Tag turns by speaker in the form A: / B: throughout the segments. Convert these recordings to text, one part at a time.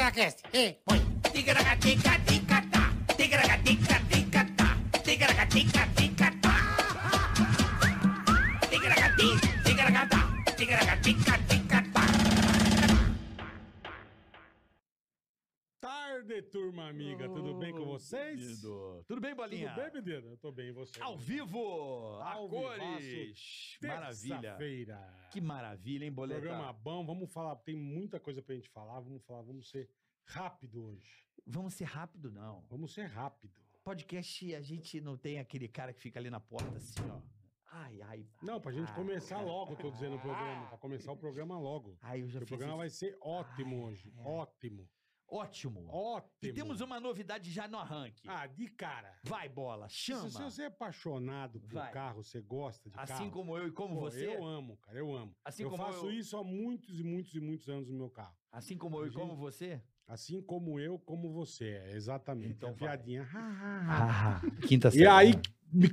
A: Ticaracast. E põe.
B: Ticaracatica, ticatá. Ticaracatica, ticatá. Ticaracatica, ticatá. Ticaracati, ticaracatá. Ticaracatica, ticatá.
C: Tarde, turma amiga, tudo bem com vocês? Tudo
D: Lindo. Tudo bem, Bolinha?
C: bem, Bideira? Eu tô bem, e você?
D: Ao vivo, a
C: Ao
D: cores. Maravilha.
C: Feira.
D: Que maravilha, hein, Boleta?
C: Programa bom, vamos falar, tem muita coisa pra gente falar, vamos falar, vamos ser rápido hoje.
D: Vamos ser rápido, não.
C: Vamos ser rápido.
D: Podcast, a gente não tem aquele cara que fica ali na porta assim, ó. Ai, ai.
C: Não, pra gente
D: ai,
C: começar
D: ai.
C: logo, tô dizendo o programa, pra começar o programa logo.
D: Ai, eu Ah. já
C: O
D: fiz
C: programa
D: isso.
C: vai ser ótimo
D: Ah,
C: hoje,
D: é.
C: ótimo,
D: Ótimo.
C: ótimo.
D: E temos um uma novidade já no arranque.
C: Ah, de cara.
D: Vai, bola, chama.
C: Se, se você é apaixonado por
D: Vai.
C: carro, você gosta de
D: Assim
C: carro...
D: como eu e como
C: Pô,
D: você.
C: Eu amo, cara, eu amo.
D: Assim
C: eu
D: como
C: faço
D: eu-
C: isso há muitos e muitos e muitos anos no meu carro.
D: Assim como eu
C: A
D: e como
C: gente-
D: você.
C: Assim como eu, como você é, exatamente.
D: Então
C: É
D: vai.
C: piadinha.
D: Ah, quinta
C: e aí,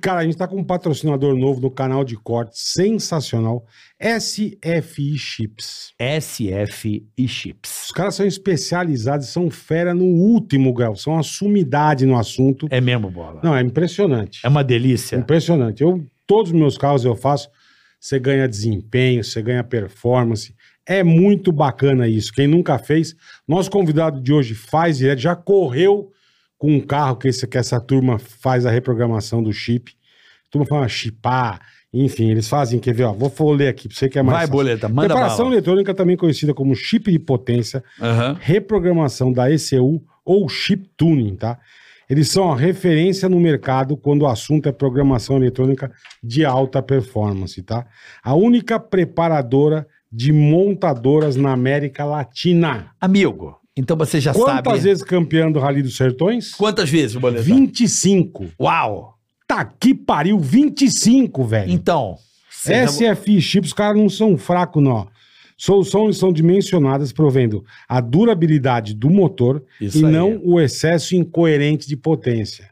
C: cara, a gente tá com um patrocinador novo no canal de corte, sensacional, SFI Chips.
D: SF e Chips.
C: Os caras são especializados, são fera no último grau, são a sumidade no assunto.
D: É mesmo, bola.
C: Não, é impressionante.
D: uma delícia.
C: Impressionante. Eu, todos os meus carros eu faço, você ganha desempenho, você ganha performance. É muito bacana isso. Quem nunca fez, nosso convidado de hoje faz direto, já correu com um carro que, esse, que essa turma faz a reprogramação do chip. A turma fala chipar, enfim, eles fazem, quer ver, ó, vou vou ler aqui pra você que é mais
D: Vai,
C: fácil.
D: boleta, manda
C: Preparação
D: bala.
C: eletrônica também conhecida como chip de potência,
D: Aham.
C: reprogramação da ECU ou chip tuning, tá? Eles são a referência no mercado quando o assunto é programação eletrônica de alta performance, tá? A única preparadora de montadoras na América Latina.
D: Amigo, então você já
C: Quantas
D: sabe.
C: vezes campeã do Rally dos Sertões?
D: Quantas vezes, Boleta?
C: 25.
D: Uau!
C: Tá que pariu, 25, velho.
D: Então.
C: É,
D: seja-
C: SFI chips, tipo, os caras não são fracos, não. Soluções são dimensionadas provendo a durabilidade do motor
D: Isso
C: e
D: aí.
C: não o excesso incoerente de potência.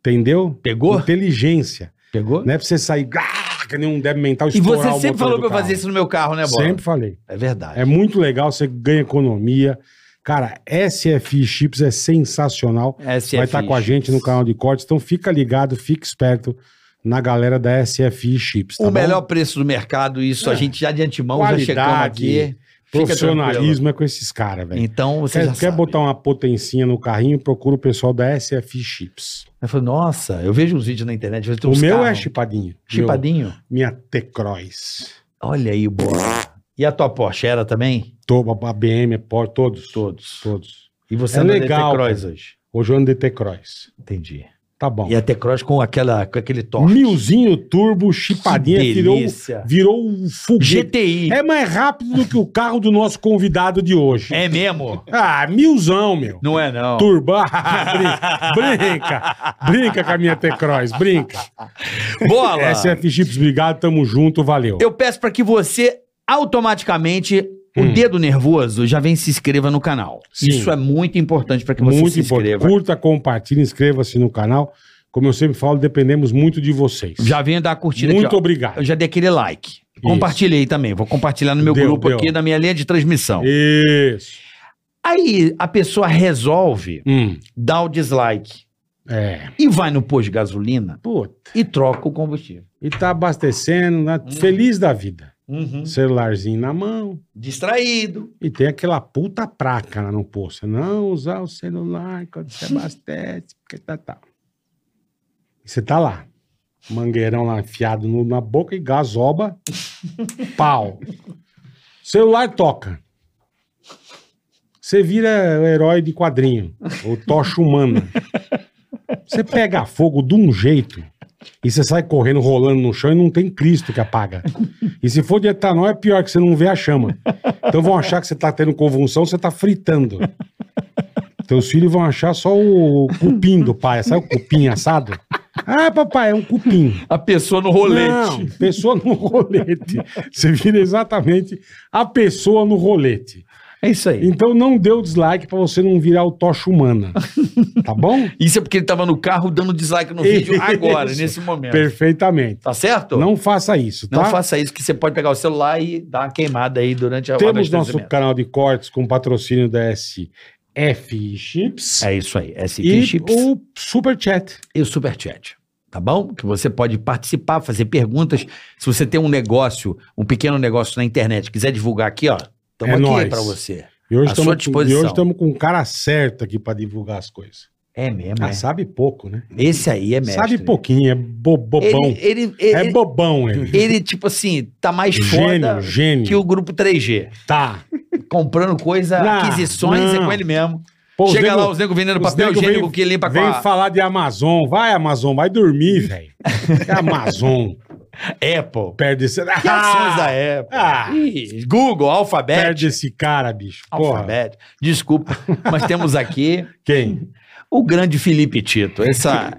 C: Entendeu?
D: Pegou?
C: Inteligência.
D: Pegou?
C: Não é pra você sair grá, que nem um débil mental
D: E
C: estourar
D: você
C: o
D: sempre
C: motor
D: falou
C: do
D: pra eu
C: carro.
D: fazer isso no meu carro, né, Bola?
C: Sempre falei.
D: É verdade.
C: É muito legal, você ganha economia. Cara, SFI Chips é sensacional.
D: SFI.
C: Vai estar com a gente no canal de cortes, então fica ligado, fica esperto na galera da SFI Chips. tá
D: o
C: bom? É.
D: melhor preço do mercado, isso a gente já de antemão já checamos aqui.
C: Qualidade,
D: Fica
C: profissionalismo é com esses caras,
D: tranquilo.
C: velho.
D: Então você
C: Quer,
D: já
C: quer
D: sabe.
C: botar um- uma potencinha no carrinho, procura o pessoal da SFI Chips.
D: Eu falo, nossa, eu vejo uns vídeos na internet. eu vejo
C: o
D: uns
C: meu
D: carros.
C: é chipadinho.
D: Chipadinho.
C: Meu- minha T-Cross.
D: Olha aí, Bola. E a tua Porsche era também?
C: To- A BM, por, todos.
D: Todos.
C: Todos.
D: E você
C: É
D: anda de
C: legal,
D: T-Cross
C: cara.
D: hoje.
C: Hoje eu ando de T-Cross.
D: Entendi.
C: Tá bom.
D: E é a T-Cross com, aquela, com aquele torque.
C: Milzinho turbo,
D: Que
C: chipadinha, virou,
D: delícia.
C: virou um foguete.
D: GTI.
C: É mais rápido do que o carro do nosso convidado de hoje.
D: É mesmo?
C: Ah, milzão, meu.
D: Não é não.
C: Turba. brinca. Brinca com a minha T-Cross, brinca.
D: Bola.
C: SF Chips, obrigado, tamo junto, valeu.
D: Eu peço para que você automaticamente
C: Hum.
D: o dedo nervoso já vem e se inscreva no canal.
C: Sim.
D: Isso é muito importante para que você
C: Muito
D: se
C: importante.
D: inscreva.
C: Curta, compartilha, inscreva-se no canal. Como eu sempre falo, dependemos muito de vocês.
D: Já venho dar a curtida
C: muito
D: aqui, ó.
C: obrigado.
D: Eu já dei aquele like. Compartilhei também. Vou compartilhar no meu
C: Deu,
D: grupo
C: deu.
D: aqui, na minha linha de transmissão.
C: Isso.
D: Aí a pessoa resolve
C: Hum,
D: dar o dislike
C: é.
D: e vai no posto de gasolina
C: Puta.
D: e troca o combustível.
C: E tá abastecendo, né?
D: Hum.
C: feliz da vida.
D: Uhum.
C: Celularzinho na mão.
D: Distraído.
C: E tem aquela puta praca lá no posto. Não usar o celular quando você abastece, porque tá, tá. E você tá lá. Mangueirão lá enfiado no- na boca e gasoba. pau. Celular toca. Você vira o herói de quadrinho. Ou tocha humana. Você pega fogo de um jeito. E você sai correndo, rolando no chão e não tem Cristo que apaga. E se for de etanol, é pior, que você não vê a chama. Então vão achar que você tá tendo convulsão, você tá fritando. Teus filhos vão achar só o cupim do pai. Sabe o cupim assado? Ah, papai, é um cupim.
D: A pessoa no rolete.
C: Não, pessoa no rolete. Você vira exatamente a pessoa no rolete.
D: É isso aí.
C: Então não dê o dislike pra você não virar o tocha humana. Tá bom?
D: Isso é porque ele tava no carro dando dislike no vídeo
C: Isso.
D: agora, nesse momento.
C: Perfeitamente.
D: Tá certo?
C: Não faça isso, tá?
D: Não faça isso, que você pode pegar o celular e dar uma queimada aí durante É a hora
C: Temos
D: de
C: nosso
D: transmissão.
C: canal de cortes com patrocínio da SF Chips
D: É isso aí. SP
C: e
D: Chips
C: o Super Chat.
D: e o Superchat. Tá bom? Que você pode participar, fazer perguntas. Se você tem um negócio, um pequeno negócio na internet, quiser divulgar aqui, ó,
C: É
D: estamos aqui
C: nóis.
D: pra você.
C: E hoje
D: À
C: estamos com-
D: sua
C: e hoje
D: disposição.
C: estamos com um cara certo aqui pra divulgar as coisas.
D: É mesmo,
C: Ah,
D: é.
C: sabe pouco, né?
D: Esse aí é mestre.
C: Sabe pouquinho, é bo- bobão.
D: Ele, ele, ele,
C: é bobão, ele.
D: ele, tipo assim, tá mais
C: Gênio,
D: foda
C: gênio.
D: que o grupo 3G.
C: Tá.
D: Comprando coisa,
C: Não,
D: aquisições,
C: Ah, não.
D: é com ele mesmo.
C: Pô,
D: Chega
C: nego-
D: lá, os nego vendendo
C: os
D: papel
C: nego
D: higiênico
C: vem-
D: que limpa com
C: Vem
D: a...
C: falar de Amazon. Vai, Amazon, vai dormir, velho. Que é Amazon
D: Apple.
C: perde esse...
D: Que ações da Apple.
C: Ah.
D: Ih, Google, Alphabet.
C: perde esse cara, bicho. Porra,
D: Alphabet. Desculpa, mas temos aqui
C: quem?
D: o grande Felipe Tito. Essa...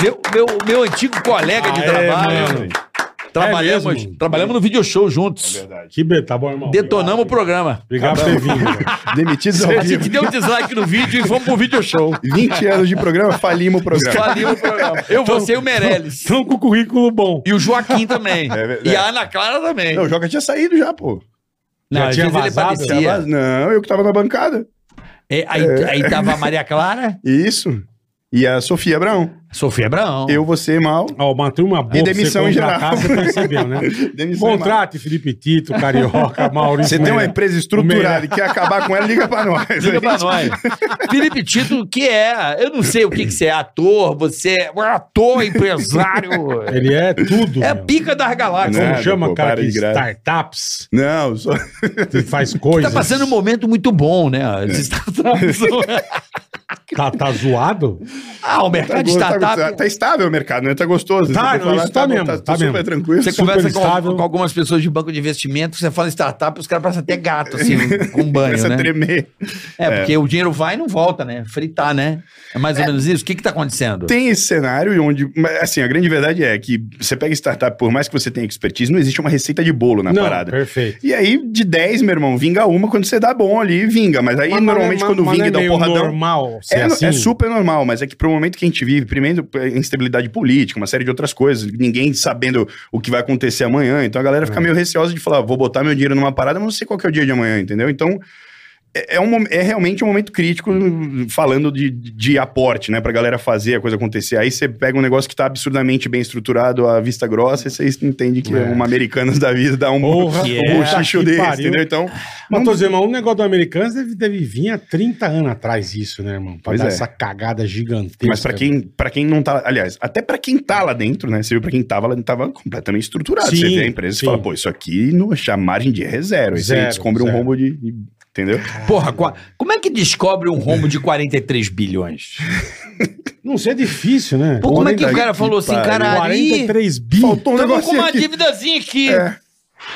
D: meu, meu, meu antigo colega de
C: Ah, é,
D: trabalho.
C: mano. É
D: trabalhamos,
C: mesmo?
D: trabalhamos no video show juntos.
E: Verdade.
C: Que be... Tá bom, irmão.
D: Detonamos o programa.
C: Obrigado por ter vindo. velho.
E: Demitidos
D: A gente deu um dislike no vídeo e vamos pro video show.
E: 20 anos de programa, falimos o programa.
D: Faliu o programa. Eu,
C: Então,
D: você e o Meirelles.
C: Estão com currículo bom.
D: E o Joaquim também.
E: É verdade.
D: e a Ana Clara também.
E: Não, o Joca tinha saído já, pô.
D: Não,
C: Já
D: às
C: tinha
D: vezes ele
C: vazado?
D: parecia.
E: Tinha vaz- Não, eu que tava na bancada.
D: É, aí, aí tava a Maria Clara,
E: Isso. E a Sofia Abraão.
D: Sofia Abraão.
E: Eu, você, mal.
C: Ó, uma turma boa
E: E
C: pra
E: demissão
C: você
E: em geral.
C: contratar, Você percebeu, né?
E: Demissão. mal.
C: Contrate Felipe Tito, Carioca, Maurício.
E: Você tem uma
C: Meirelles.
E: empresa estruturada e quer acabar com ela, liga pra nós.
D: Liga pra nós. Felipe Tito, que é? Eu não sei o que, que você é. Ator, você é um ator, empresário.
C: Ele é tudo.
D: É
C: meu.
D: pica das galáxias.
C: Como
E: Nada,
C: chama,
E: Né, pô,
C: cara,
E: para
C: que
E: de graça.
C: startups
E: Não, só...
C: que faz coisas.
D: Tá passando um momento muito bom, né? As startups.
C: Tá, tá zoado?
D: ah, o mercado
E: tá,
D: de
E: go- tá,
D: startup.
E: tá, tá estável o mercado, né? Tá gostoso.
C: Tá,
E: Você
C: não,
E: falar,
C: isso tá
E: bom,
C: mesmo, tá
E: super
C: mesmo.
E: tranquilo.
D: Você
C: Super
D: conversa
C: estável.
D: com, com algumas pessoas de banco de investimento, você fala em startup, os caras parecem até gato, assim, com banho,
E: Começa
D: né?
E: a tremer.
D: É, porque o dinheiro vai e não volta, né? Fritar, né? É mais ou menos isso. O que que tá acontecendo?
E: Tem esse cenário onde, mas, assim, a grande verdade é que você pega startup, por mais que você tenha expertise, não existe uma receita de bolo na
C: Não,
E: parada.
C: perfeito.
E: E aí, de 10, meu irmão, vinga uma quando você dá bom ali, vinga. Mas aí,
C: Mas-
E: normalmente,
C: mas-
E: quando
C: mas
E: vinga
C: não é
E: e dá
C: meio
E: um porradão.
C: normal ser
E: É,
C: assim?
E: é super normal, mas é que pro momento que a gente vive, primeiro, é, instabilidade política, uma série de outras coisas, ninguém sabendo o que vai acontecer amanhã, então a galera
C: É.
E: fica meio receosa de falar, "Ah, vou botar meu dinheiro numa parada, mas não sei qual que é o dia de amanhã, entendeu? Então, é, é um, mom- é realmente um momento crítico, falando de, de aporte, né, pra galera fazer a coisa acontecer. Aí você pega um negócio que tá absurdamente bem estruturado, à vista grossa, e você entende que
C: É.
E: uma Americanas da vida dá um,
C: Porra,
D: que
E: um
D: é.
E: bochicho
C: que
E: desse,
C: pariu.
E: entendeu? Então,
C: Mas tô dizendo, mas um negócio do americano deve, deve vir há 30 anos atrás isso, né, irmão? Pra
E: Pois
C: dar
E: é.
C: essa cagada gigantesca.
E: Mas pra quem, pra quem não tá, aliás, até pra quem tá lá dentro, né? Você viu pra quem tava lá dentro, tava completamente estruturado. você
C: Sim,
E: vê a empresa e
C: sim.
E: fala, pô, isso aqui no, a margem de é zero. Aí
C: Zero,
E: você descobre
C: zero.
E: um rombo de. de- Entendeu?
D: Porra, qua- como é que descobre um rombo de 43 bilhões?
C: Não sei, é difícil, né?
D: Pô, como é que o
E: Quarenta
D: cara
E: que
D: falou assim,
E: pariu.
D: cara, aí
C: 43 bi.
E: Faltou um
D: estamos com
E: negócio
D: uma
E: aqui.
D: dívidazinha aqui.
E: É.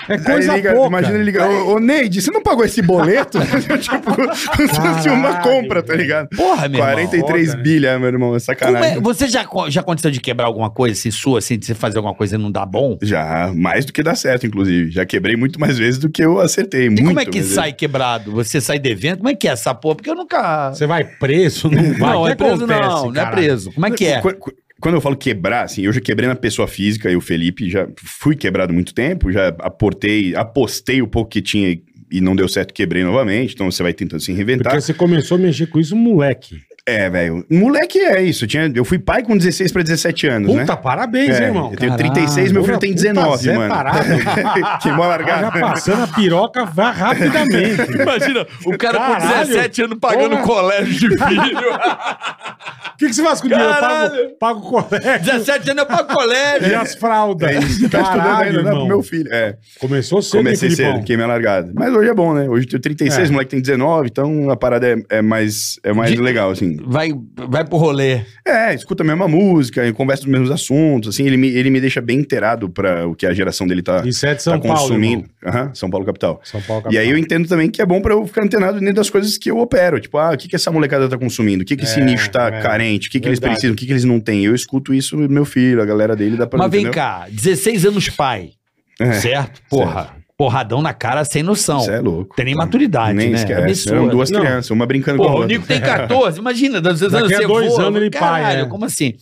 C: É
E: Aí ele
C: coisa
E: liga-
C: pouca.
E: Imagina ele ligar, ô, ô Neide, você não pagou esse boleto? tipo, você tinha uma
C: Caralho,
E: compra, tá
C: velho.
E: ligado?
D: Porra, meu irmão.
E: 43
C: Foda, né?
E: bilha, meu irmão, é
D: Como é-
E: sacanagem.
D: você já, co- já aconteceu de quebrar alguma coisa assim, sua, assim, de você fazer alguma coisa e não dar bom?
E: Já, mais do que dá certo, inclusive. Já quebrei muito mais vezes do que eu acertei.
D: E
E: muito,
D: como é que
E: mas eu-
D: sai quebrado? Você sai devendo? Como é que é essa porra? Porque eu nunca.
C: Você vai preso, não vai.
D: Não,
C: O que
D: é preso,
C: acontece,
D: não, não é
C: cara?
D: preso. Como é que é?
E: Qu- qu- Quando eu falo quebrar, assim, eu já quebrei na pessoa física, eu, Felipe, já fui quebrado há muito tempo, já aportei, apostei o pouco que tinha e- e não deu certo, quebrei novamente, então você vai tentando se reinventar.
C: Porque você começou a mexer com isso, moleque.
E: É, velho, moleque é isso, eu, tinha, eu fui pai com 16 pra 17 anos, né?
C: Puta, parabéns,
E: É,
C: hein, irmão.
E: Eu tenho
D: Caralho.
E: 36, meu filho tem
C: Puta,
E: 19,
C: Zé
E: mano.
C: tarado.
E: Queimou
C: Já
E: a largada.
C: passando a piroca vá rapidamente.
D: Imagina, o cara
C: Caralho.
D: anos
C: Porra.
D: colégio de filho.
C: O que, que você faz com o dinheiro? Eu pago,
D: Caralho.
C: pago o colégio
D: 17 anos eu pago
C: e
D: colégio.
C: as fraldas.
E: É isso, tá estudando
C: Caralho,
E: ainda, né? Pro
C: irmão.
E: meu filho. É,
C: Começou cedo, hein,
E: comecei
C: Filipão?
E: cedo, queimei a largada. Mas hoje é bom, né? Hoje eu tenho 36,
C: É.
E: moleque tem 19, então a parada é, é mais, é mais
D: De-
E: legal, assim.
D: Vai, vai pro rolê.
E: É, escuta a mesma música, e conversa dos mesmos assuntos, assim, ele me, ele me deixa bem inteirado para o que a geração dele tá,
C: Isso é de São
E: tá
C: Paulo,
E: consumindo.
C: irmão.
E: Aham, São Paulo capital.
C: São Paulo,
E: E aí eu
C: capital.
E: entendo também que é bom pra eu ficar antenado dentro das coisas que eu opero. Tipo, ah, o que, que essa molecada tá consumindo? O que, que esse
C: É,
E: nicho tá
C: é.
E: carente? O que, que eles
C: Verdade.
E: precisam? O que, que eles não têm? Eu escuto isso do meu filho, a galera dele dá pra
D: Mas vem
E: entendeu?
D: cá, 16 anos pai,
E: É.
D: certo? Porra.
A: porradão na cara sem noção.
E: Isso é louco.
A: Tem nem maturidade,
E: Nem
A: né?
E: esquece.
A: Absurdo.
E: Eram duas
C: Não.
E: crianças, uma brincando
A: Porra,
E: com a
A: o
E: outra.
A: Nico tem 14, imagina, dois anos
C: Daqui a
A: você
C: dois
A: voa,
C: anos ele
A: caralho,
C: pai, né?
A: como assim?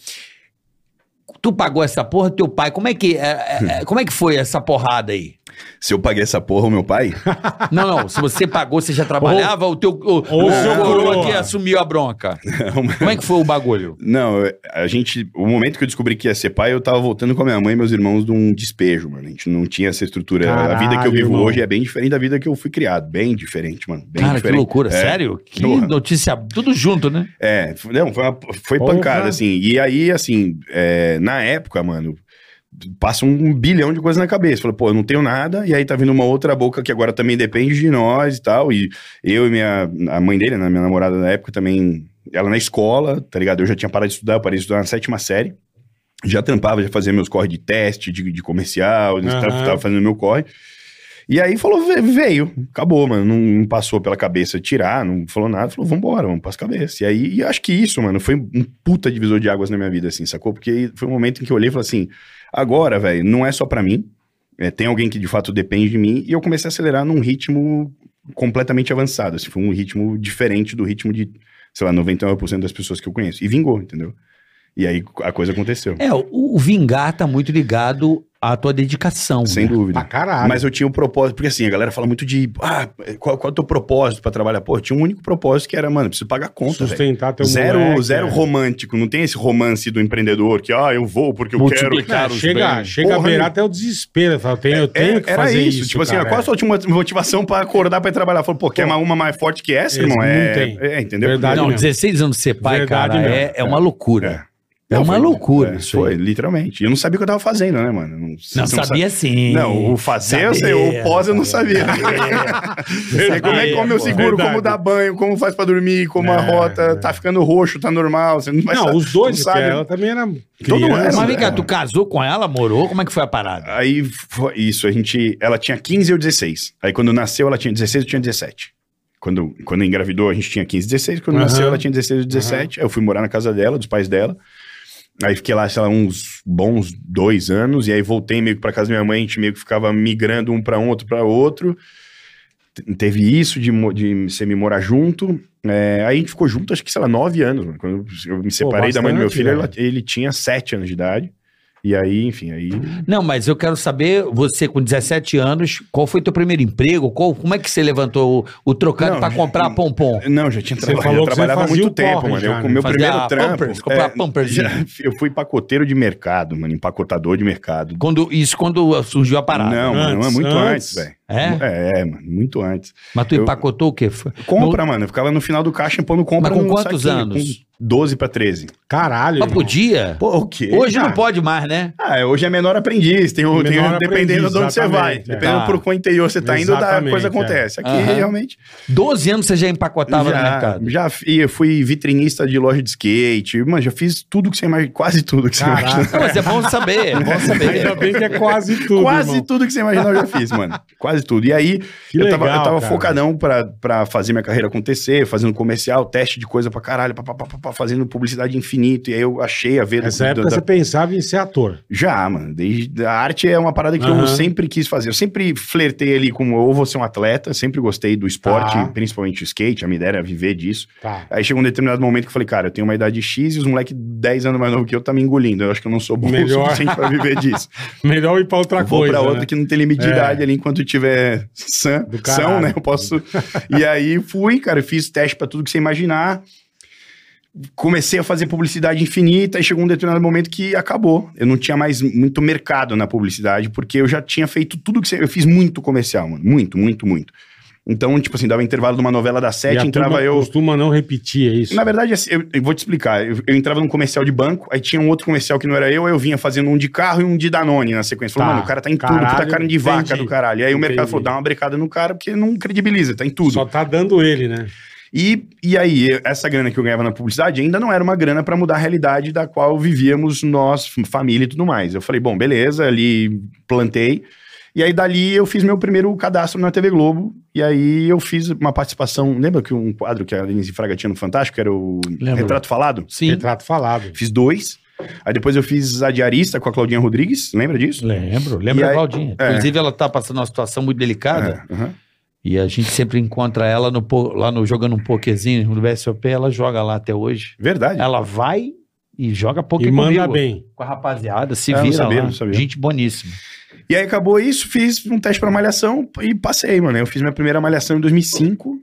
A: Tu pagou essa porra, teu pai, como é que, é, é, é, como é que foi essa porrada aí?
E: Se eu paguei essa porra, o meu pai,
A: Não, não, se você pagou, você já trabalhava, o teu o,
C: ou
A: o
C: seu
A: coroa
C: coroa.
A: que assumiu a bronca. Como é que foi o bagulho?
E: Não, eu- a gente. O momento que eu descobri que ia ser pai, eu tava voltando com a minha mãe e meus irmãos de um despejo, mano. A gente não tinha essa estrutura. a vida que eu
C: Caralho,
E: vivo
C: irmão.
E: hoje é bem diferente da vida que eu fui criado. Bem diferente, mano. Bem
A: Cara, que
E: diferente.
A: loucura,
E: É.
A: sério? Que
E: Porra.
A: notícia, tudo junto, né?
E: É, f- não, foi, uma- foi
C: Porra.
E: pancada, assim. E aí, assim, é, na época, mano, passa um bilhão de coisas na cabeça. Falei, pô, eu não tenho nada, e aí tá vindo uma outra boca que agora também depende de nós e tal. E eu e minha, a mãe dele, né, minha namorada na época, também. Ela na escola, tá ligado? Eu já tinha parado de estudar, eu parei de estudar na sétima série. Já trampava, já fazia meus corre de teste, de, de comercial,
C: Aham.
E: tava, tava fazendo meu corre. E aí falou, "Ve- veio, acabou, mano. Não, não passou pela cabeça tirar, não falou nada, falou, vambora, vamos pras cabeça. E aí e acho que isso, mano, foi um puta divisor de águas na minha vida, assim, sacou? Porque foi um momento em que eu olhei e falei assim: agora, velho, não é só pra mim. É, tem alguém que de fato depende de mim. E eu comecei a acelerar num ritmo completamente avançado. Assim, foi um ritmo diferente do ritmo de, sei lá, 99% das pessoas que eu conheço. E vingou, entendeu? E aí a coisa aconteceu.
A: É, o, o vingar tá muito ligado à tua dedicação.
E: sem
A: né?
E: dúvida.
C: Pra caralho.
E: Mas eu tinha um propósito, porque assim, a galera fala muito de ah, qual, qual é o teu propósito pra trabalhar? Pô, eu tinha um único propósito que era, mano, preciso pagar conta, velho.
C: Sustentar teu
E: Zero,
C: moleque,
E: zero
C: né?
E: romântico, não tem esse romance do empreendedor que, ah, eu vou porque eu quero.
C: É, chega, chega a
E: Porra,
C: beirar até o desespero. Fala, eu tenho, eu tenho
E: É,
C: que
E: era
C: fazer
E: isso,
C: isso.
E: tipo assim, ah,
C: cara,
E: qual a sua última motivação pra acordar pra ir trabalhar? Falou, pô, quer uma, uma mais forte que essa,
C: Esse
E: irmão?
C: não
E: É,
C: tem.
E: é, entendeu?
C: Verdade.
A: Não,
C: mesmo.
A: 16 anos de ser pai,
C: Verdade
A: cara, é,
C: mesmo.
A: é uma loucura. É,
E: Não,
A: uma
E: foi-
A: loucura
E: é,
A: isso aí.
E: Foi, literalmente. E Eu não sabia o que eu tava fazendo, né, mano? Não,
A: Não,
E: você não
A: sabia sim.
E: Não, o fazer eu sei, o pós eu não sabia. Sei como é
A: sabia,
E: como eu
A: pô.
E: seguro,
C: Verdade.
E: como dá banho, como faz pra dormir, como
C: É,
E: a rota,
C: é.
E: tá ficando roxo, tá normal, você não vai
C: Não,
E: saber,
C: os dois,
E: não
C: porque
E: sabe.
C: ela também era
E: era,
A: Mas
E: né?
A: vem cá, tu casou com ela, morou? Como é que foi a parada?
E: Aí foi isso, a gente, ela tinha 15 ou 16. Aí quando nasceu ela tinha 16, eu tinha 17. Quando, quando engravidou a gente tinha 15, 16, quando
C: Aham.
E: nasceu ela tinha 16 ou 17. Aí eu fui morar na casa dela, dos pais dela. Aí fiquei lá, sei lá, uns bons dois anos, e aí voltei meio que pra casa da minha mãe, a gente meio que ficava migrando um pra um, outro pra outro. Te- Teve isso de, mo- de você me morar junto. É, aí a gente ficou junto, acho que, sei lá, nove anos. Mano. Quando eu me separei da mãe do meu
C: bastante, né?
E: filho, ela-
C: velho.
E: ele tinha sete anos de idade. E aí, enfim, aí...
C: Hum.
A: Não, mas eu quero saber, você com 17 anos, qual foi teu primeiro emprego? Qual, como é que você levantou o, o trocado
E: Não,
A: pra comprar pompom?
E: Não, já tinha
C: Você
E: trabalhado.
C: falou
E: Eu
C: que você
E: trabalhava há
C: fazia
E: muito
C: o corre
E: tempo, mano.
C: já,
E: Eu, com
C: né?
E: meu
A: Fazia
E: primeiro
A: a
E: trampo. é,
A: Pampers, comprar Pampers.
E: já- eu fui pacoteiro de mercado, mano. Empacotador de mercado.
A: Quando, isso quando surgiu a parada.
E: Não, mano, é
C: Antes,
E: muito
C: antes.
E: antes, velho.
A: É?
E: É, mano, muito antes.
A: Mas tu
E: eu-
A: empacotou o quê? Foi-
E: Compra, mano. Eu ficava no final do caixa pondo compra.
A: Mas com
E: no
A: quantos
E: saquinho,
A: anos?
E: Com 12 pra 13.
C: Caralho.
A: Mas
C: irmão.
A: podia?
E: Pô, o quê?
A: Hoje não
E: Ah,
A: pode mais, né?
E: Ah, é, hoje é menor aprendiz. Tem, o- tem,
C: Menor
E: dependendo
C: aprendiz,
E: de onde você vai.
C: exatamente, é.
E: Dependendo
A: Tá.
E: por qual interior você tá indo, da
C: Exatamente,
E: coisa
C: é.
E: acontece. Aqui,
A: Aham.
E: realmente...
A: 12 anos você já empacotava no mercado.
E: já fui, eu fui vitrinista de loja de skate, mano, já fiz tudo que você imagina, quase tudo que você
C: Caraca.
E: imagina.
A: Não, mas é bom saber, é bom
C: Ainda
A: saber.
C: bem que é quase tudo.
E: Quase
C: irmão.
E: tudo que você imaginar eu já fiz, mano. Quase tudo. E aí,
C: Que
E: eu tava,
C: legal,
E: eu tava
C: cara.
E: focadão pra, pra fazer minha carreira acontecer, fazendo comercial, teste de coisa pra caralho, pá, pá, pá, pá, pá, fazendo publicidade infinito. E aí eu achei a ver...
C: Nessa
E: da-
C: época
E: da-
C: você pensava em ser ator.
E: Já, mano. Desde... A arte é uma parada que
C: Aham.
E: eu sempre quis fazer. Eu sempre flertei ali com ou vou ser um atleta, sempre gostei do esporte,
C: Tá.
E: principalmente o skate, a minha ideia era viver disso.
C: Tá.
E: Aí chegou um determinado momento que eu falei, cara, eu tenho uma idade X e os moleques 10 anos mais novo que eu tá me engolindo. Eu acho que eu não sou bom
C: Melhor.
E: o suficiente pra viver disso.
C: Melhor ir pra outra
E: Vou
C: coisa.
E: pra outra
C: né?
E: que não tem limite de
C: É.
E: idade ali enquanto eu tiver sã,
C: Do caralho.
E: são, né? Eu posso. e aí fui, cara, eu fiz teste pra tudo que você imaginar. Comecei a fazer publicidade infinita e chegou um determinado momento que acabou. Eu não tinha mais muito mercado na publicidade, porque eu já tinha feito tudo que você. Eu fiz muito comercial, mano. Muito, muito, muito. Então, tipo assim, dava intervalo de uma novela das
C: E a
E: sete, entrava
C: turma
E: eu.
C: costuma não repetir, é isso?
E: Na verdade, assim, eu, eu vou te explicar. Eu, eu entrava num comercial de banco, aí tinha um outro comercial que não era eu, aí eu vinha fazendo um de carro e um de Danone na sequência. Falei,
C: Tá.
E: mano, o cara tá em tudo,
C: Caralho,
E: puta carne de vaca
C: entendi.
E: do caralho. E aí o mercado
C: Entendi.
E: falou, dá uma brecada no cara, porque não credibiliza, tá em tudo.
C: Só tá dando ele, né?
E: E, e aí, essa grana que eu ganhava na publicidade ainda não era uma grana pra mudar a realidade da qual vivíamos nós, f- família e tudo mais. Eu falei, bom, beleza, ali plantei. E aí, dali, eu fiz meu primeiro cadastro na TV Globo. E aí, eu fiz uma participação. Lembra que um quadro que a Denise Fraga tinha no Fantástico, que era o
A: Lembro.
C: então.
E: Retrato Falado?
A: Sim.
C: Retrato falado.
E: Fiz dois. Aí depois eu fiz a diarista com a Claudinha Rodrigues, lembra disso?
D: Lembro, lembro
E: E
D: da
E: aí-
D: Claudinha.
E: é.
D: Inclusive, ela tá passando uma situação muito delicada.
E: É, aham.
D: E a gente sempre encontra ela no, po- lá no, jogando um pokerzinho no BSOP, ela joga lá até hoje.
E: Verdade.
D: Ela vai e joga poker
C: E manda
D: um comigo,
C: bem.
D: com a rapaziada, se
E: Ah, não
D: vira
E: sabia,
D: lá.
E: não sabia.
D: Gente boníssima.
E: E aí acabou isso, fiz um teste pra malhação e passei, mano. Eu fiz minha primeira malhação em 2005,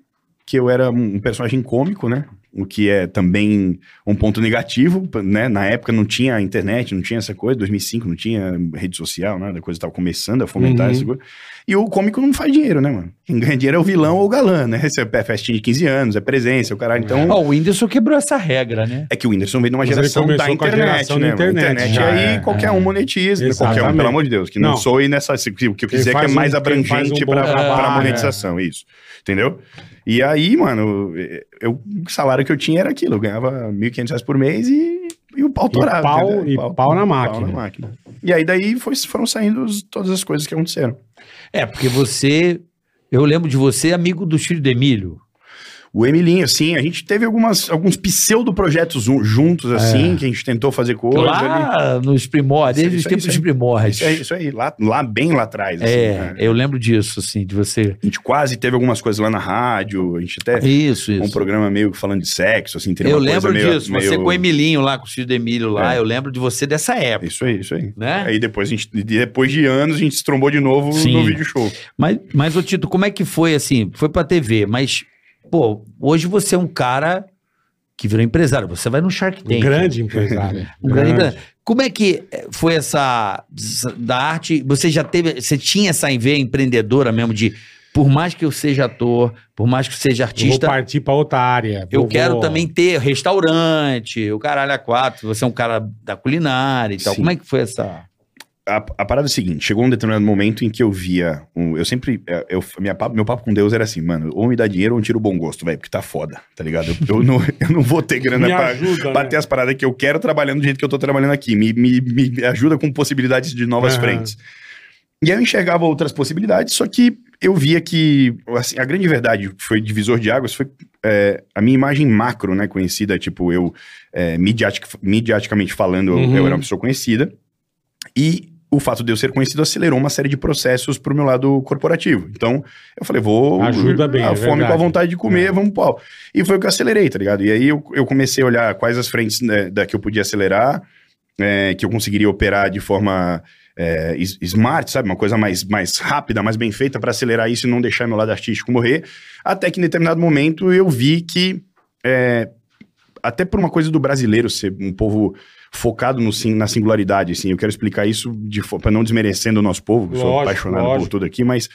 E: que eu era um personagem cômico, né? O que é também um ponto negativo, né? Na época não tinha internet, não tinha essa coisa, 2005 não tinha rede social, nada, a coisa tava começando a fomentar
C: Uhum.
E: essa coisa. E o cômico não faz dinheiro, né, mano? Quem ganha dinheiro é o vilão ou o galã, né? Você é festinha de 15 anos, é presença, o caralho. Então,
D: Ó, o Whindersson quebrou essa regra, né?
E: é que o Whindersson veio de uma
C: Mas ele
E: geração
C: começou
E: da
C: com a
E: internet,
C: geração
E: né?
C: da
E: mano? internet.
C: internet.
E: E
C: Já
E: aí
D: é,
E: qualquer
D: é.
E: um monetiza, né?
C: Exatamente.
E: qualquer um, pelo amor de Deus, que não,
C: Não.
E: sou e nessa, se- o que eu
C: Quem
E: quiser que é
C: faz um-
E: mais
C: quem faz
E: abrangente
C: um bom
E: pra,
D: trabalho,
E: pra
D: é.
E: monetização, isso. Entendeu? E aí, mano, eu, o salário que eu tinha era aquilo, eu ganhava R$ 1.500 reais por mês e, e o pau
C: E
E: torava.
C: pau-
E: entendeu?
C: e pau na máquina.
E: E aí daí foi- foram saindo os- todas as coisas que aconteceram.
D: É, porque você. Eu lembro de você, amigo do filho do Emílio.
E: O Emilinho, assim, a gente teve algumas, alguns pseudo-projetos jun- juntos,
C: É.
E: assim, que a gente tentou fazer coisa ali.
D: lá nos primórdios,
E: Isso,
D: desde os
E: isso,
D: tempos
E: isso
D: de
E: aí.
D: primórdios.
E: Isso aí, isso aí, lá, lá bem lá atrás. assim,
D: É,
E: né?
D: eu lembro disso, assim, de você.
E: A gente quase teve algumas coisas lá na rádio, a gente até
D: Isso,
E: um
D: isso.
E: programa meio que falando de sexo, assim, teve
D: eu
E: uma
D: lembro
E: coisa meio-
D: disso,
E: meio-
D: você com o Emilinho lá, com o filho do Emílio lá,
E: É.
D: eu lembro de você dessa época,
E: Isso aí, isso É aí.
D: né?
E: Aí depois, a gente, depois de anos, a gente se trombou de novo
D: Sim.
E: no vídeo show.
D: Mas, mas, ô Tito, como é que foi, assim, foi pra TV, mas, pô, hoje você é um cara que virou empresário, você vai no Shark
C: Um
D: Tank.
C: grande empresário.
D: Um grande empresário. Como é que eh, foi essa essa- da arte? Você já teve, você tinha essa veia empreendedora mesmo de, por mais que eu seja ator, por mais que eu seja
C: Eu Vou
D: artista,
C: partir pra outra área.
D: Eu
C: Vou-
D: quero
C: vou-
D: também ter restaurante, o caralho a quatro. Você é um cara da culinária e tal.
E: Sim.
D: Como é que foi essa?
E: a, a parada é a seguinte, chegou um determinado momento em que eu via, um- eu sempre, eh, eu, minha papo- meu papo com Deus era assim, mano, ou me dá dinheiro ou eu tiro o bom gosto, velho, porque tá foda, tá ligado? Eu, eu não, eu não vou ter grana
C: Me
E: pra
C: ajuda, né?
E: bater assim, as paradas que eu quero trabalhando do jeito que eu tô trabalhando aqui, me, me, me ajuda com possibilidades de novas
C: Aham.
E: frentes. E aí eu enxergava outras possibilidades, só que eu via que, assim, a grande verdade que foi divisor de águas foi eh, a minha imagem macro, né, conhecida, tipo, eu, eh, midiatic- midiaticamente falando, eu- eu
C: Uhum.
E: era uma pessoa conhecida, e o fato de eu ser conhecido acelerou uma série de processos pro meu lado corporativo. Então, eu falei, vou.
C: Ajuda bem,
E: A
C: é
E: fome com a
C: verdade.
E: vontade de comer,
C: É.
E: vamos pro pau. E foi o que eu acelerei, tá ligado? E aí eu, eu comecei a olhar quais as frentes né, da, que eu podia acelerar, é, que eu conseguiria operar de forma. é, is- smart, sabe? Uma coisa mais, mais rápida, mais bem feita para acelerar isso e não deixar meu lado artístico morrer. Até que em determinado momento eu vi que, é, até por uma coisa do brasileiro ser um povo focado no, sin- na singularidade, assim, eu quero explicar isso para não desmerecendo o nosso povo, eu sou
C: Lógico,
E: apaixonado por
C: lógico.
E: tudo aqui, mas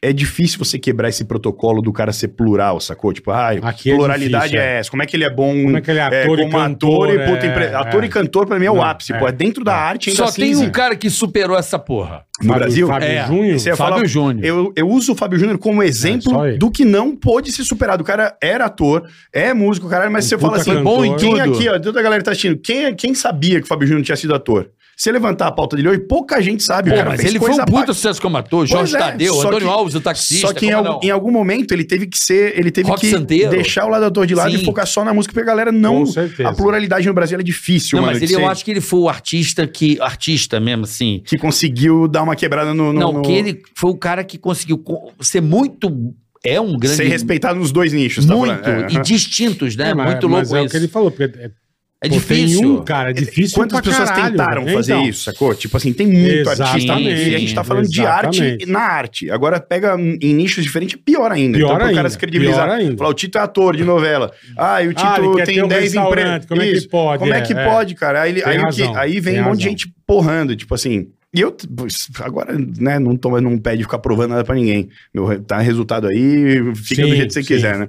E: é difícil você quebrar esse protocolo do cara ser plural, sacou? Tipo, ah,
C: Aqui é
E: pluralidade
C: difícil,
E: é. essa, como é que ele é bom...
C: Como é que ele é
E: é,
C: ator e
E: como ator
C: cantor?
E: e puta
C: é,
E: empre- Ator e
C: é.
E: cantor, pra mim, é o
C: Não,
E: ápice,
C: é.
E: pô. É dentro da arte, ainda
D: Só
E: assim,
D: tem um
E: né?
D: cara que superou essa porra.
E: no
C: Fábio-
E: Brasil.
C: Fábio
D: É,
C: Júnior?
E: Você ia
D: Fábio
E: falar,
D: Júnior. É,
E: eu, eu uso o Fábio Júnior como exemplo
C: só ele.
E: do que não pôde se superar. O cara era ator, é músico, caralho, mas
C: Um
E: você fala
C: puta
E: assim,
C: cantor.
E: bom em quem
D: tudo.
E: aqui, ó, toda a galera que tá assistindo, quem, quem sabia que o Fábio Júnior tinha sido ator? Se levantar a pauta dele hoje, pouca gente sabe, o
D: Pô,
E: cara
D: mas
E: fez
D: ele foi um
E: coisa
D: puta
E: pra-
D: sucesso como ator, Jorge
E: Pois é,
D: Tadeu,
E: só
D: Antônio
E: que-
D: Alves, o taxista.
E: Só que em,
D: como
E: algum,
D: não?
E: em algum momento ele teve que ser, ele teve
D: Rock
E: que
D: santeiro.
E: deixar o lado ator de lado
D: Sim.
E: e focar só na música, porque a galera não...
C: Com certeza.
E: A pluralidade no Brasil ela é difícil,
D: Não, mas
E: mano. de
D: ele, eu
E: ser-
D: acho que ele foi o artista que. Artista mesmo, assim.
E: Que conseguiu dar uma quebrada no... no-
D: não,
E: no-
D: que ele é foi o cara que conseguiu co- ser muito. É um grande.
E: Ser respeitado nos dois nichos, tá
D: Muito.
E: falando? É,
D: e distintos, né?
C: É, mas-
D: muito louco
C: mas é o
D: isso.
C: que ele falou, porque é,
D: É
C: pô,
D: difícil.
C: Tem um, cara, é difícil
E: Quantas
C: pra
E: pessoas
C: caralho,
E: tentaram
C: né?
E: fazer
C: Então,
E: isso, sacou? Tipo assim, tem muito artista
D: Exatamente,
E: e a gente tá falando de arte
C: exatamente.
E: na arte. Agora pega em nichos diferentes, é pior ainda.
C: Pior
E: então, pro
C: ainda,
E: cara se credibilizar.
C: pior ainda.
E: Falar, o Tito é ator de novela. Ah, e o Tito
C: Ah, ele quer ter
E: tem
C: um
E: 10
C: restaurante,
E: empregos.
C: como é que
E: Isso.
C: pode,
E: Como é,
C: é,
E: que
C: é.
E: pode, cara? Aí, ele-
C: Tem
E: aí o
C: razão,
E: que- aí vem
C: tem
E: um monte de
C: razão.
E: gente porrando, tipo assim. E eu, putz, agora, né, não, tô, não pede ficar provando nada pra ninguém. Meu, re- tá resultado aí, fica do
C: Sim,
E: jeito que você
C: sim.
E: quiser, né?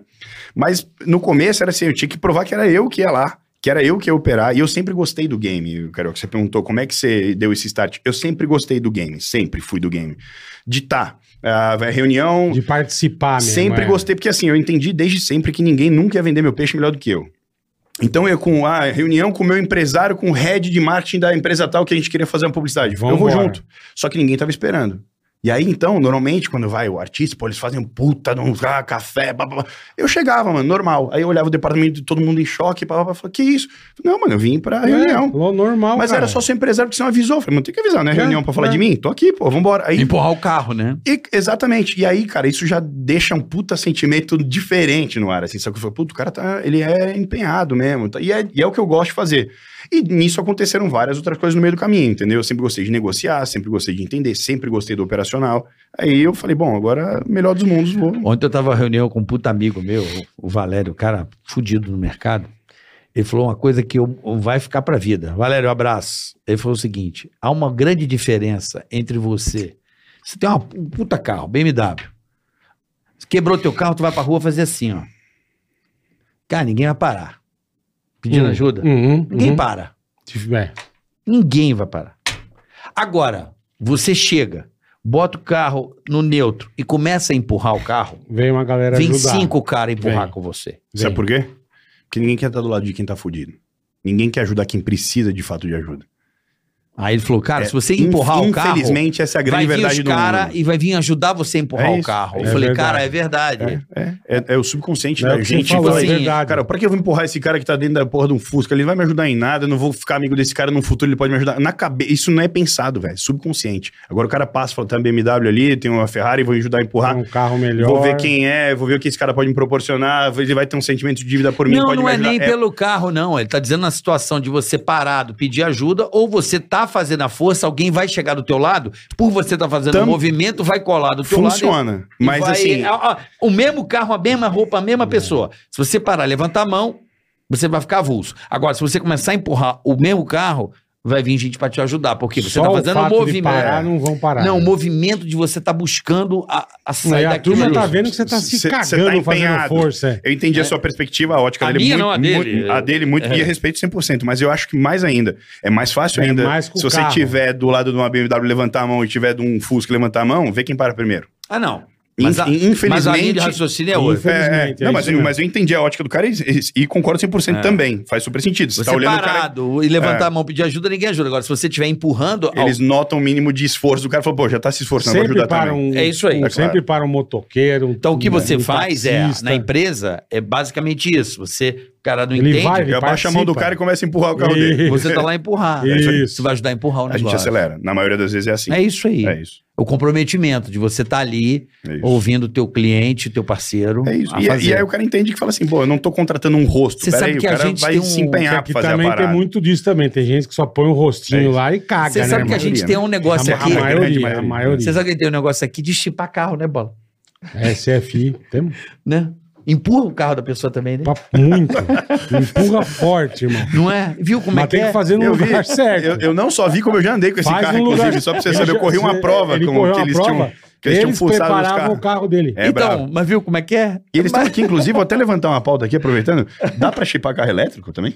E: Mas no começo era assim, eu tinha que provar que era eu que ia lá, que era eu que ia operar. E eu sempre gostei do game, Carioca. Você perguntou como é que você deu esse start. Eu sempre gosei do game, sempre fui do game. Ditar, ah, vai, reunião,
C: De participar mesmo.
E: sempre
C: é.
E: gostei, porque assim, eu entendi desde sempre que ninguém nunca ia vender meu peixe melhor do que eu. Então eu com a reunião com o meu empresário, com o head de marketing da empresa tal que a gente queria fazer uma publicidade. eu vou
C: Vambora.
E: junto. Só que ninguém tava esperando. E aí, então, normalmente, quando vai o artista, pô, eles fazem um puta de um ah, café, blá, blá, blá. Eu chegava, mano, normal. Aí eu olhava o departamento de todo mundo em choque, blá, blá, blá, falava, que isso? Não, mano, eu vim pra reunião.
C: lo- É, normal,
E: Mas
C: cara.
E: era só seu empresário que você não avisou. Eu Falei, mano, tem que avisar, né?
C: É,
E: reunião pra falar
C: é.
E: de mim? Tô aqui, pô, vambora. Aí,
D: Empurrar o carro, né?
E: e- exatamente. E aí, cara, isso já deixa um puta sentimento diferente no ar, assim. Só que eu falei, puto, o cara tá, ele é empenhado mesmo. tá? E, é, e é o que eu gosto de fazer. E nisso aconteceram várias outras coisas no meio do caminho, entendeu? Eu sempre gostei de negociar, sempre gostei de entender, sempre gostei do operacional. Aí eu falei, bom, agora, melhor dos mundos, vou...
D: Ontem eu tava em reunião com um puta amigo meu, o o Valério, o cara fudido no mercado. Ele falou uma coisa que eu- eu- vai ficar pra vida. Valério, um abraço. Ele falou o seguinte: há uma grande diferença entre você. Você tem uma, um puta carro, BMW. Você quebrou teu carro, tu vai pra rua fazer assim, ó. Cara, ninguém vai parar. Pedindo
C: Hum,
D: ajuda?
C: Uhum,
D: Ninguém
C: uhum.
D: para.
C: É.
D: Ninguém vai parar. Agora, você chega, bota o carro no neutro e começa a empurrar o carro.
C: Vem uma galera
D: Vem
C: ajudar.
D: cinco caras empurrar
C: Vem.
D: com você.
C: Vem.
E: Sabe por quê? Porque ninguém quer estar do lado de quem tá fudido. Ninguém quer ajudar quem precisa de fato de ajuda.
D: Aí ele falou, cara,
E: É,
D: se você
E: inf-
D: empurrar o carro,
E: Infelizmente, essa é a
D: vai
E: grande
D: vir os
E: verdade do
D: caras
E: mundo.
D: e vai vir ajudar você a empurrar
E: É
D: o
E: isso,
D: carro.
E: é
D: eu falei,
C: verdade.
D: cara, é verdade.
E: É, é- é o subconsciente
C: É o
E: da
C: que você
E: gente.
C: falou,
E: Fala
D: assim,
C: é verdade.
E: Ah, Cara, pra que eu vou empurrar esse cara que tá dentro da porra de um Fusca? Ele não vai me ajudar em nada, eu não vou ficar amigo desse cara no futuro, ele pode me ajudar. Na cabeça, isso não é pensado, velho, é subconsciente. Agora o cara passa, fala, tem uma BMW ali, tem uma Ferrari, vou ajudar a
C: Tem
E: empurrar.
C: um carro melhor.
E: Vou ver quem é, vou ver o que esse cara pode me proporcionar, ele vai ter um sentimento de dívida por mim,
D: não,
E: pode
D: não
E: me
D: é
E: ajudar.
D: nem pelo carro, não. Ele tá dizendo na situação de você parado, pedir ajuda, ou você tá fazendo a força, alguém vai chegar do teu lado, por você tá fazendo o
E: Tam-
D: movimento, vai colar do teu lado.
E: Funciona,
D: e- e
E: mas
D: vai-
E: assim,
D: ó, ó, O mesmo carro, a mesma roupa, a
C: É.
D: mesma pessoa. Se você parar, levantar a mão, você vai ficar avulso. Agora, se você começar a empurrar o mesmo carro, vai vir gente pra te ajudar, porque você
C: Só
D: tá
C: o
D: fazendo um
C: fato de
D: movimento.
C: parar, não vão parar.
D: Não, o movimento de você tá buscando a, a
C: Aí
D: sair
C: a
D: daquilo.
C: turma tá
D: ali.
C: vendo que você tá se
E: Cê- cê tá
C: cagando fazendo
E: empenhado.
C: força. é.
E: Eu
D: É.
E: entendi a sua perspectiva, a ótica
D: A
E: dele. é
D: minha
E: muito,
D: não, a dele.
E: muito- a dele muito, e a respeito 100%, mas eu acho que mais ainda, é mais fácil
C: É
E: ainda,
C: mais com
E: se
C: o
E: você
C: carro.
E: tiver do lado de uma BMW levantar a mão e tiver de um Fusca levantar a mão, vê quem para primeiro.
D: Ah, não.
E: In-
D: Mas a,
E: infelizmente-
D: mas a linha de raciocínio é outra.
E: É,
C: Infelizmente.
E: não,
C: é
E: mas,
C: isso
E: eu,
C: mesmo. É.
E: mas eu entendi a ótica do cara e, e- e concordo 100% também. Faz super sentido. Você,
D: Você
E: tá olhando o cara,
D: parado e levantar a mão, pedir ajuda, ninguém ajuda. Agora, se você estiver empurrando, ó,
E: eles notam o mínimo de esforço do cara e falam, pô, já tá se esforçando pra
C: Sempre
E: ajudar
C: para
E: também.
C: um,
D: É isso aí.
C: um-
D: É claro.
C: sempre para um motoqueiro. um-
D: então o que você
C: um
D: faz é,
C: taxista.
D: na empresa, é basicamente isso. Você, o cara não
C: Ele
D: entende,
C: vai-
E: Eu abaixo a mão do
C: participa.
E: cara e começa a empurrar o carro
C: E-
E: dele.
D: você tá lá a empurrar.
C: Isso.
D: Você vai ajudar a empurrar o
E: É A gente
D: negócio.
E: acelera. Na maioria das vezes é assim.
D: É isso aí.
E: É isso.
D: O comprometimento de você estar ali,
E: É isso.
D: ouvindo o teu cliente, o teu parceiro.
E: É isso.
D: a
E: E, e
D: fazer.
E: aí o cara entende que fala assim, pô, eu não tô contratando um rosto.
D: Você sabe
E: Peraí, o
D: que a
E: cara
D: gente
E: vai
D: tem um-
E: se
C: É
E: empenhar
C: que
E: pra fazer a
C: também tem
E: parada.
C: muito disso também. Tem gente que só põe o
E: É
C: rostinho
E: isso.
C: lá e caga,
D: Você
C: né,
D: sabe que
C: irmão?
D: a
E: maioria,
D: gente tem
E: né?
D: um
C: A,
D: negócio
C: a,
D: aqui.
E: grande
C: maioria, a
E: maioria.
C: maioria.
D: Você sabe que a gente tem um negócio aqui de chipar carro, né, Bola?
C: SFI, tem um
D: Né? Empurra o carro da pessoa também, né?
C: papo muito. Empurra forte, irmão.
D: Não é? Viu como
C: Mas
D: é que
C: tem
D: é?
C: que fazer no
E: Eu, vi,
C: lugar certo.
E: eu, eu não só vi como eu já andei com esse
C: Faz
E: carro,
C: um lugar-
E: inclusive, só pra você
C: Ele
E: saber, eu
C: já-
E: corri uma
C: ele-
E: prova
C: ele
E: com
C: correu
E: que
C: uma
E: eles
C: prova,
E: tinham, que eles tinham
C: Eles
E: forçado os
C: preparavam o
E: carros.
C: carro dele.
E: É,
D: então,
E: bravo.
D: mas viu como é que é?
E: E eles estão aqui, inclusive, vou até levantar uma pauta aqui, aproveitando. Dá pra chipar carro elétrico também?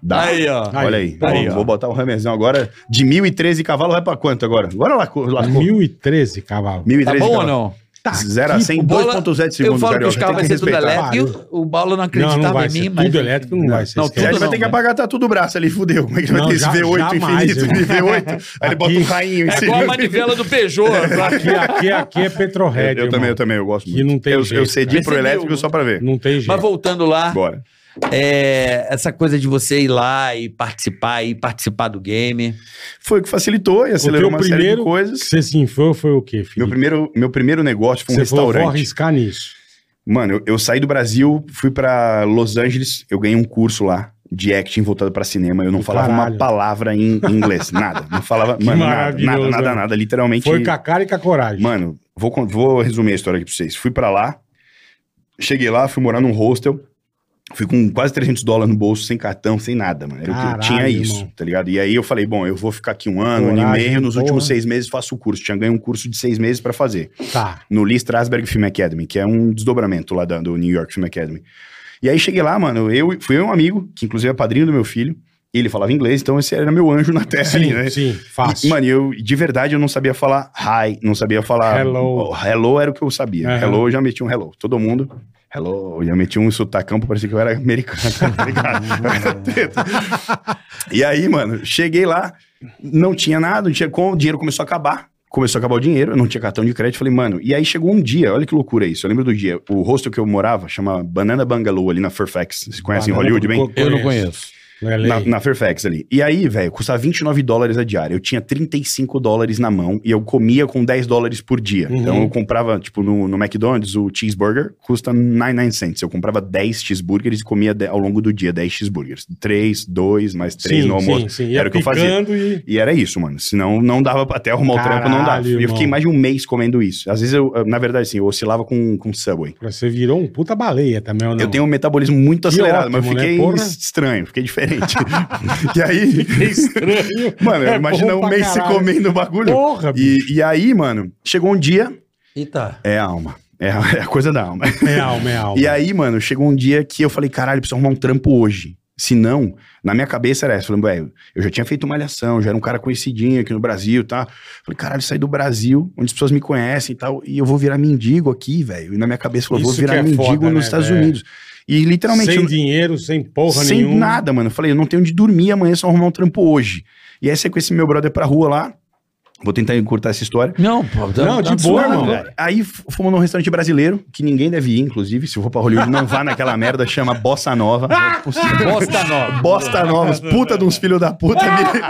E: Dá.
D: Aí, ó.
E: Olha aí.
D: Aí,
E: Vou-
D: ó.
E: Vou botar o Hammerzão agora. De 1.013 cavalos, vai pra quanto agora? Agora lascou. lascou.
C: 1013 cavalos.
D: Tá
E: 1.013
D: bom ou
E: cavalos.
D: não?
C: Tá
E: 0 a
C: aqui,
E: 100,
D: O Bola-
E: 2.7
D: Eu
E: segundos,
D: falo que os
E: Carioca,
D: carros vai
E: tem
D: ser tudo
E: respeitar.
D: elétrico. O Bola não
C: Não,
D: acreditava
C: não vai
D: em
C: ser.
D: mim,
C: tudo
D: mas.
C: elétrico não, vai ser. esquece.
D: Não,
E: E aí
D: tudo
E: ele vai
D: não,
E: ter que
D: né?
E: apagar tatu do braço ali, fudeu. Como é que
C: Não,
E: vai ter esse
C: já-
E: V8
C: jamais,
E: infinito,
C: irmão.
E: V8? Aí ele bota
C: Aqui-
E: um rainho em
D: É
E: cima.
D: igual a manivela do Peugeot.
E: É.
C: Aqui, aqui, aqui é Petrohead,
E: Eu, eu
C: irmão.
E: também, eu também, eu gosto
C: Que
E: muito.
C: não tem
E: eu,
C: jeito, Ah.
E: eu cedi
D: cara.
E: pro
D: Percebeu,
E: elétrico
D: né?
E: só pra ver.
C: Não tem jeito.
D: mas voltando lá,
E: Bora.
D: é, essa coisa de você ir lá e participar e participar do game.
E: Foi o que facilitou e acelerou
C: teu
E: uma série de
C: primeiro-
E: coisas.
C: que você se enfiou foi o quê,
E: Meu
C: filho?
E: primeiro, meu primeiro negócio foi um
C: você falou, vou
E: restaurante.
C: arriscar nisso.
E: Mano, eu, eu saí do Brasil, fui pra Los Angeles, eu ganhei um curso lá de acting voltado pra cinema. Eu não
C: Do
E: falava
C: caralho.
E: uma palavra em inglês, nada. Não falava,
C: Que
E: mano, nada,
C: maravilhoso,
E: nada, nada,
C: né?
E: nada, literalmente.
C: Foi com a cara e com a coragem.
E: Mano, vou, con- vou resumir a história aqui pra vocês. Fui pra lá, cheguei lá, fui morar num hostel, fui com quase 300 dólares no bolso, sem cartão, sem nada, mano. Era o que eu
C: Caralho,
E: tinha isso,
C: irmão.
E: tá ligado? E aí eu falei, bom, eu vou ficar aqui um ano, um ano e
C: Coragem,
E: meio, nos
C: porra.
E: últimos seis meses faço o curso. Tinha ganho um curso de seis meses pra fazer
C: Tá.
E: no Lee Strasberg Film Academy, que é um desdobramento lá da- do New York Film Academy. E aí cheguei lá, mano, eu fui eu e um amigo, que inclusive é padrinho do meu filho, ele falava inglês, então esse era meu anjo na terra, ali,
C: Sim,
E: né?
C: sim, fácil.
E: E, mano, eu de verdade eu não sabia falar hi, não sabia falar
C: Hello.
E: Oh, hello era o que eu sabia.
C: Aham.
E: Hello, eu já meti um hello. Todo mundo. Hello, eu já meti um sotacão pra parecer que eu era americano, tá ligado? Eu era teta. e aí, mano, cheguei lá, não tinha nada, não tinha como, o dinheiro começou a acabar. Começou a acabar o dinheiro, eu não tinha cartão de crédito. Falei, mano. E aí chegou um dia, olha que loucura isso. Eu lembro do dia. O hostel que eu morava chama Banana Bungalow ali na Fairfax. Vocês conhecem
C: Banana
E: assim, Hollywood bem?
C: Co-
A: Eu não conheço.
C: É lei.
E: Na, na Fairfax ali. E aí, velho, custava 29 dólares a diária. Eu tinha 35 dólares na mão e eu comia com 10 dólares por dia.
C: Uhum.
E: Então eu comprava, tipo, no, no McDonald's, o cheeseburger custa 99 cents. Eu comprava 10 cheeseburgers e comia de- ao longo do dia 10 cheeseburgers. 3, 2, mais 3
C: Sim,
E: no almoço.
C: sim, sim. Ia
E: Era o que eu fazia.
C: picando E...
E: E era isso, mano. Senão não dava pra- até arrumar o trampo, não dava.
C: Caralho,
E: E eu fiquei
C: irmão.
E: mais de um mês comendo isso. Às vezes eu, eh, na verdade, assim, eu oscilava com, com Subway.
C: Você virou um puta baleia também, ou não?
E: Eu tenho um metabolismo muito
C: Que
E: acelerado,
C: ótimo,
E: mas eu
C: né?
E: fiquei
C: Porra.
E: estranho, fiquei diferente. e aí,
C: estranho.
E: Mano,
C: É
E: imagina
C: bom
E: um
C: pra
E: mês se
C: caralho.
E: comendo o bagulho.
C: Porra, bicho.
E: E, e aí, mano, chegou um dia.
D: tá.
A: Eita.
E: É a alma. É a, é a coisa da alma.
C: É alma, é alma.
E: E aí, mano, chegou um dia que eu falei, caralho, preciso arrumar um trampo hoje. Se não, na minha cabeça era essa. Falei, velho, eu já tinha feito uma malhação, já era um cara conhecidinho aqui no Brasil, tá? Falei, caralho, saí do Brasil, onde as pessoas me conhecem e tal, e eu vou virar mendigo aqui, velho. E na minha cabeça falou,
C: Isso
E: vou virar
C: que é
E: mendigo
C: foda,
E: nos
C: né,
E: Estados
C: velho?
E: Unidos. E literalmente.
C: sem
E: eu-
C: dinheiro, sem porra
E: sem
C: nenhuma.
E: nada, mano. Eu falei, eu não tenho onde dormir, amanhã só arrumar um trampo hoje. E aí saí com esse meu brother pra rua lá. Vou tentar encurtar essa história.
A: Não, pô, tá-
C: Não,
A: tá
C: de boa,
A: suave,
C: irmão.
A: velho.
E: Aí f- fomos num restaurante brasileiro, que ninguém deve ir, inclusive. Se for pra Hollywood, não vá naquela merda, chama Bossa Nova.
A: Bosta nova.
E: Bosta Nova, os puta de uns filhos da puta. me-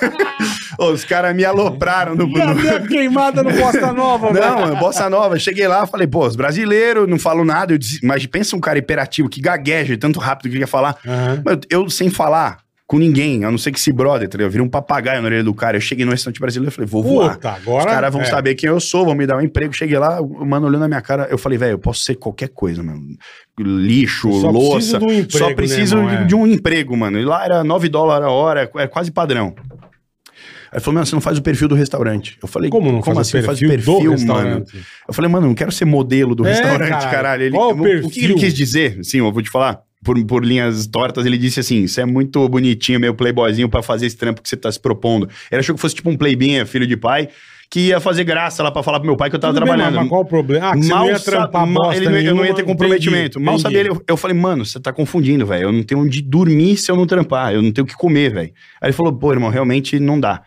E: Ô, os caras me alopraram no, no,
C: queimada no Costa Nova,
E: Não, mano, bossa nova. Cheguei lá, falei, pô, os brasileiros, não falo nada. Eu disse, mas pensa um cara hiperativo que gagueja tanto rápido que quer falar.
C: Aham.
E: Mas Eu, sem falar com ninguém, a não ser que esse brother, entendeu? Eu virei um papagaio na orelha do cara. Eu cheguei no restaurante brasileiro e falei, vou voar.
C: Puta, agora.
E: Os caras vão
C: é.
E: saber quem eu sou, vão me dar um emprego. Cheguei lá, o mano olhou na minha cara. Eu falei, velho, eu posso ser qualquer coisa, mano. Lixo,
C: Só preciso
E: louça.
C: de um emprego,
E: só preciso
C: né, irmão?
E: de,
C: É.
E: de um emprego, mano. E lá era 9 dólares a hora, é quase padrão. Aí ele falou, mano, você não faz o perfil do restaurante. Eu falei, assim?
C: Como não faz o
E: Faz
C: perfil do
E: mano?
C: restaurante?
E: Eu falei, mano, não quero ser modelo do
C: É,
E: restaurante,
C: caralho.
E: caralho. Ele,
C: Qual o
E: o, o que
C: perfil?
E: ele quis dizer, sim, eu vou te falar, por, por linhas tortas, ele disse assim, você é muito bonitinho, meio playboyzinho pra fazer esse trampo que você tá se propondo. Ele achou que fosse tipo um playbinha, filho de pai, que ia fazer graça lá pra falar pro meu pai que eu tava
C: Tudo bem,
E: trabalhando.
C: mas qual o problema? Ah, que você
E: Mal
C: não ia
E: sa-
C: trampar
E: mal-
C: bosta
E: ele não ia- eu não ia
C: nenhuma,
E: ter comprometimento.
C: entendi,
E: Mal
C: entendi.
E: sabia ele. Eu, eu falei, mano, você tá confundindo, velho. Eu não tenho onde dormir se eu não trampar. Eu não tenho o que comer, velho. Aí ele falou, pô, irmão, realmente não dá.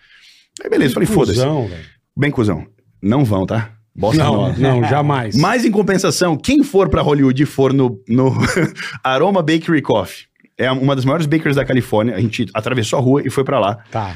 E: Aí beleza, eu falei, foda-se.
C: Cusão, velho.
E: Bem, cuzão. Não vão, tá? Bosta
C: Não,
E: nova.
C: não, jamais.
E: Mas em compensação, quem for pra Hollywood e for no, no Aroma Bakery Coffee, é uma das maiores bakers da Califórnia. A gente atravessou a rua e foi pra lá.
C: Tá.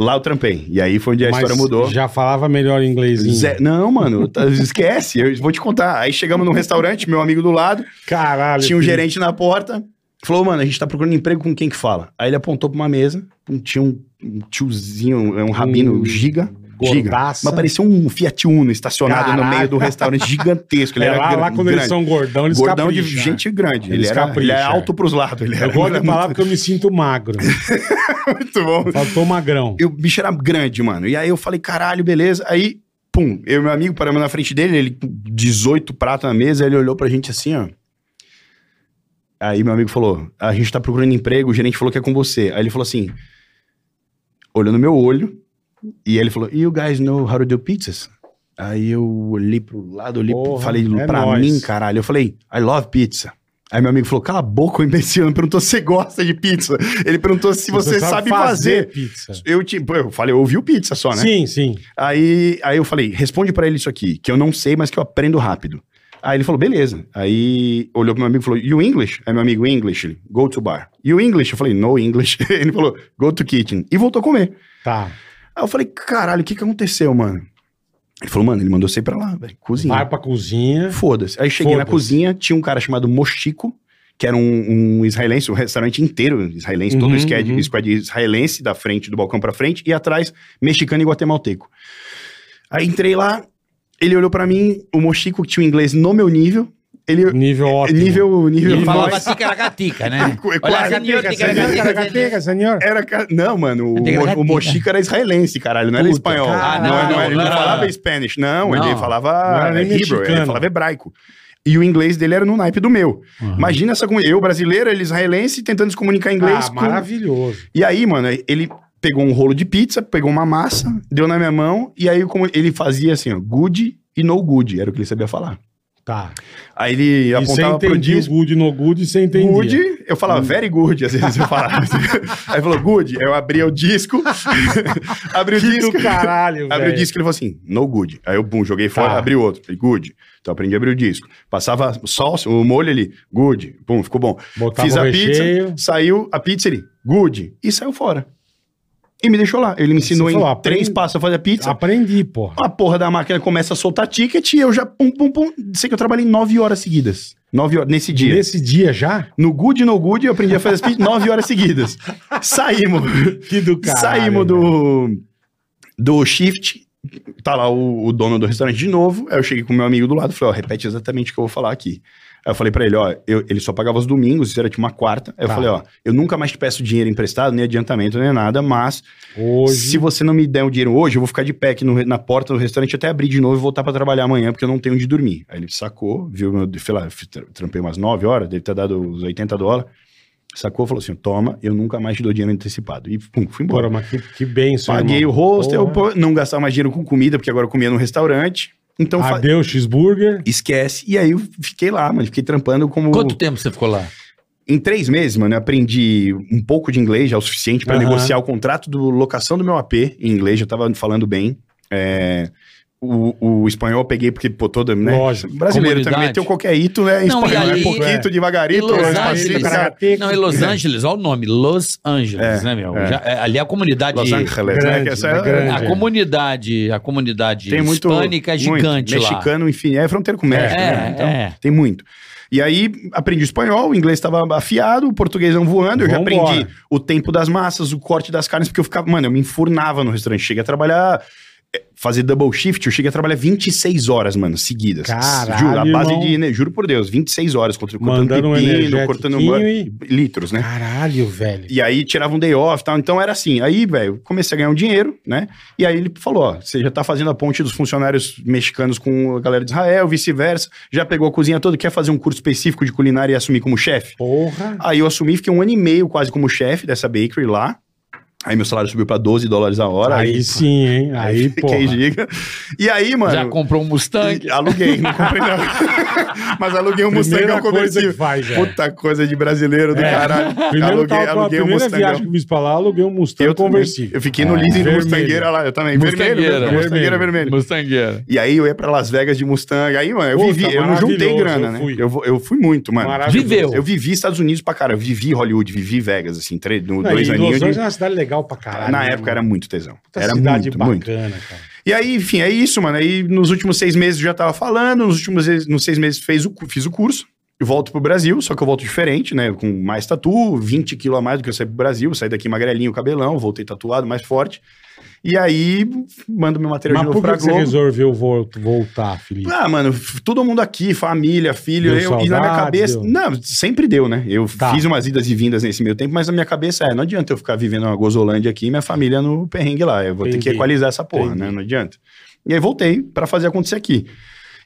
E: Lá eu trampei. E aí foi onde a
C: Mas
E: história mudou.
C: Já falava melhor inglês.
E: Zé- não, mano, tá- esquece, eu vou te contar. Aí chegamos num restaurante, meu amigo do lado,
C: Caralho.
E: tinha um
C: filho.
E: gerente na porta, falou, mano, a gente tá procurando emprego com quem que fala. Aí ele apontou pra uma mesa, um- tinha um, um tiozinho, um rabino
C: Um
E: giga, giga.
C: Gordaça.
E: Mas parecia um Fiat Uno estacionado no
C: Caralho.
E: meio do restaurante gigantesco. Ele
C: É,
E: era
C: lá,
E: gran-
C: lá quando
E: grande.
C: eles são gordão, eles
E: Gordão de
C: capricham,
E: gente é grande.
C: Eles
E: Ele era, ele
C: capricham,
E: era
C: é.
E: alto pros lados. Ele era,
C: Eu gosto de
E: era
C: falar porque eu me sinto magro.
E: muito bom.
C: Faltou magrão.
E: E o bicho era grande, mano. E aí eu falei, caralho, beleza. Aí, pum, eu e meu amigo paramos na frente dele, ele com 18 pratos na mesa, ele olhou pra gente assim, ó. Aí meu amigo falou: a gente tá procurando emprego, o gerente falou que é com você. Aí ele falou assim, olhou no meu olho, e ele falou: You guys know how to do pizzas? Aí eu olhei pro lado, olhei, pro-
C: Porra,
E: falei
C: é
E: pra
C: nóis.
E: mim, caralho. Eu falei, I love pizza. Aí meu amigo falou: cala a boca, ô imbecil, não perguntou se você gosta de pizza. Ele perguntou se você, sabe fazer.
C: pizza.
E: Eu, tipo, eu falei, eu ouvi o pizza só, né?
C: Sim, sim.
E: Aí, aí eu falei, responde pra ele isso aqui, que eu não sei, mas que eu aprendo rápido. Aí ele falou, beleza. Aí olhou pro meu amigo e falou, you English? Aí meu amigo, English, ele, go to bar. You English? Eu falei, no English. ele falou, go to kitchen. E voltou a comer.
C: Tá.
E: Aí eu falei, caralho, o que que aconteceu, mano? Ele falou, mano, ele mandou você ir pra lá, velho, cozinha.
C: Vai pra cozinha.
E: Foda-se. Aí cheguei na
C: Foda-se.
E: cozinha, tinha um cara chamado Mochico, que era um, um israelense, um restaurante inteiro israelense, todo
C: Uhum,
E: é o squad,
C: uhum.
E: squad israelense, da frente, do balcão pra frente, e atrás, mexicano e guatemalteco. Aí entrei lá, ele olhou pra mim, o Mochico que tinha o inglês no meu nível, ele...
C: Nível ótimo.
E: é Nível, nível...
A: Ele falava
E: Nossa,
A: ticaracatica, né?
E: Quase.
A: Olha, senhor, ticaracatica.
C: Ticaracateca, senhor.
E: Era, ca- não, mano, o,
A: Tem
E: Mo- o Mochico era israelense, caralho, não era
C: Puta,
E: espanhol.
C: caralho.
E: não, não, ele não
A: Não era-
E: falava Spanish, não, ele
A: Não.
E: falava
C: Não era nem
E: Hebrew,
C: mexicano.
E: ele falava hebraico. E o inglês dele era no naipe do meu.
C: Uhum.
E: Imagina essa comunidade. Eu, brasileiro, ele israelense, tentando se comunicar em É inglês.
C: Ah,
E: com-
C: maravilhoso.
E: E aí, mano, ele pegou um rolo de pizza, pegou uma massa, deu na minha mão, e aí como ele fazia assim, ó, good e no good, era o que ele sabia falar.
C: Tá.
E: Aí ele
C: E você
E: apontava pro
C: entendia o
E: disco.
C: good no good, você entendia.
E: Good, eu falava very good, às vezes eu falava. Aí falou good, aí eu abria o disco, abri o
C: Que
E: disco,
C: do caralho,
E: abri o
C: velho.
E: disco e ele falou assim, no good. Aí eu, bum, joguei fora,
C: Tá.
E: abri outro, falei good. Então eu aprendi a abrir o disco. Passava salsa, o molho ali, good, bum, ficou bom.
C: Botava
E: Fiz
C: o
E: a
C: recheio.
E: pizza, saiu a pizza ali, good, e saiu fora. E me deixou lá, ele me ensinou
C: Você
E: em
C: falou, "Ah, aprende- Ah,
E: três passos a fazer a pizza.
C: Aprendi, porra.
E: A porra da máquina começa a soltar ticket e eu já pum, pum, pum. Sei que eu trabalhei nove horas seguidas. Nove horas, nesse dia.
C: Nesse dia já?
E: No good e no good, eu aprendi a fazer as pizzas nove horas seguidas. Saímos.
C: Que do caralho.
E: Saímos do, do shift. Tá lá o, o dono do restaurante de novo. Aí eu cheguei com o meu amigo do lado e falei, ó, repete exatamente o que eu vou falar aqui. Aí eu falei pra ele, ó, eu- ele só pagava os domingos, isso era tipo uma quarta. Aí eu
C: Tá.
E: falei, ó, eu nunca mais te peço dinheiro emprestado, nem adiantamento, nem nada, mas
C: velho. Hoje.
E: se você não me der o dinheiro hoje, eu vou ficar de pé aqui no re- na porta do restaurante até abrir de novo e voltar pra trabalhar amanhã, porque eu não tenho onde dormir. Aí ele sacou, viu, meu, sei lá, eu fi- tra- trampei umas 9 horas, deve ter dado uns 80 dólares. Sacou, falou assim: toma, eu nunca mais te dou dinheiro antecipado. E pum, fui embora.
C: Porra, mas que, que benção,
E: Paguei
C: irmão.
E: o hostel,
C: Porra.
E: pô, não gastava mais dinheiro com comida, porque agora eu comia num restaurante. Então fa-
C: Adeus, cheeseburger.
E: esquece. E aí eu fiquei lá, mano, fiquei trampando como.
A: Quanto tempo você ficou lá?
E: Em três meses, mano, eu aprendi um pouco de inglês, já o suficiente pra
C: Aham.
E: negociar o contrato do locação do meu AP em inglês, eu tava falando bem. É, o, o espanhol eu peguei porque, pô, toda, né?
C: Lógico.
E: Brasileiro também
A: Comunidade.
E: meteu qualquer hito, né?
A: Não, e
E: espanhol
A: aí-
E: é pouquinho,
C: é.
A: E
E: devagarito,
A: Los
E: despacito,
A: Angeles.
E: cara.
A: Não, e Los Angeles, olha o nome, Los Angeles,
E: É,
A: né, meu?
E: é.
A: Já, é, ali a comunidade.
E: Los Angeles, né?
C: Grande,
E: Que essa
C: né?
E: é-
C: Grande.
A: A comunidade, a comunidade
E: Tem muito.
A: hispânica é
E: muito.
A: gigante lá.
E: Mexicano, enfim, é fronteira com o
A: É,
E: México, né? Então,
A: é.
E: Tem muito. E aí, aprendi o espanhol, o inglês estava afiado, o português não voando. Eu já
C: Vambora.
E: aprendi o tempo das massas, o corte das carnes, porque eu ficava. Mano, eu me enfurnava no restaurante. Cheguei a trabalhar. eh, Fazer double shift, eu cheguei a trabalhar 26 horas, mano, seguidas.
C: Caralho,
E: juro, a base
C: irmão.
E: de. né, juro por Deus, 26 horas, cortando
C: Mandando um
E: pepino, cortando
C: energétiquinho
E: litros, né?
C: Caralho, velho.
E: E aí tirava um day off e tal. Então era assim. Aí, velho, comecei a ganhar um dinheiro, né? E aí ele falou: ó, você já tá fazendo a ponte dos funcionários mexicanos com a galera de Israel, vice-versa. Já pegou a cozinha toda, quer fazer um curso específico de culinária e assumir como chefe?
C: Porra.
E: Aí eu assumi, fiquei um ano e meio quase como chefe dessa bakery lá. Aí meu salário subiu pra 12 dólares a hora.
C: aí sim, hein? Aí, porra.
E: fiquei giga. E aí, mano.
A: Já comprou um Mustang?
E: Aluguei, não comprei não. Mas aluguei
C: Primeira
E: um
C: coisa
E: Mustangão
C: que
E: conversível.
C: faz, velho.
E: Puta coisa de brasileiro do
C: É.
E: caralho. um
C: Primeiro tava, a primeira viagem que eu fiz pra lá, aluguei um Mustang
E: Eu
C: conversível.
E: Eu fiquei no leasing do
C: É, vermelho.
E: Mustangueira lá, eu também. Vermelho,
A: Mustangueira.
E: vermelho, Mustangueira vermelho.
A: Mustangueira.
E: E aí eu ia pra Las Vegas de Mustang. Aí, mano, eu
C: Puta,
E: vivi, eu não juntei
C: maravilhoso,
E: grana,
C: eu
E: né?
C: fui.
E: Eu, vou- eu fui muito, mano.
C: Maravilhoso.
A: Viveu.
E: Eu vivi Estados Unidos pra cara. Eu vivi Hollywood, vivi Vegas, assim, três, no,
C: Não,
E: dois
C: e Los
E: aninhos.
C: Angeles
E: de-
C: é uma cidade legal pra caralho.
E: Na
C: né,
E: época era
C: mano?
E: muito tesão.
C: Puta
E: era
C: cidade
E: muito, muito.
C: bacana, cara.
E: E aí, enfim, é isso, mano. Aí nos últimos seis meses eu já tava falando, nos últimos seis- nos seis meses fez o, cu- fiz o curso. Eu volto pro Brasil, só que eu volto diferente, né? Com mais tatu, 20 quilos a mais do que eu saí pro Brasil. Saí daqui magrelinho, cabelão, voltei tatuado, mais forte. E aí, mando meu material
C: Mas
E: de
C: por que
E: novo pra
C: que você
E: Globo.
C: resolveu vol- voltar, Felipe?
E: Ah, mano, f- todo mundo aqui, família, filho,
C: Deu
E: eu, e na minha
C: saudade,
E: cabeça.
C: deu?
E: Não, sempre deu, né? Eu
C: Tá.
E: fiz umas idas e vindas nesse meio tempo, mas na minha cabeça é, não adianta eu ficar vivendo uma gozolândia aqui e minha família no perrengue lá. Eu vou ter
C: Entendi.
E: que equalizar essa porra,
C: Entendi.
E: né? Não adianta. E aí voltei pra fazer acontecer aqui.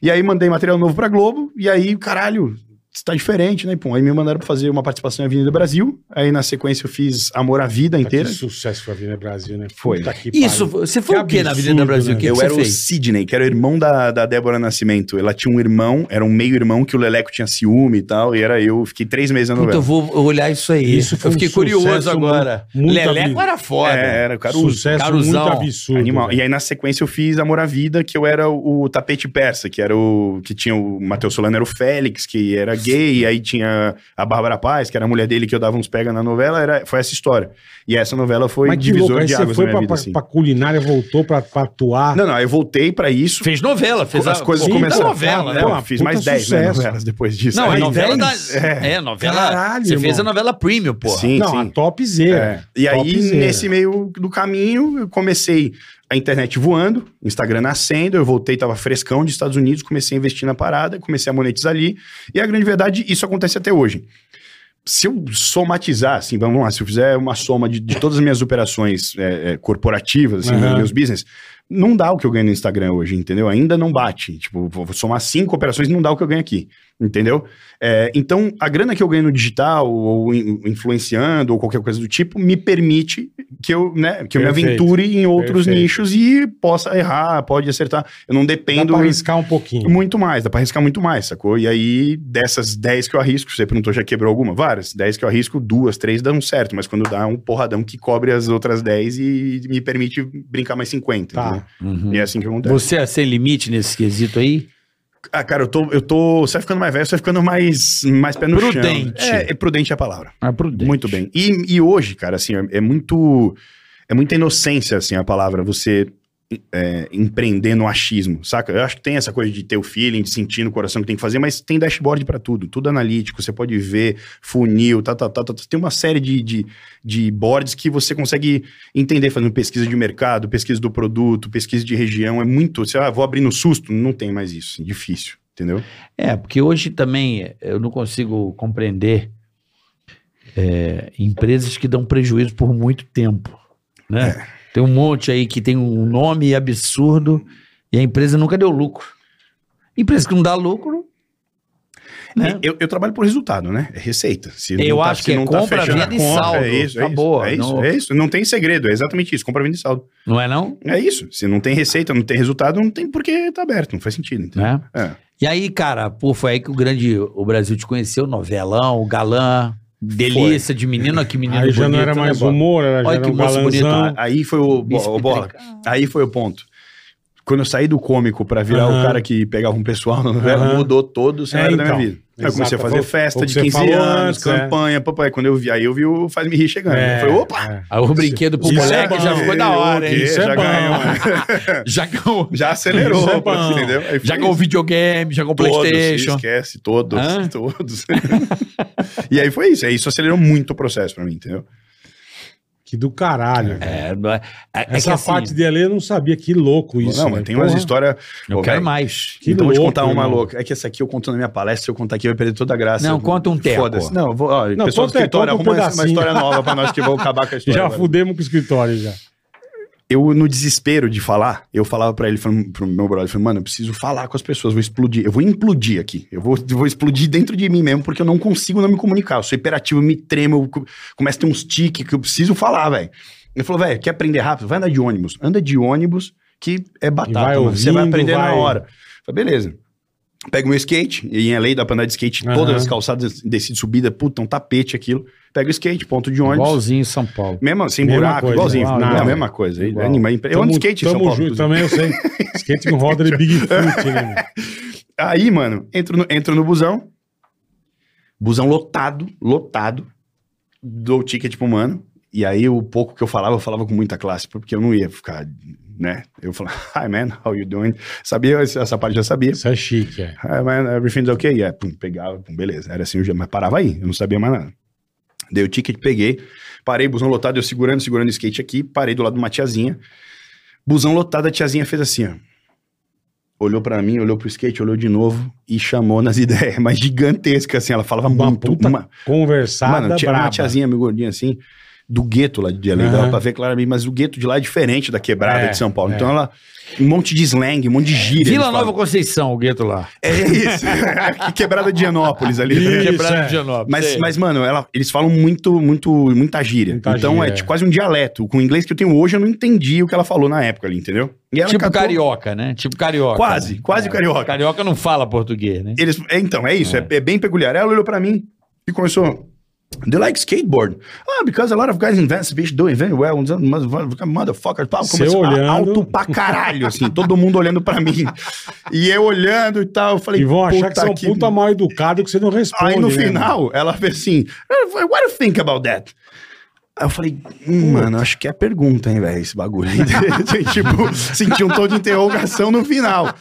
E: E aí mandei material novo pra Globo, e aí, caralho, isso tá diferente, né? Pum, aí me mandaram pra fazer uma participação em Avenida Brasil. Aí na sequência eu fiz Amor à Vida
C: Puta,
E: inteira.
C: Que sucesso foi a Avenida Brasil, né?
E: Foi.
C: Puta que
A: Isso,
C: pariu.
A: você foi
C: Que
A: o quê na
C: absurdo,
A: Avenida Brasil?
C: né?
A: O que, que
E: eu
A: você
E: era o
A: fez?
E: Sidney, que era o irmão da, da Débora Nascimento. Ela tinha um irmão, era um meio-irmão que o Leleco tinha ciúme e tal, e era eu. Fiquei três meses na
A: Puta, eu
E: novela.
A: vou olhar isso aí.
C: Isso foi
A: eu fiquei
C: um
A: curioso
C: sucesso
A: agora.
C: mu- muito
A: Leleco
C: absurdo.
A: era foda.
E: É, era o Caruso.
C: Sucesso
A: Caruzão.
C: muito absurdo.
E: Animal.
C: velho.
E: E aí, na sequência, eu fiz Amor à Vida, que eu era o, o tapete persa, que era o. que tinha o Matheus Solano, era o Félix, que era gay, e aí tinha a Bárbara Paz, que era a mulher dele que eu dava uns pega na novela, era, foi essa história. E essa novela foi
C: Mas que
E: divisor
C: louco, aí
E: de
C: você
E: águas
C: foi
E: na
C: pra,
E: minha vida,
C: pra-
E: assim.
C: pra culinária, voltou pra, pra atuar.
E: Não, não, aí eu voltei pra isso.
A: Fez novela, fez
E: as
A: a-
E: coisas
A: Puta
E: começaram.
A: novela, né?
E: Pô,
C: Pô,
E: fiz
C: puta
E: mais 10 né,
C: sucesso.
E: novelas depois disso.
A: Não, é
E: Aí,
A: novela da.
E: dez? É.
A: É, novela.
C: Caralho,
A: você fez a
C: irmão.
A: novela premium, pô.
E: Sim,
C: Não,
E: sim.
C: a top Z.
E: É. E aí, nesse meio do caminho, eu comecei a internet voando, Instagram nascendo, eu voltei, tava frescão dos Estados Unidos, comecei a investir na parada, comecei a monetizar ali. E a grande verdade, isso acontece até hoje. Se eu somatizar, assim, vamos lá, se eu fizer uma soma de, de todas as minhas operações é, é, corporativas, assim,
C: Aham.
E: meus business, não dá o que eu ganho no Instagram hoje, entendeu? Ainda não bate. Tipo, vou vou somar cinco operações, não dá o que eu ganho aqui, entendeu? É, então, a grana que eu ganho no digital, ou in- influenciando, ou qualquer coisa do tipo, me permite que eu, né, que eu me
C: Perfeito.
E: aventure em outros
C: Perfeito.
E: nichos e possa errar, pode acertar. Eu não
C: Dá
E: dependo
C: pra arriscar um pouquinho.
E: muito mais, dá pra arriscar muito mais, sacou? E aí, dessas 10 que eu arrisco, você perguntou, já quebrou alguma? Várias. 10 que eu arrisco, duas, três dão certo, mas quando dá é um porradão que cobre as outras 10 e me permite brincar mais 50. entendeu?
C: Tá.
A: Uhum.
E: E é assim que acontece.
A: Você é sem limite nesse quesito aí?
E: Ah, cara, eu tô, eu tô. Você vai ficando mais velho, você vai ficando mais, mais pé no
A: Prudente.
E: chão. É, é prudente é a palavra.
A: Ah, prudente.
E: Muito bem. E, e hoje, cara, assim, é, é muito. É muita inocência, assim, a palavra, você é, empreender no achismo, saca? Eu acho que tem essa coisa de ter o feeling, de sentir no coração que tem que fazer, mas tem dashboard pra tudo, tudo analítico, você pode ver, funil, tá, tá, tá, tá, tá. tem uma série de, de, de boards que você consegue entender fazendo pesquisa de mercado, pesquisa do produto, pesquisa de região, é muito, sei lá, vou abrir no susto, não tem mais isso, assim, difícil, entendeu?
A: É, porque hoje também eh, eu não consigo compreender é, empresas que dão prejuízo por muito tempo, né?
C: É.
A: Tem um monte aí que tem um nome absurdo e a empresa nunca deu lucro. Empresa que não dá lucro, né?
E: Eu, eu trabalho por resultado, né? É receita. Se
A: Eu
E: não
A: acho
E: se
A: que é
E: não tá
A: compra,
E: fechando a
A: venda e saldo.
E: É
C: Tá
E: isso, é
A: Acabou,
E: isso. É isso,
A: não-
E: é isso. Não tem segredo, é exatamente isso. Compra, venda e saldo.
A: não é não?
E: É isso. Se não tem receita, não tem resultado, não tem por que tá aberto. Não faz sentido, entendeu?
A: Né?
E: É.
A: E aí, cara, pô, foi aí que o grande o Brasil te conheceu, novelão, galã, delícia de menino aqui, menino
C: Aí já não
A: bonito,
C: era
A: né,
C: mais
A: Bola?
C: humor, era, já
A: Olha
C: era
A: que
C: um
A: moço bonito, né?
C: balanzão.
E: Aí foi o, bo- o Borra. Aí foi o ponto. Quando eu saí do cômico pra virar
C: Aham.
E: o cara que pegava um pessoal na novela,
C: Aham.
E: mudou todo o cenário
C: É,
E: da
C: então.
E: minha vida. Aí eu comecei a
C: Exato.
E: fazer
C: Foi- foi
E: festa
C: o
E: de
C: que você
E: 15
C: falou
E: anos,
C: antes, é.
E: campanha, papai. Quando eu vi, aí eu vi o Faz Me Rir chegando. Eu falei, opa!
C: É.
A: Aí o brinquedo pro
C: Isso é
A: moleque já
C: bom.
A: ficou da hora, hein?
C: Isso é
E: já
C: bom.
E: ganhou, né?
A: Já ganhou.
E: Já acelerou,
C: Isso é
E: pô,
C: bom.
E: entendeu? Aí
A: Já
E: foi
A: ganhou
E: isso.
A: videogame, já ganhou
E: Todos,
A: Playstation.
E: esquece, todos,
A: Hã?
E: todos. e aí foi isso, aí isso acelerou muito o processo pra mim, entendeu?
C: Que do caralho. velho.
A: É, não é- é- é que
C: Essa
A: assim,
C: parte de ali eu não sabia. Que louco isso.
E: não,
C: velho.
E: mas tem
C: Porra.
E: umas histórias...
A: Eu
E: Pô,
A: quero
E: velho,
A: mais.
C: Que
E: então vou te
C: louco,
E: contar uma
C: irmão.
E: louca. É que essa aqui eu conto na minha palestra, se eu contar aqui vai perder toda a graça.
A: Não, conta um teco.
E: Foda-se. Não, eu vou, ó,
C: Não,
E: pessoal do
C: conta-
E: escritório,
C: conta um
E: arruma essa- uma
C: pedacinho.
E: história nova pra nós que vão acabar com a história.
C: Já
E: agora.
C: fudemos com o escritório já.
E: eu, no desespero de falar, eu falava pra ele, falando pro meu brother, falando, mano, eu preciso falar com as pessoas, vou explodir, eu vou implodir aqui, eu vou, eu vou explodir dentro de mim mesmo, porque eu não consigo não me comunicar, eu sou hiperativo, eu me tremo, eu co- começo a ter uns tiques que eu preciso falar, velho. Ele falou, velho, quer aprender rápido? Vai andar de ônibus. Anda de ônibus que é
A: Ah, tá,
E: batata,
C: vai
E: mano, você vai
C: ouvindo,
E: aprender na
C: vai-
E: hora. Eu Falei, beleza. Pego meu skate, e em LA dá pra andar de skate,
C: Aham.
E: todas as calçadas, descido, subida, puta, um tapete aquilo. Pego o skate, ponto de ônibus.
A: Igualzinho em São Paulo.
E: Mesma, sem
C: Mesma
E: assim, buraco,
C: coisa,
E: igualzinho.
C: igual,
E: Não,
C: igual.
E: mesma coisa.
C: Igual.
E: Anima, impre- eu ando de
C: Tamo-
E: skate em São
C: tamo
E: Paulo.
C: junto,
E: inclusive.
C: também eu sei. Skate com roda de Bigfoot, né? meu?
E: Aí, mano, entro no, entro no busão. Busão lotado, lotado. Dou o ticket pro mano. E aí, o pouco que eu falava, eu falava com muita classe, porque eu não ia ficar, né? Eu falava, hi man, how you doing? Sabia, essa essa parte eu já sabia.
C: Isso é chique, é.
E: Ah, mas everything's okay? Yeah, pum, pegava, pum, beleza. Era assim o dia, mas parava aí, eu não sabia mais nada. Dei o ticket, peguei, parei, busão lotado, eu segurando, segurando o skate aqui, parei do lado de uma tiazinha. Busão lotado, a tiazinha fez assim, ó. Olhou pra mim, olhou pro skate, olhou de novo e chamou nas ideias, mas gigantesca, assim, ela falava
C: Uma
E: muito.
C: puta
E: uma-
C: Conversada
E: Mano, tinha uma
C: braba.
E: tiazinha meio gordinha assim, do gueto lá de LA,
C: Aham.
E: dava pra ver claramente, mas o gueto de lá é diferente da quebrada
C: É,
E: de São Paulo.
C: é.
E: Então ela, um monte de slang, um monte de gíria.
A: Vila
E: eles
A: Nova
E: falam.
A: Conceição, o gueto lá.
E: É isso. Que quebrada de Anópolis ali. né?
C: Isso,
A: Quebrado
C: é.
A: de Genópolis.
E: Mas,
A: Sei.
E: mas, mano, ela- eles falam muito, muito, muita gíria.
C: Muita
E: então
C: gíria,
E: é
C: é.
E: tipo, quase um dialeto. Com o inglês que eu tenho hoje, eu não entendi o que ela falou na época ali, entendeu?
D: é
E: E
D: um
E: ela
A: tipo
E: catou-
A: carioca, né? Tipo carioca.
E: Quase,
A: né?
E: quase
A: É.
E: carioca.
A: Carioca não fala português, né?
E: Eles, é, então, é isso, é. é bem peculiar. Ela olhou pra mim e começou. They like skateboard. Ah, because a lot of guys in Venice Beach doing very well. Motherfucker. Pá,
C: Você
E: começou a-
C: olhando.
E: alto pra caralho, assim. Todo mundo olhando pra mim. E eu olhando e tal. Eu falei,
C: E vão achar que
E: "Puta
C: você é um
E: que
C: puta mal educado que você não responde.
E: Aí no
C: né, mano?
E: final, ela fez assim: What do you think about that? Aí eu falei, hum, mano, acho que é pergunta, hein, velho, esse bagulho. aí." tipo, senti um tom de interrogação no final.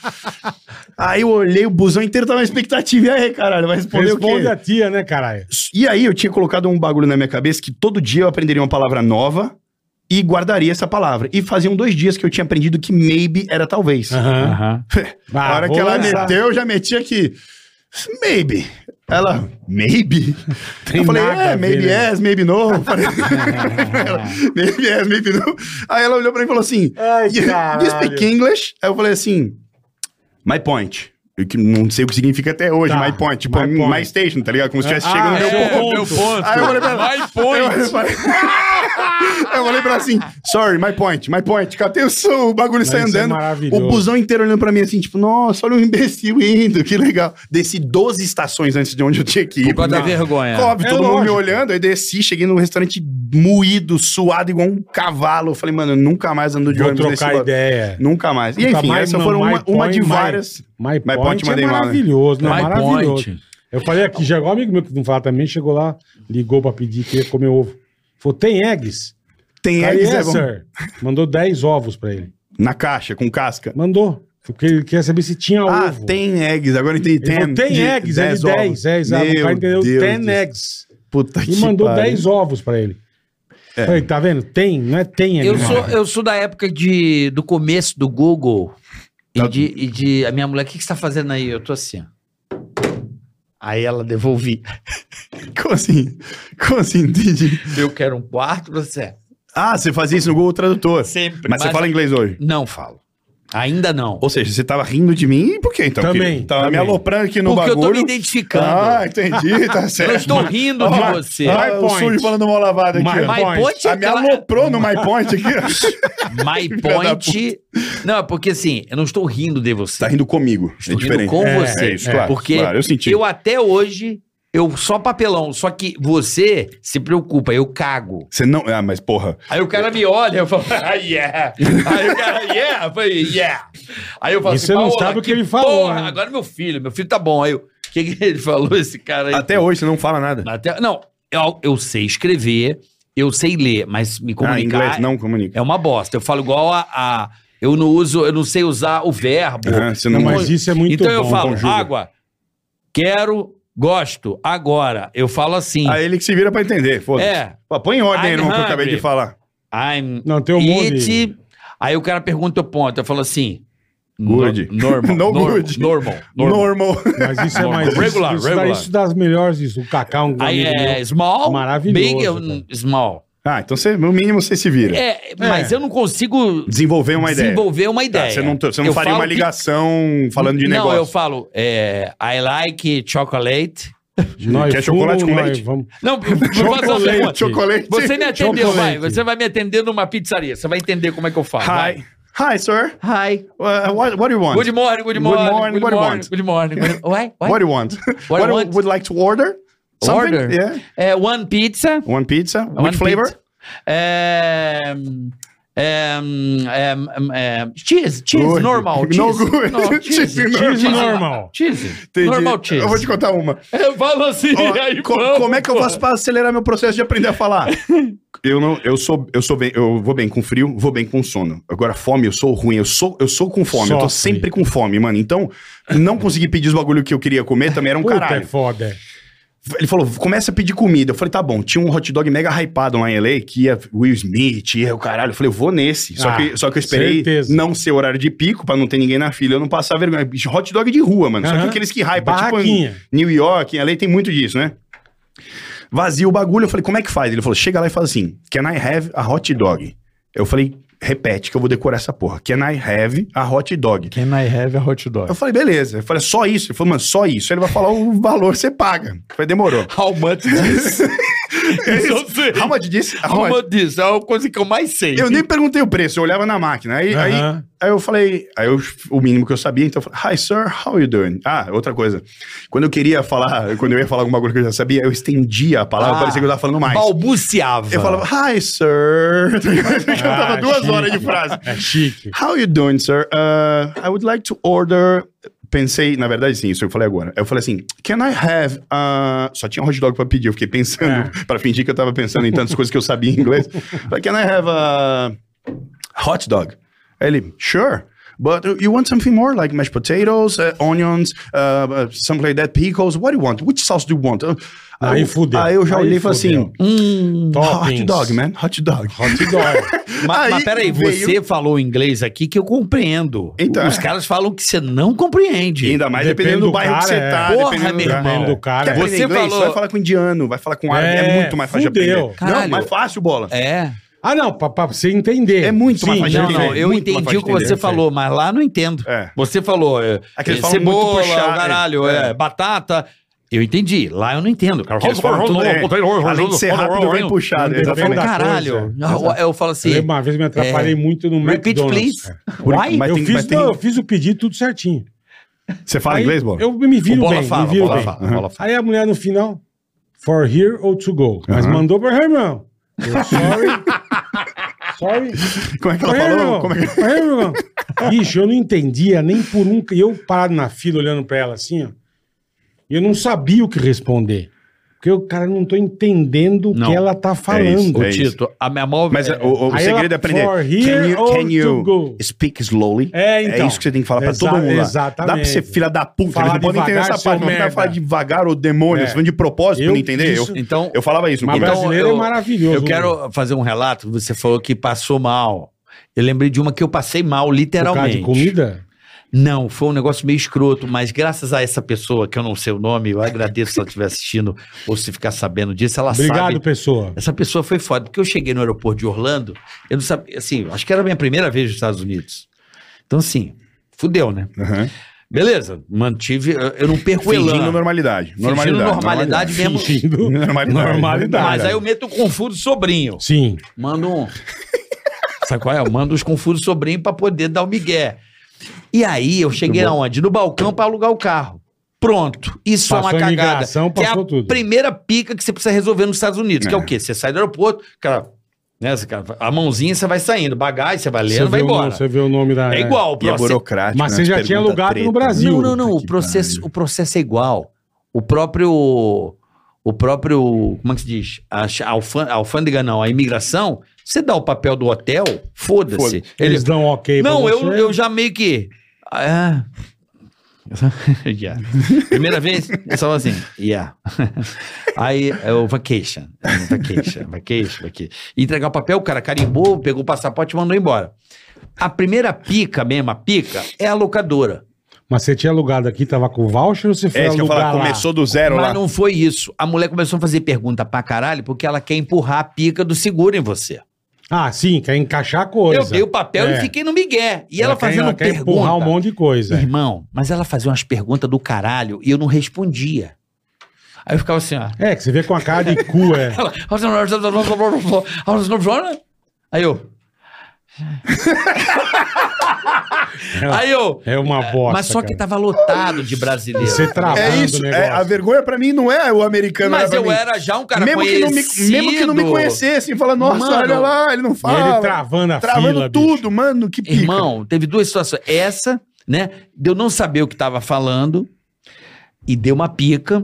E: Aí eu olhei, o busão inteiro tava na expectativa. E aí, caralho, vai responder o
C: Responde
E: quê?
C: a tia, né, caralho?
E: E aí eu tinha colocado um bagulho na minha cabeça que todo dia eu aprenderia uma palavra nova e guardaria essa palavra. E faziam dois dias que eu tinha aprendido que maybe era talvez.
C: Aham. Ah,
A: Aham.
E: A hora que ela meteu, eu já meti aqui. Maybe. Ela, maybe?
C: Tem
E: eu falei,
C: nada
E: é,
C: a ver,
E: maybe
C: né?
E: yes, maybe no. Eu falei, ela, maybe yes, maybe no. Aí ela olhou pra mim e falou assim,
C: Ai,
E: you you speak English? Aí eu falei assim, my point. Eu que não sei o que significa até hoje,
C: Tá,
E: my point. Tipo,
C: my
E: my,
C: point.
E: station, tá ligado? Como se tivesse
C: Ah,
E: chegando no meu
C: é.
E: ponto.
C: ponto.
E: Aí eu falei pra ela,
F: My
E: Eu,
F: point.
E: eu falei, eu falei pra ela assim, sorry, my point, my point. Cadê o seu o bagulho sai
C: Isso é
E: andando?
C: maravilhoso.
E: o busão inteiro olhando pra mim assim, tipo, nossa, olha um imbecil indo, que legal. Desci 12 estações antes de onde eu tinha que
F: Por
E: ir.
F: causa da
E: Não.
F: vergonha.
E: Óbvio,
C: É
E: todo mundo me
C: lógico.
E: olhando, aí desci, cheguei num restaurante moído, suado, igual um cavalo. Eu Falei, mano, eu nunca mais ando de
C: Vou
E: ônibus
C: trocar
E: lugar.
C: ideia.
E: Nunca mais. E
C: Nunca
E: enfim,
C: mais,
E: essa
C: não,
E: foi
C: my
E: uma, uma
C: point,
E: de
C: my-
E: várias.
C: My
E: My
C: Point,
E: Point
C: é
E: mandei mal, né?
C: maravilhoso, né?
F: My
C: maravilhoso.
F: Point.
C: Eu falei aqui, já igual um amigo meu que não fala também, chegou lá, ligou pra pedir que ia comer ovo. Falou, tem eggs?
E: Tem
C: Aí,
E: eggs,
C: é,
E: é, bom.
C: sir. Mandou 10 ovos pra ele.
E: Na caixa, com casca.
C: Mandou. Porque ele queria saber se tinha
E: Ah,
C: ovo.
E: tem eggs. Agora eu entendi.
C: Ele falou, tem
E: de-
C: eggs, ele
E: 10 ovos.
C: 10, é, exato. O cara
E: Meu
C: entendeu,
E: Deus
C: tem
E: do-
C: eggs.
E: Puta
C: E mandou
E: pariu.
C: 10 ovos pra ele.
E: É.
C: Falei, tá vendo? Tem, não é tem,
D: Eu
C: animal.
D: sou, eu sou da época de, do começo do Google
E: Tá.
D: e de, e de- A minha mulher, o que, que você tá fazendo aí? Eu tô assim. ó. Aí ela devolvi.
E: Como assim? Como assim? Entendi.
D: Eu quero um quarto pra você.
E: Ah, você fazia isso no Google Tradutor.
D: Sempre.
E: Mas você fala inglês hoje.
D: Não falo. Ainda não.
E: Ou seja, você tava rindo de mim e por quê então?
C: Também,
E: Que- Tava
C: também.
E: me aloprando aqui no
D: Porque eu tô me
E: um bagulho.
D: identificando.
E: Ah, entendi, tá certo.
D: eu estou rindo de
E: Ah,
D: você.
E: Ah,
C: My
E: o
C: point.
E: sujo falando mal lavado aqui.
C: My
E: ó.
D: My
C: point.
D: point, é
E: Ah, me
D: aquela-
E: aloprou no My Point aqui.
D: My point. Não, é porque assim, eu não estou rindo de você.
E: tá rindo comigo.
D: Estou
E: é
D: rindo
E: diferente.
D: com
E: É,
D: você.
E: É isso, claro.
D: Porque
E: claro, eu senti.
D: Eu até hoje, eu só papelão. Só que você se preocupa, eu cago.
E: Você não. Ah, mas porra.
D: Aí o cara me olha, eu falo, ah, yeah. Aí o cara, yeah. Eu falei, yeah. Aí eu falo assim,
C: E você não
D: "Paola,
C: sabe o que ele falou,
D: Porra,
C: né?"
D: agora meu filho, meu filho tá bom. Aí eu, o que, que ele falou, esse cara aí?
E: Até hoje você não fala nada.
D: Até- não, eu, eu sei escrever, eu sei ler, mas me
E: ah,
D: comunicar
E: inglês não comunica.
D: é uma bosta. Eu falo igual a, a- eu não uso, eu não sei usar o verbo.
E: Aham, você
C: Não,
E: não.
C: mas isso é muito
D: então eu
C: bom.
D: falo,
E: conjuga.
D: água, quero, gosto, agora. Eu falo assim,
E: Ah, ele que se vira pra entender. Foda-se.
D: é,
E: Pô, Põe em ordem aí
D: I'm
E: no que eu acabei
D: hungry.
E: de falar.
D: I'm
C: Não, tem um monte de...
D: it. Aí o cara pergunta o ponto, eu falo assim,
E: Good.
D: no- normal,
E: No
D: normal,
E: good.
D: normal, normal.
E: Normal.
C: Mas isso é mais. isso-
D: Regular,
C: isso, dá-
D: regular.
C: isso das melhores, isso. O Cacá, um
D: Aí
C: amigo
D: é
C: meu.
D: small,
C: Maravilhoso,
D: big,
C: cara.
D: small.
E: Ah, então você, no mínimo você se vira.
D: É, mas eu não consigo
E: Desenvolver uma ideia.
D: desenvolver uma ideia.
E: Tá, você não, você não
D: Eu
E: faria
D: falo
E: uma
D: que-
E: ligação falando de
D: Não, eu
E: negócio.
D: falo, é, I like chocolate.
C: Nós
E: Quer chocolate
C: fomos,
E: com
C: nós
E: leite?
C: vamos-
D: Não, eu vou fazer uma
C: Chocolate.
D: pergunta.
E: Chocolate.
D: Você me atendeu,
C: Chocolate.
D: vai. Você vai me atender numa pizzaria. Você vai entender como é que eu falo.
E: Hi. Hi, sir.
D: vai. Hi.
E: Uh, what, what do you want?
D: Good morning, good
E: Good
D: morning, good
E: morning,
D: morning, good
E: what do you
D: morning. Good morning.
E: want?
D: Why?
E: What? do you want?
D: What do you want?
E: would like to order? Something?
D: Order?
E: Yeah.
D: É, one pizza.
E: One pizza.
D: One
E: What flavor?
D: pizza. É, um, um, um, um, cheese, cheese
E: Good.
D: normal.
E: No
D: cheese.
E: good.
D: No, cheese,
E: Cheese
D: cheese
C: normal.
D: Cheese.
E: Entendi.
D: Normal cheese.
E: Eu vou te contar uma.
D: Eu falo assim,
E: Ó,
D: aí
E: co-
D: vamos,
E: como é que eu
D: pô.
E: faço pra acelerar meu processo de aprender a falar? eu não, eu sou, eu sou bem, eu vou bem com frio, vou bem com sono. Agora fome, eu sou ruim, eu sou, eu sou com fome, eu tô
C: Sofre.
E: sempre com fome, mano. Então, não conseguir pedir os bagulho que eu queria comer também era um
C: Puta, é
E: caralho.
C: foda.
E: Ele falou, começa a pedir comida. Eu falei, tá bom. Tinha um hot dog mega hypado lá em LA, que ia Will Smith, ia o caralho. Eu falei, eu vou nesse. Só,
C: Ah,
E: que, só que eu esperei
C: certeza.
E: não ser horário de pico, pra não ter ninguém na fila, eu não passar vergonha. Bicho, Hot dog de rua, mano. Só
C: Aham.
E: que aqueles que hypa, tipo em
C: Barraquinha.
E: New York, em LA tem muito disso, né? Vazio o bagulho. Eu falei, como é que faz? Ele falou, chega lá e fala assim, can I have a hot dog? Eu falei, repete que eu vou decorar essa porra. Can I have a hot dog?
G: Can I have a é hot dog?
E: Eu falei, beleza. Eu falei, só isso? Ele falou, mano, só isso. Ele vai falar o valor, você paga. Eu falei, demorou.
D: How much this? Isso eu sei.
E: É How much disse? How
D: How
E: much?
D: much this? É uma coisa que eu mais sei.
E: Eu nem perguntei o preço, eu olhava na máquina. Aí, aí,
C: Aham.
E: aí eu falei, aí eu- o mínimo que eu sabia, então eu falei, hi sir, how you doing? Ah, outra coisa. Quando eu queria falar, quando eu ia falar alguma coisa que eu já sabia, eu estendia a palavra,
D: Ah,
E: parecia que eu tava falando mais.
D: balbuciava.
E: Eu falava, hi sir. eu tava
C: Ah,
E: duas
C: chique.
E: horas de frase.
C: É chique.
E: How you doing, sir? Uh, I would like to order. Pensei, na verdade, sim, isso eu falei agora. Eu falei assim: Can I have. uh, Só tinha hot dog pra pedir, eu fiquei pensando, pra fingir que eu tava pensando em tantas coisas que eu sabia em inglês. Falei, Can I have a hot dog? Aí ele, sure. But you want something more, like mashed potatoes, uh, onions, uh, uh, something like that, pickles? What do you want? Which sauce do you want? Uh,
C: Aí fudeu.
E: Aí eu já
C: Aí
E: olhei e falei
C: fudeu.
E: assim:
D: Hum.
E: hot
C: Toppings.
E: dog, man, hot dog.
C: Hot dog.
D: Mas,
E: Aí
D: mas peraí,
E: veio-
D: você falou inglês aqui que eu compreendo.
E: Então,
D: Os
E: é.
D: caras falam que você não
E: E
D: compreende.
E: ainda mais
C: Depende
E: dependendo
C: do
E: do, bairro
C: cara,
E: que você
C: é.
E: tá.
D: Porra,
E: dependendo
D: meu
E: do lugar.
D: irmão.
C: Depende do
E: Quer
C: cara.
D: Você
E: aprender inglês?
D: falou-
E: Você vai falar com indiano, vai falar com árabe, é,
C: É,
E: muito mais fácil de
C: fudeu.
E: aprender.
D: Caralho.
E: Não, mais fácil, bola.
D: É.
C: Ah, não, pra, pra você entender.
E: É muito mais fácil de
D: Não,
E: entender.
D: não, eu
E: Muito mais
D: entendi
E: fácil
D: o que
E: de
D: você
E: entender.
D: falou, mas lá não entendo.
E: É.
D: Você falou é,
E: É que eles
D: é,
E: falam muito
D: cebola,
E: puxado,
D: o caralho, é,
E: é.
D: batata. Eu entendi, lá eu não entendo. cara.
E: Eles falam tudo, é. Além de ser rápido, vem puxado.
C: Não,
D: Eu falo,
E: Exatamente.
C: da
D: caralho.
C: coisa.
D: Eu, eu falo
C: Eu
D: assim,
C: lembro uma vez que me atrapalhei
D: É.
C: muito no
D: repeat
C: McDonald's.
D: please.
C: cara.
D: Why?
E: Mas
C: Eu
E: tem-
C: fiz,
E: mas tem-
C: não, eu fiz o pedido tudo certinho.
E: Você fala
C: Aí
E: inglês, bola?
C: Eu me
D: O
C: viro
D: bola
C: bem,
D: fala,
C: me viro
D: bola
C: bem.
D: fala, bola fala.
C: Aí a mulher no final, for here or to go. Mas
E: Aham.
C: mandou pro irmão. Eu, Sorry. sorry.
E: Como é que
C: For
E: ela
C: here,
E: falou?
C: irmão.
E: Como é que-
C: For here, irmão. Bicho, eu não entendia nem por um... E eu parado na fila olhando pra ela assim, ó. E eu não sabia o que responder. Porque o cara não tô entendendo o
D: Não.
C: que ela tá
E: isso,
C: falando.
D: Ô,
E: é isso.
D: Tito, a minha móvel.
E: Mas é, o, o
C: Aí ela,
E: segredo é aprender.
C: for
E: Can
C: here
E: you,
C: or
E: can you
C: to go?
E: speak slowly?
C: É, então.
E: isso que você tem que falar pra todo
C: Exa-
E: mundo. Lá.
C: exatamente.
E: Dá pra ser filha da puta.
C: Falar
E: eles não podem entender
C: devagar,
E: essa
C: seu
E: parte. Não
C: merda.
E: vai falar devagar, ô demônio.
C: É.
E: Você vai de propósito
C: Eu
E: pra não entender? é Eu,
C: disse-
D: Então,
E: eu falava isso. no
C: Mas
E: começo.
C: brasileiro
D: eu-
C: é maravilhoso.
D: eu
E: né?
D: quero fazer um relato. Você falou que passou mal. Eu lembrei de uma que eu passei mal,
C: Por causa de
D: literalmente.
C: comida?
D: Não, foi um negócio meio escroto, mas graças a essa pessoa, que eu não sei o nome, eu agradeço se ela estiver assistindo ou se ficar sabendo disso, ela
C: Obrigado,
D: sabe.
C: pessoa.
D: Essa pessoa foi foda, porque eu cheguei no aeroporto de Orlando, eu não sabia, assim, acho que era a minha primeira vez nos Estados Unidos. Então, assim, fudeu, né?
E: Aham.
D: Beleza, mantive, eu- eu não perco o
E: Fingindo
D: elan.
E: normalidade.
D: Fingindo
E: Normalidade.
D: normalidade mesmo.
C: Fingindo
E: Normalidade.
C: normalidade.
D: Mas aí eu meto o confuso sobrinho.
C: Sim.
D: Manda um. Sabe qual é? Eu mando os confusos sobrinhos pra poder dar o migué. E aí eu cheguei aonde? No balcão pra alugar o carro. Pronto. Isso é
C: Passou
D: uma
C: a
D: cagada.
C: imigração,
D: Que é
C: passou
D: a
C: tudo.
D: primeira pica que você precisa resolver nos Estados Unidos, que é
E: É.
D: o quê? Você sai do aeroporto, cara, né, você, cara, a mãozinha você vai saindo, bagagem você vai lendo, vai
C: vê o né? nome-
D: embora.
C: Você vê o nome da...
D: É igual o
E: E é
D: processo.
E: burocrático.
C: Mas
E: né?
C: você já
E: As
C: tinha
E: perguntas
C: alugado no
E: treta.
C: Brasil.
D: não, não, não.
E: Puta
D: O
E: que
D: processo,
E: pariu.
D: o processo é igual. O próprio. O próprio. Como é que se diz? A, ch- a alfân- a alfândega, não, a imigração. Você dá o papel do hotel, foda-se.
E: Foda-se.
D: Ele,
C: Eles dão ok pra
D: não, eu,
C: você.
D: eu já meio que. Ah, yeah. Primeira vez, eu tava assim, yeah. Aí é o vacation. Vacation, vacation, vacation. E Entregar o papel, o cara carimbou, pegou o passaporte e mandou embora. A primeira pica mesmo, a pica, é a locadora.
C: Mas você tinha alugado aqui, tava com voucher ou você foi
E: É isso que eu
C: alugar
E: falar.
C: lá?
E: Começou do zero
D: Mas
E: lá.
D: não foi isso. A mulher começou a fazer pergunta pra caralho porque ela quer empurrar a pica do seguro em você.
C: Ah, sim, quer encaixar a coisa.
D: Eu dei o papel
C: É.
D: e fiquei no migué. E ela,
C: quer-
D: fazendo
C: ela quer
D: pergunta.
C: empurrar um monte de coisa.
D: Irmão, mas ela fazia umas perguntas do caralho e eu não respondia. Aí eu ficava assim, ó.
C: É, que você vê com a cara de cu, é.
D: Ela. né?" Aí eu. Aí eu.
C: É uma bosta,
D: Mas só que tá-
C: cara.
D: tava lotado de brasileiro.
C: Você travando
E: É
C: o
E: isso.
C: negócio.
E: é, a vergonha pra mim não é o americano.
D: Mas
E: pra
D: eu
E: mim.
D: era já um cara
E: mesmo Que não me,
D: conhecido.
E: mesmo que não me conhecesse, fala, nossa,
D: Mano,
E: olha lá, ele não
C: E
E: fala.
C: ele travando a
E: travando
C: fila, bicho.
E: tudo, mano, que pica.
D: Irmão, teve duas situações. Essa, né, de eu não saber o que tava falando e deu uma pica.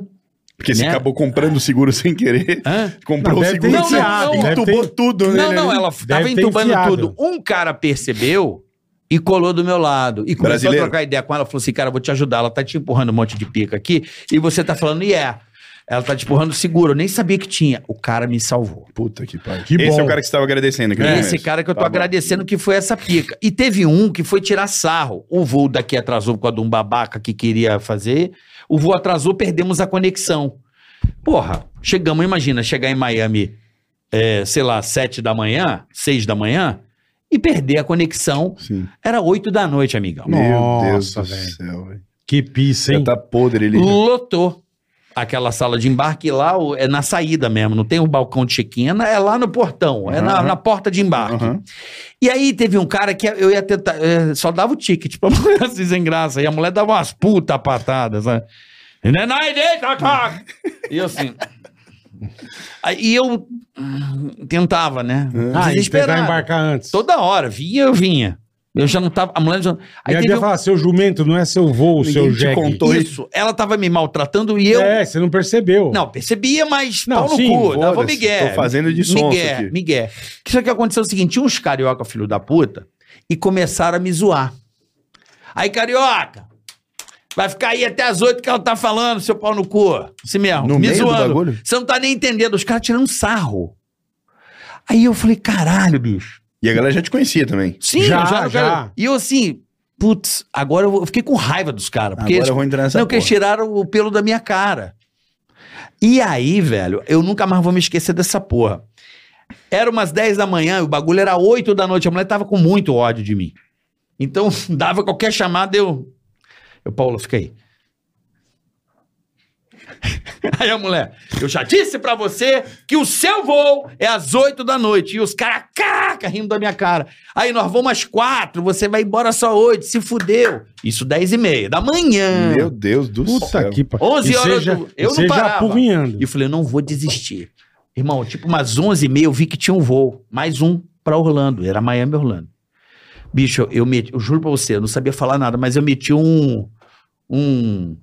E: Porque você
D: né?
E: acabou comprando o seguro sem querer.
D: Hã?
E: Comprou
C: Não,
E: o
C: deve ter
E: seguro
D: enfiado,
E: sem
C: deve
E: entubou
C: ter-
E: tudo, né?
D: Não, não, é- ela tava
C: ter
D: entubando
C: enfiado.
D: tudo. Um cara percebeu e colou do meu lado. E começou
E: Brasileiro?
D: a trocar ideia com ela. Falou assim, cara, eu vou te ajudar. Ela tá te empurrando um monte de pica aqui e você tá falando, e é. Ela tá te empurrando seguro. Eu nem sabia que tinha. O cara me salvou.
E: Puta que pariu.
C: Que
E: Esse
C: bom.
E: é o cara que você tava agradecendo. aqui no
D: É, Esse
E: começo.
D: cara que eu tô
E: Tá bom.
D: agradecendo que foi essa pica. E teve um que foi tirar sarro. O voo daqui atrasou por causa de um babaca que queria fazer. O voo atrasou, perdemos a conexão. Porra, chegamos, imagina, chegar em Miami, é, sei lá, sete da manhã, seis da manhã, e perder a conexão.
E: Sim.
D: Era oito da noite, amigão.
E: Meu Deus
C: Nossa,
E: do
C: velho.
E: céu, velho.
C: Que pissa, hein? Ah,
E: Já tá podre ele.
D: Lotou. Aquela sala de embarque lá o- é na saída mesmo, não tem um balcão de check-in, é na- é lá no portão, é na,
E: Aham.
D: na porta de embarque.
E: Aham.
D: E aí teve um cara que eu ia tentar, eh, só dava o ticket pra mulher assim, sem graça. E a mulher dava umas puta patadas, né? sabe? And then I did, tá, tá. E eu assim. Aí- E eu hum, tentava,
C: Ah,
D: né?
C: e tentar
D: Desesperado.
C: embarcar antes.
D: Toda hora, vinha, eu vinha. Eu já não tava. A mulher já.
C: E
D: Aí
C: aí
D: teve
C: devia
D: um-
C: falar, seu jumento não é seu voo,
E: Ninguém
C: seu
E: te
C: jegue.
E: contou. falar,
D: isso. Ela tava me maltratando e eu.
C: É, você não percebeu.
D: Não, percebia, mas
C: Não,
D: pau no
C: sim,
D: cu. Dava
E: foda-se,
D: migué. né?
E: tô fazendo de sonso
D: Migué,
E: aqui.
D: migué. Só que aconteceu o seguinte, tinha uns carioca filho da puta e começaram a me zoar. Aí, carioca, Vai ficar aí até as oito que ela tá falando, seu pau no cu. Assim mesmo.
E: No
D: me
E: meio do
D: zoando.
E: bagulho?
D: Você não tá nem entendendo. Os caras tirando sarro. Aí eu falei, caralho, bicho.
E: E a galera já te conhecia também.
D: Sim,
C: Já,
D: eu eu
C: já.
D: E eu assim, putz, agora eu vou- eu fiquei com raiva dos caras. Porque
E: Ah, Agora
D: eles,
E: eu vou entrar nessa
D: não, que eles
E: porra.
D: tiraram o pelo da minha cara. E aí, velho, eu nunca mais vou me esquecer dessa porra. Era umas 10 da manhã, o bagulho era 8 da noite, a mulher tava com muito ódio de mim. Então, dava qualquer chamada, eu. Eu, Paulo, fica aí. Aí a mulher, eu já disse pra você que o seu voo é às 8 da noite. E os caras, caraca, rindo da minha cara. Aí nós vamos às 4, você vai embora só 8, se fudeu. Isso 10 e meia da manhã.
E: Meu Deus do
C: Puta
E: céu.
C: que pariu.
D: 11
C: E
D: horas
C: seja-
D: do- eu
C: e
D: não parava.
C: apunhando.
D: E eu falei, eu não vou desistir. Irmão, tipo umas 11 e meia eu vi que tinha um voo. Mais um pra Orlando. Era Miami, Orlando. Bicho, eu, eu meti, eu juro pra você, eu não sabia falar nada, mas eu meti um... Um...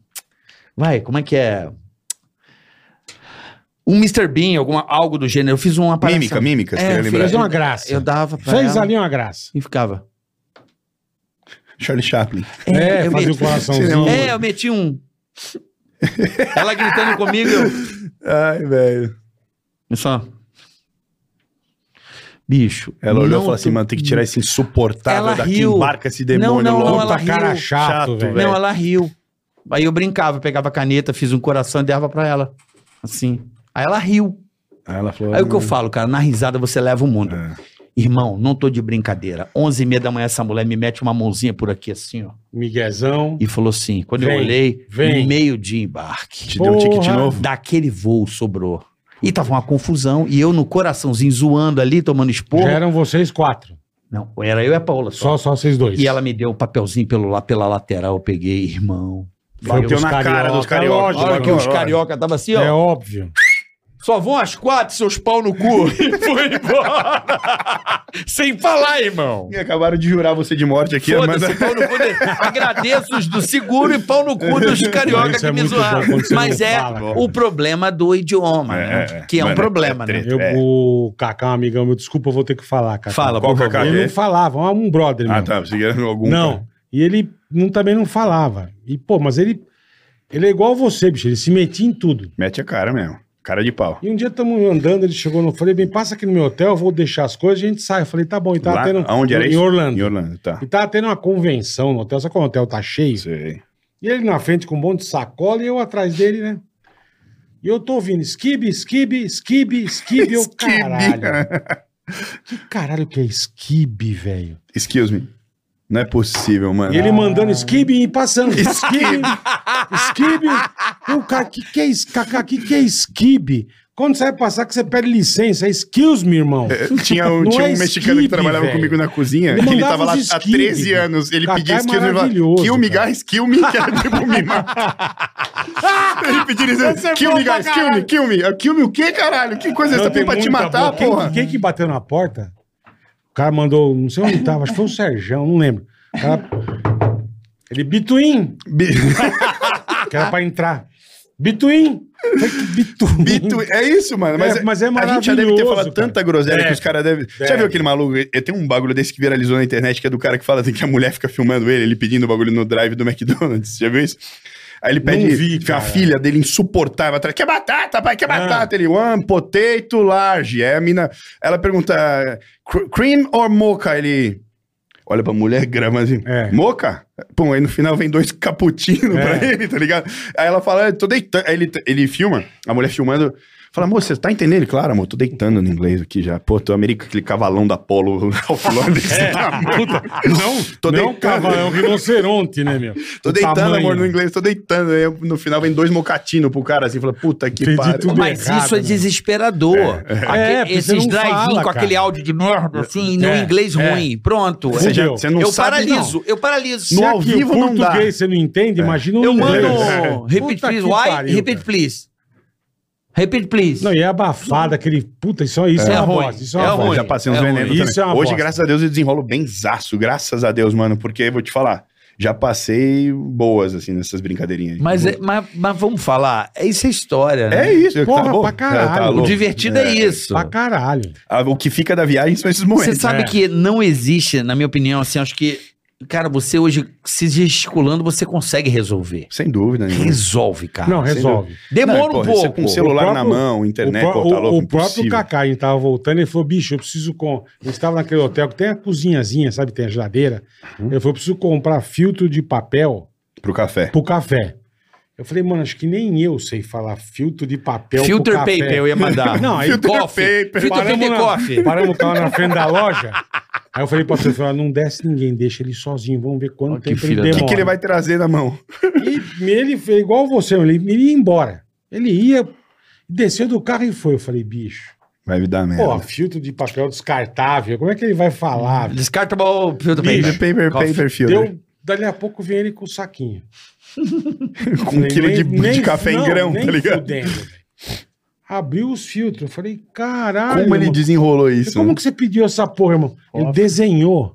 D: Vai, como é que é? Um Mr. Bean, alguma, algo do gênero. Eu fiz uma aparição.
E: Mímica, mímica,
D: É,
E: você quer lembrar?
C: Fez uma graça.
D: Eu dava pra
C: Fez
D: ela
C: ali uma graça.
D: e ficava.
E: Charlie Chaplin.
C: É,
D: eu
C: fazia o
D: meti-
C: coraçãozinho.
D: É, eu meti um... ela gritando comigo, eu...
E: Ai, velho.
D: Eu Só. Bicho.
E: Ela olhou
D: não
E: e falou assim,
D: tu-
E: mano, tem que tirar esse insuportável
D: Ela
E: daqui,
D: riu.
E: embarca esse demônio
D: Não, não,
E: logo.
D: não, ela
C: Puta cara
D: riu.
C: chato,
E: Chato,
C: velho.
E: velho.
D: Não, ela riu. Aí eu brincava, eu pegava a caneta, fiz um coração e dava pra ela. Assim. Aí ela riu.
E: Aí ela falou... "Hum."
D: Aí o que eu falo, cara, na risada você leva o mundo.
E: É.
D: Irmão, não tô de brincadeira. 11 e meia da manhã essa mulher me mete uma mãozinha por aqui assim, ó.
C: Miguezão.
D: E falou assim, quando
C: Vem,
D: eu olhei,
C: vem.
D: meio dia embarque.
E: Te deu um ticket
C: Porra.
E: novo?
D: Daquele voo sobrou. E tava uma confusão. E eu no coraçãozinho zoando ali, tomando esporro.
C: Já eram vocês quatro.
D: Não, era eu e a Paula
C: Só,
D: só.
C: só vocês dois.
D: E ela me deu o papelzinho pelo lá, pela lateral, eu peguei, irmão.
C: Foi
E: Bateu
C: os
E: na cara
C: carioca, É
E: dos cariocas.
C: lógico,
E: Olha
D: Olha
E: que
D: que os carioca tava assim, ó.
C: É óbvio.
D: Só vão às quatro, seus pau no cu. e foi embora. Sem falar, irmão.
E: E acabaram de jurar você de morte aqui, mas...
D: Foda-se, pau no cu. dele. Agradeço os do seguro e pau no cu dos carioca
C: Isso é
D: que me
C: muito
D: zoaram.
C: bom quando você
D: Mas
C: não
D: é
C: fala, cara.
D: o problema do idioma, né?
E: É, é, é.
D: Que é
E: Mano,
D: um problema, né?
E: é treta.
C: Eu,
E: É.
C: O Cacá, um amigão meu, desculpa, eu vou ter que falar, Cacá.
D: Fala,
E: Qual
D: por
E: que é a
D: favor.
E: cara?
C: Ele não falava, um brother meu.
E: Ah, tá. Você quer algum...
C: não.
E: cara?
C: E ele não- também não falava. E, pô, mas ele. Ele é igual você, bicho. Ele se metia em tudo.
E: Mete a cara mesmo. Cara de pau.
C: E um dia estamos andando, ele chegou no. eu Falei, bem, passa aqui no meu hotel, eu vou deixar as coisas, a gente sai. Eu falei, tá bom, e tava
E: Lá-
C: tendo.
E: aonde era
C: em
E: isso?
C: Orlando.
E: Em Orlando, tá.
C: E tava tendo uma convenção no hotel, só que o hotel tá cheio.
E: Sei.
C: E ele na frente com um monte de sacola e eu atrás dele, né? E eu tô ouvindo skib, skib, skib, skib, eu
E: Skib.
C: caralho. Que caralho que é skib, velho?
E: Excuse me. Não é possível, mano.
C: E ele mandando skib e passando. Skib, skib. O cara, que que é isso? Cacá, que que é skib? Quando você vai passar que você pede licença, é excuse me, irmão.
E: Tinha um,
C: Não
E: tinha um
C: é
E: mexicano
C: skib,
E: que trabalhava
C: velho.
E: comigo na cozinha.
C: Ele
E: Ele,
C: mandava
E: tava lá
C: uns
E: há
C: skib,
E: 13
C: velho.
E: anos. Ele
C: Cacá
E: pedia
C: é
E: skills, ele falava,
C: maravilhoso,
E: kill me
C: cara.
E: guys, kill me, que era tipo me mata. Ele pedia
C: é
E: isso, kill me guys, kill me, kill me. Ah, Kill me o quê, caralho? Que coisa é essa?
C: Não, tem
E: Tem pra te
C: muita
E: matar,
C: boa. Quem-
E: porra?
C: Quem, que bateu na porta? O cara mandou, não sei onde tava, acho que foi o Serjão, não lembro. O cara- ele, Bituin, que era pra entrar. Bituin! Foi que Bituin.
E: Bito, é isso, mano. Mas
C: É, mas é
E: A gente já deve ter
C: maravilhoso,
E: falado
C: cara.
E: tanta groselha
C: É.
E: que os caras devem. Já
C: Deve.
E: viu aquele maluco? Eh, Tem um bagulho desse que viralizou na internet, que é do cara que fala assim, que a mulher fica filmando ele, ele pedindo o bagulho no drive do McDonald's. Já viu isso? Aí ele pede
C: Não vi,
E: fica a
C: cara. Ah.
E: filha dele insuportável atrás. Que batata, pai, que batata. Ele, one potato large. É a mina. Ela pergunta: "Cr- cream or mocha? Ele. Olha pra mulher grama assim.
C: É.
E: Moca? Pum, aí no final vem dois cappuccino
C: É.
E: pra ele, tá ligado? Aí ela fala, "Eu tô deitando. Aí ele, ele filma, a mulher filmando. Fala, amor, você tá entendendo? Ele, Claro, amor, tô deitando no inglês aqui já. Pô, tô americano, aquele cavalão da Polo Alflor desse tamanho.
C: Não,
E: Tô
C: É, não
E: deitando.
C: cavalo, é um rinoceronte, né, meu?
E: Tô
C: O
E: deitando,
C: tamanho.
E: amor, no inglês, tô deitando. Aí no final vem dois mocatinos pro cara assim, fala, puta que
C: Entendi
E: pariu.
C: tudo.
D: Mas
C: errado,
D: isso é
C: né?
D: desesperador. Aque-
C: É, porque você
D: esses
C: não
D: drive-in
C: fala,
D: com aquele
C: cara.
D: áudio de merda, assim, no
C: É,
D: inglês
C: é.
D: ruim. Pronto. assim,
E: Você, já,
C: Fudeu.
E: você não
D: eu
E: sabe,
D: paraliso, eu paraliso.
C: Se
E: No ao
C: aqui
E: vivo
C: o
E: não dá. É.
C: português você não entende, imagina o
D: Eu
C: inglês.
D: mando. um Repeat
C: Puta
D: please.
C: que
D: Why?
C: pariu,
D: repeat
C: cara.
D: please. Repeat please.
C: Não, e é abafado, aquele... Puta, isso, isso é,
D: É
C: uma
D: ruim,
C: bosta. Isso é,
D: é
C: uma
E: Pô,
D: ruim.
C: bosta.
E: Então, já passei uns
D: É ruim.
E: venenos
C: Isso
E: também.
C: é uma
E: Hoje,
C: bosta.
E: graças a Deus, eu desenrolo benzaço. Graças a Deus, mano. Porque, vou te falar, já passei boas, assim, nessas brincadeirinhas.
D: Mas, é- mas, mas vamos falar, é isso é história, né?
E: É isso.
C: Porra,
E: bom?
C: pra caralho.
E: Tá, tá
D: O
E: louco.
D: divertido é, isso.
C: Pra caralho.
E: Ah, O que fica da viagem são esses momentos.
D: Você sabe
C: É.
D: que não existe, na minha opinião, assim, acho que Cara, você hoje, se gesticulando, você consegue resolver.
E: Sem dúvida nenhuma.
D: Resolve, cara.
C: Não, resolve.
D: Demora
E: Não,
D: um
E: porra, Você
D: pouco.
E: com o Ah, celular
C: O
E: na
C: próprio-
E: mão, internet,
C: o, pró-
E: portal
C: o-
E: louco,
C: o próprio
E: impossível.
C: Kaká, a gente tava voltando, ele falou, bicho, eu preciso com... A gente tava naquele hotel que tem a cozinhazinha, sabe, tem a geladeira.
E: Hum.
C: Ele falou, eu preciso comprar filtro de papel
E: Pro café.
C: pro café. Eu falei, mano, acho que nem eu sei falar filtro de papel
D: Filter
C: pro café.
D: paper, eu ia mandar.
C: Não, aí-
D: Filter
E: Filter
D: coffee.
E: paper.
D: Filter
C: Paramos
D: paper
C: na-
D: coffee.
C: Paramos o carro na frente da loja. Aí eu falei pra pessoa, ah, não desce ninguém, deixa ele sozinho, vamos ver quanto
D: Olha que
C: tempo ele
D: filha da-
E: O
C: demora.
E: que, que ele vai trazer na mão?
C: E ele foi igual você, ele, ele ia embora. Ele ia, desceu do carro e foi. Eu falei, bicho,
E: Vai me dar merda.
C: pô, filtro de papel descartável, como é que ele vai falar? bicho?
D: Descarta o filter
E: paper,
D: paper.
E: paper,
D: Coffee.
E: paper filter.
C: Deu, dali a pouco vem ele com o saquinho.
E: Com um
C: Falei,
E: quilo de,
C: nem-
E: de
C: nem-
E: café
C: não,
E: em grão,
C: nem
E: tá ligado?
C: fudendo, velho. Abriu os filtros, eu falei, caralho.
E: Como ele
C: mano.
E: desenrolou
C: Mas
E: isso? né?
C: Como que você pediu essa porra, irmão? Ele desenhou.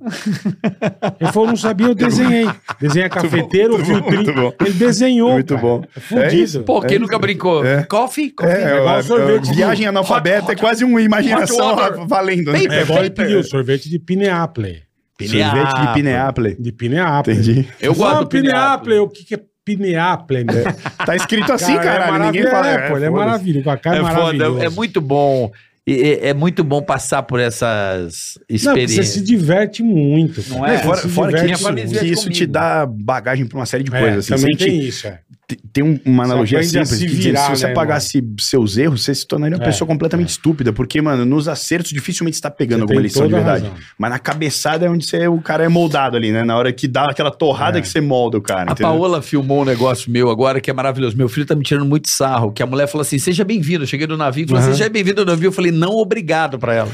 C: Ele falou, não sabia, eu desenhei. Desenhei a cafeteira, o
E: muito bom,
C: filtrinho.
E: muito bom.
C: Ele desenhou.
E: Muito
C: cara.
E: bom.
C: É fudido.
E: É isso,
D: Pô, quem
E: É
D: nunca brincou?
E: É.
D: Coffee? Coffee.
E: É, é,
C: igual
E: é,
C: sorvete.
E: é, viagem analfabeta é quase uma imaginação
D: hot water.
E: ra- valendo. Né?
D: Paper.
C: É igual ele
D: Paper.
C: pediu sorvete de Pineapple.
E: Sorvete de Pineapple.
C: De Pineapple.
E: Entendi.
D: Eu gosto do
C: Pineapple. O que, que é Pineapple? meu?
E: Tá escrito assim,
C: Cara, é
E: caralho. Ninguém
C: maravilhoso.
E: fala.
C: É, pô, ele é
E: foda-se.
C: maravilhoso. A cara é,
D: É
C: maravilhoso.
D: foda, é muito bom. E- e- É, muito bom passar por essas
C: Não, porque você
D: experiências.
C: se diverte muito. cara.
D: Não é?
C: Você
E: Fora,
C: se
E: fora que,
C: diverte
D: minha família
C: muito.
E: isso, que isso te
D: comigo.
E: dá bagagem pra uma série de
C: É,
E: coisas. assim.
C: também
E: Sem te-
C: tem isso. é.
E: te- tem um- uma analogia
C: aprende a
E: simples
C: se
E: que diz,
C: virar,
E: se você
C: né,
E: apagasse seus erros, você se tornaria uma
C: É,
E: pessoa completamente estúpida, porque, mano, nos acertos dificilmente você tá pegando
C: Você
E: alguma
C: tem
E: lição de
C: toda a
E: verdade.
C: razão.
E: Mas na cabeçada é onde você, o cara é moldado ali, né? Na hora que dá aquela torrada
C: É.
E: que você molda o
D: A
E: cara. entendeu?
D: Paola filmou um negócio meu agora que é maravilhoso. Meu filho tá me tirando muito sarro. Que a mulher falou assim: seja bem-vindo. Eu cheguei no navio e falou:
C: Aham.
D: seja bem-vindo ao navio. Eu falei: não, obrigado pra ela.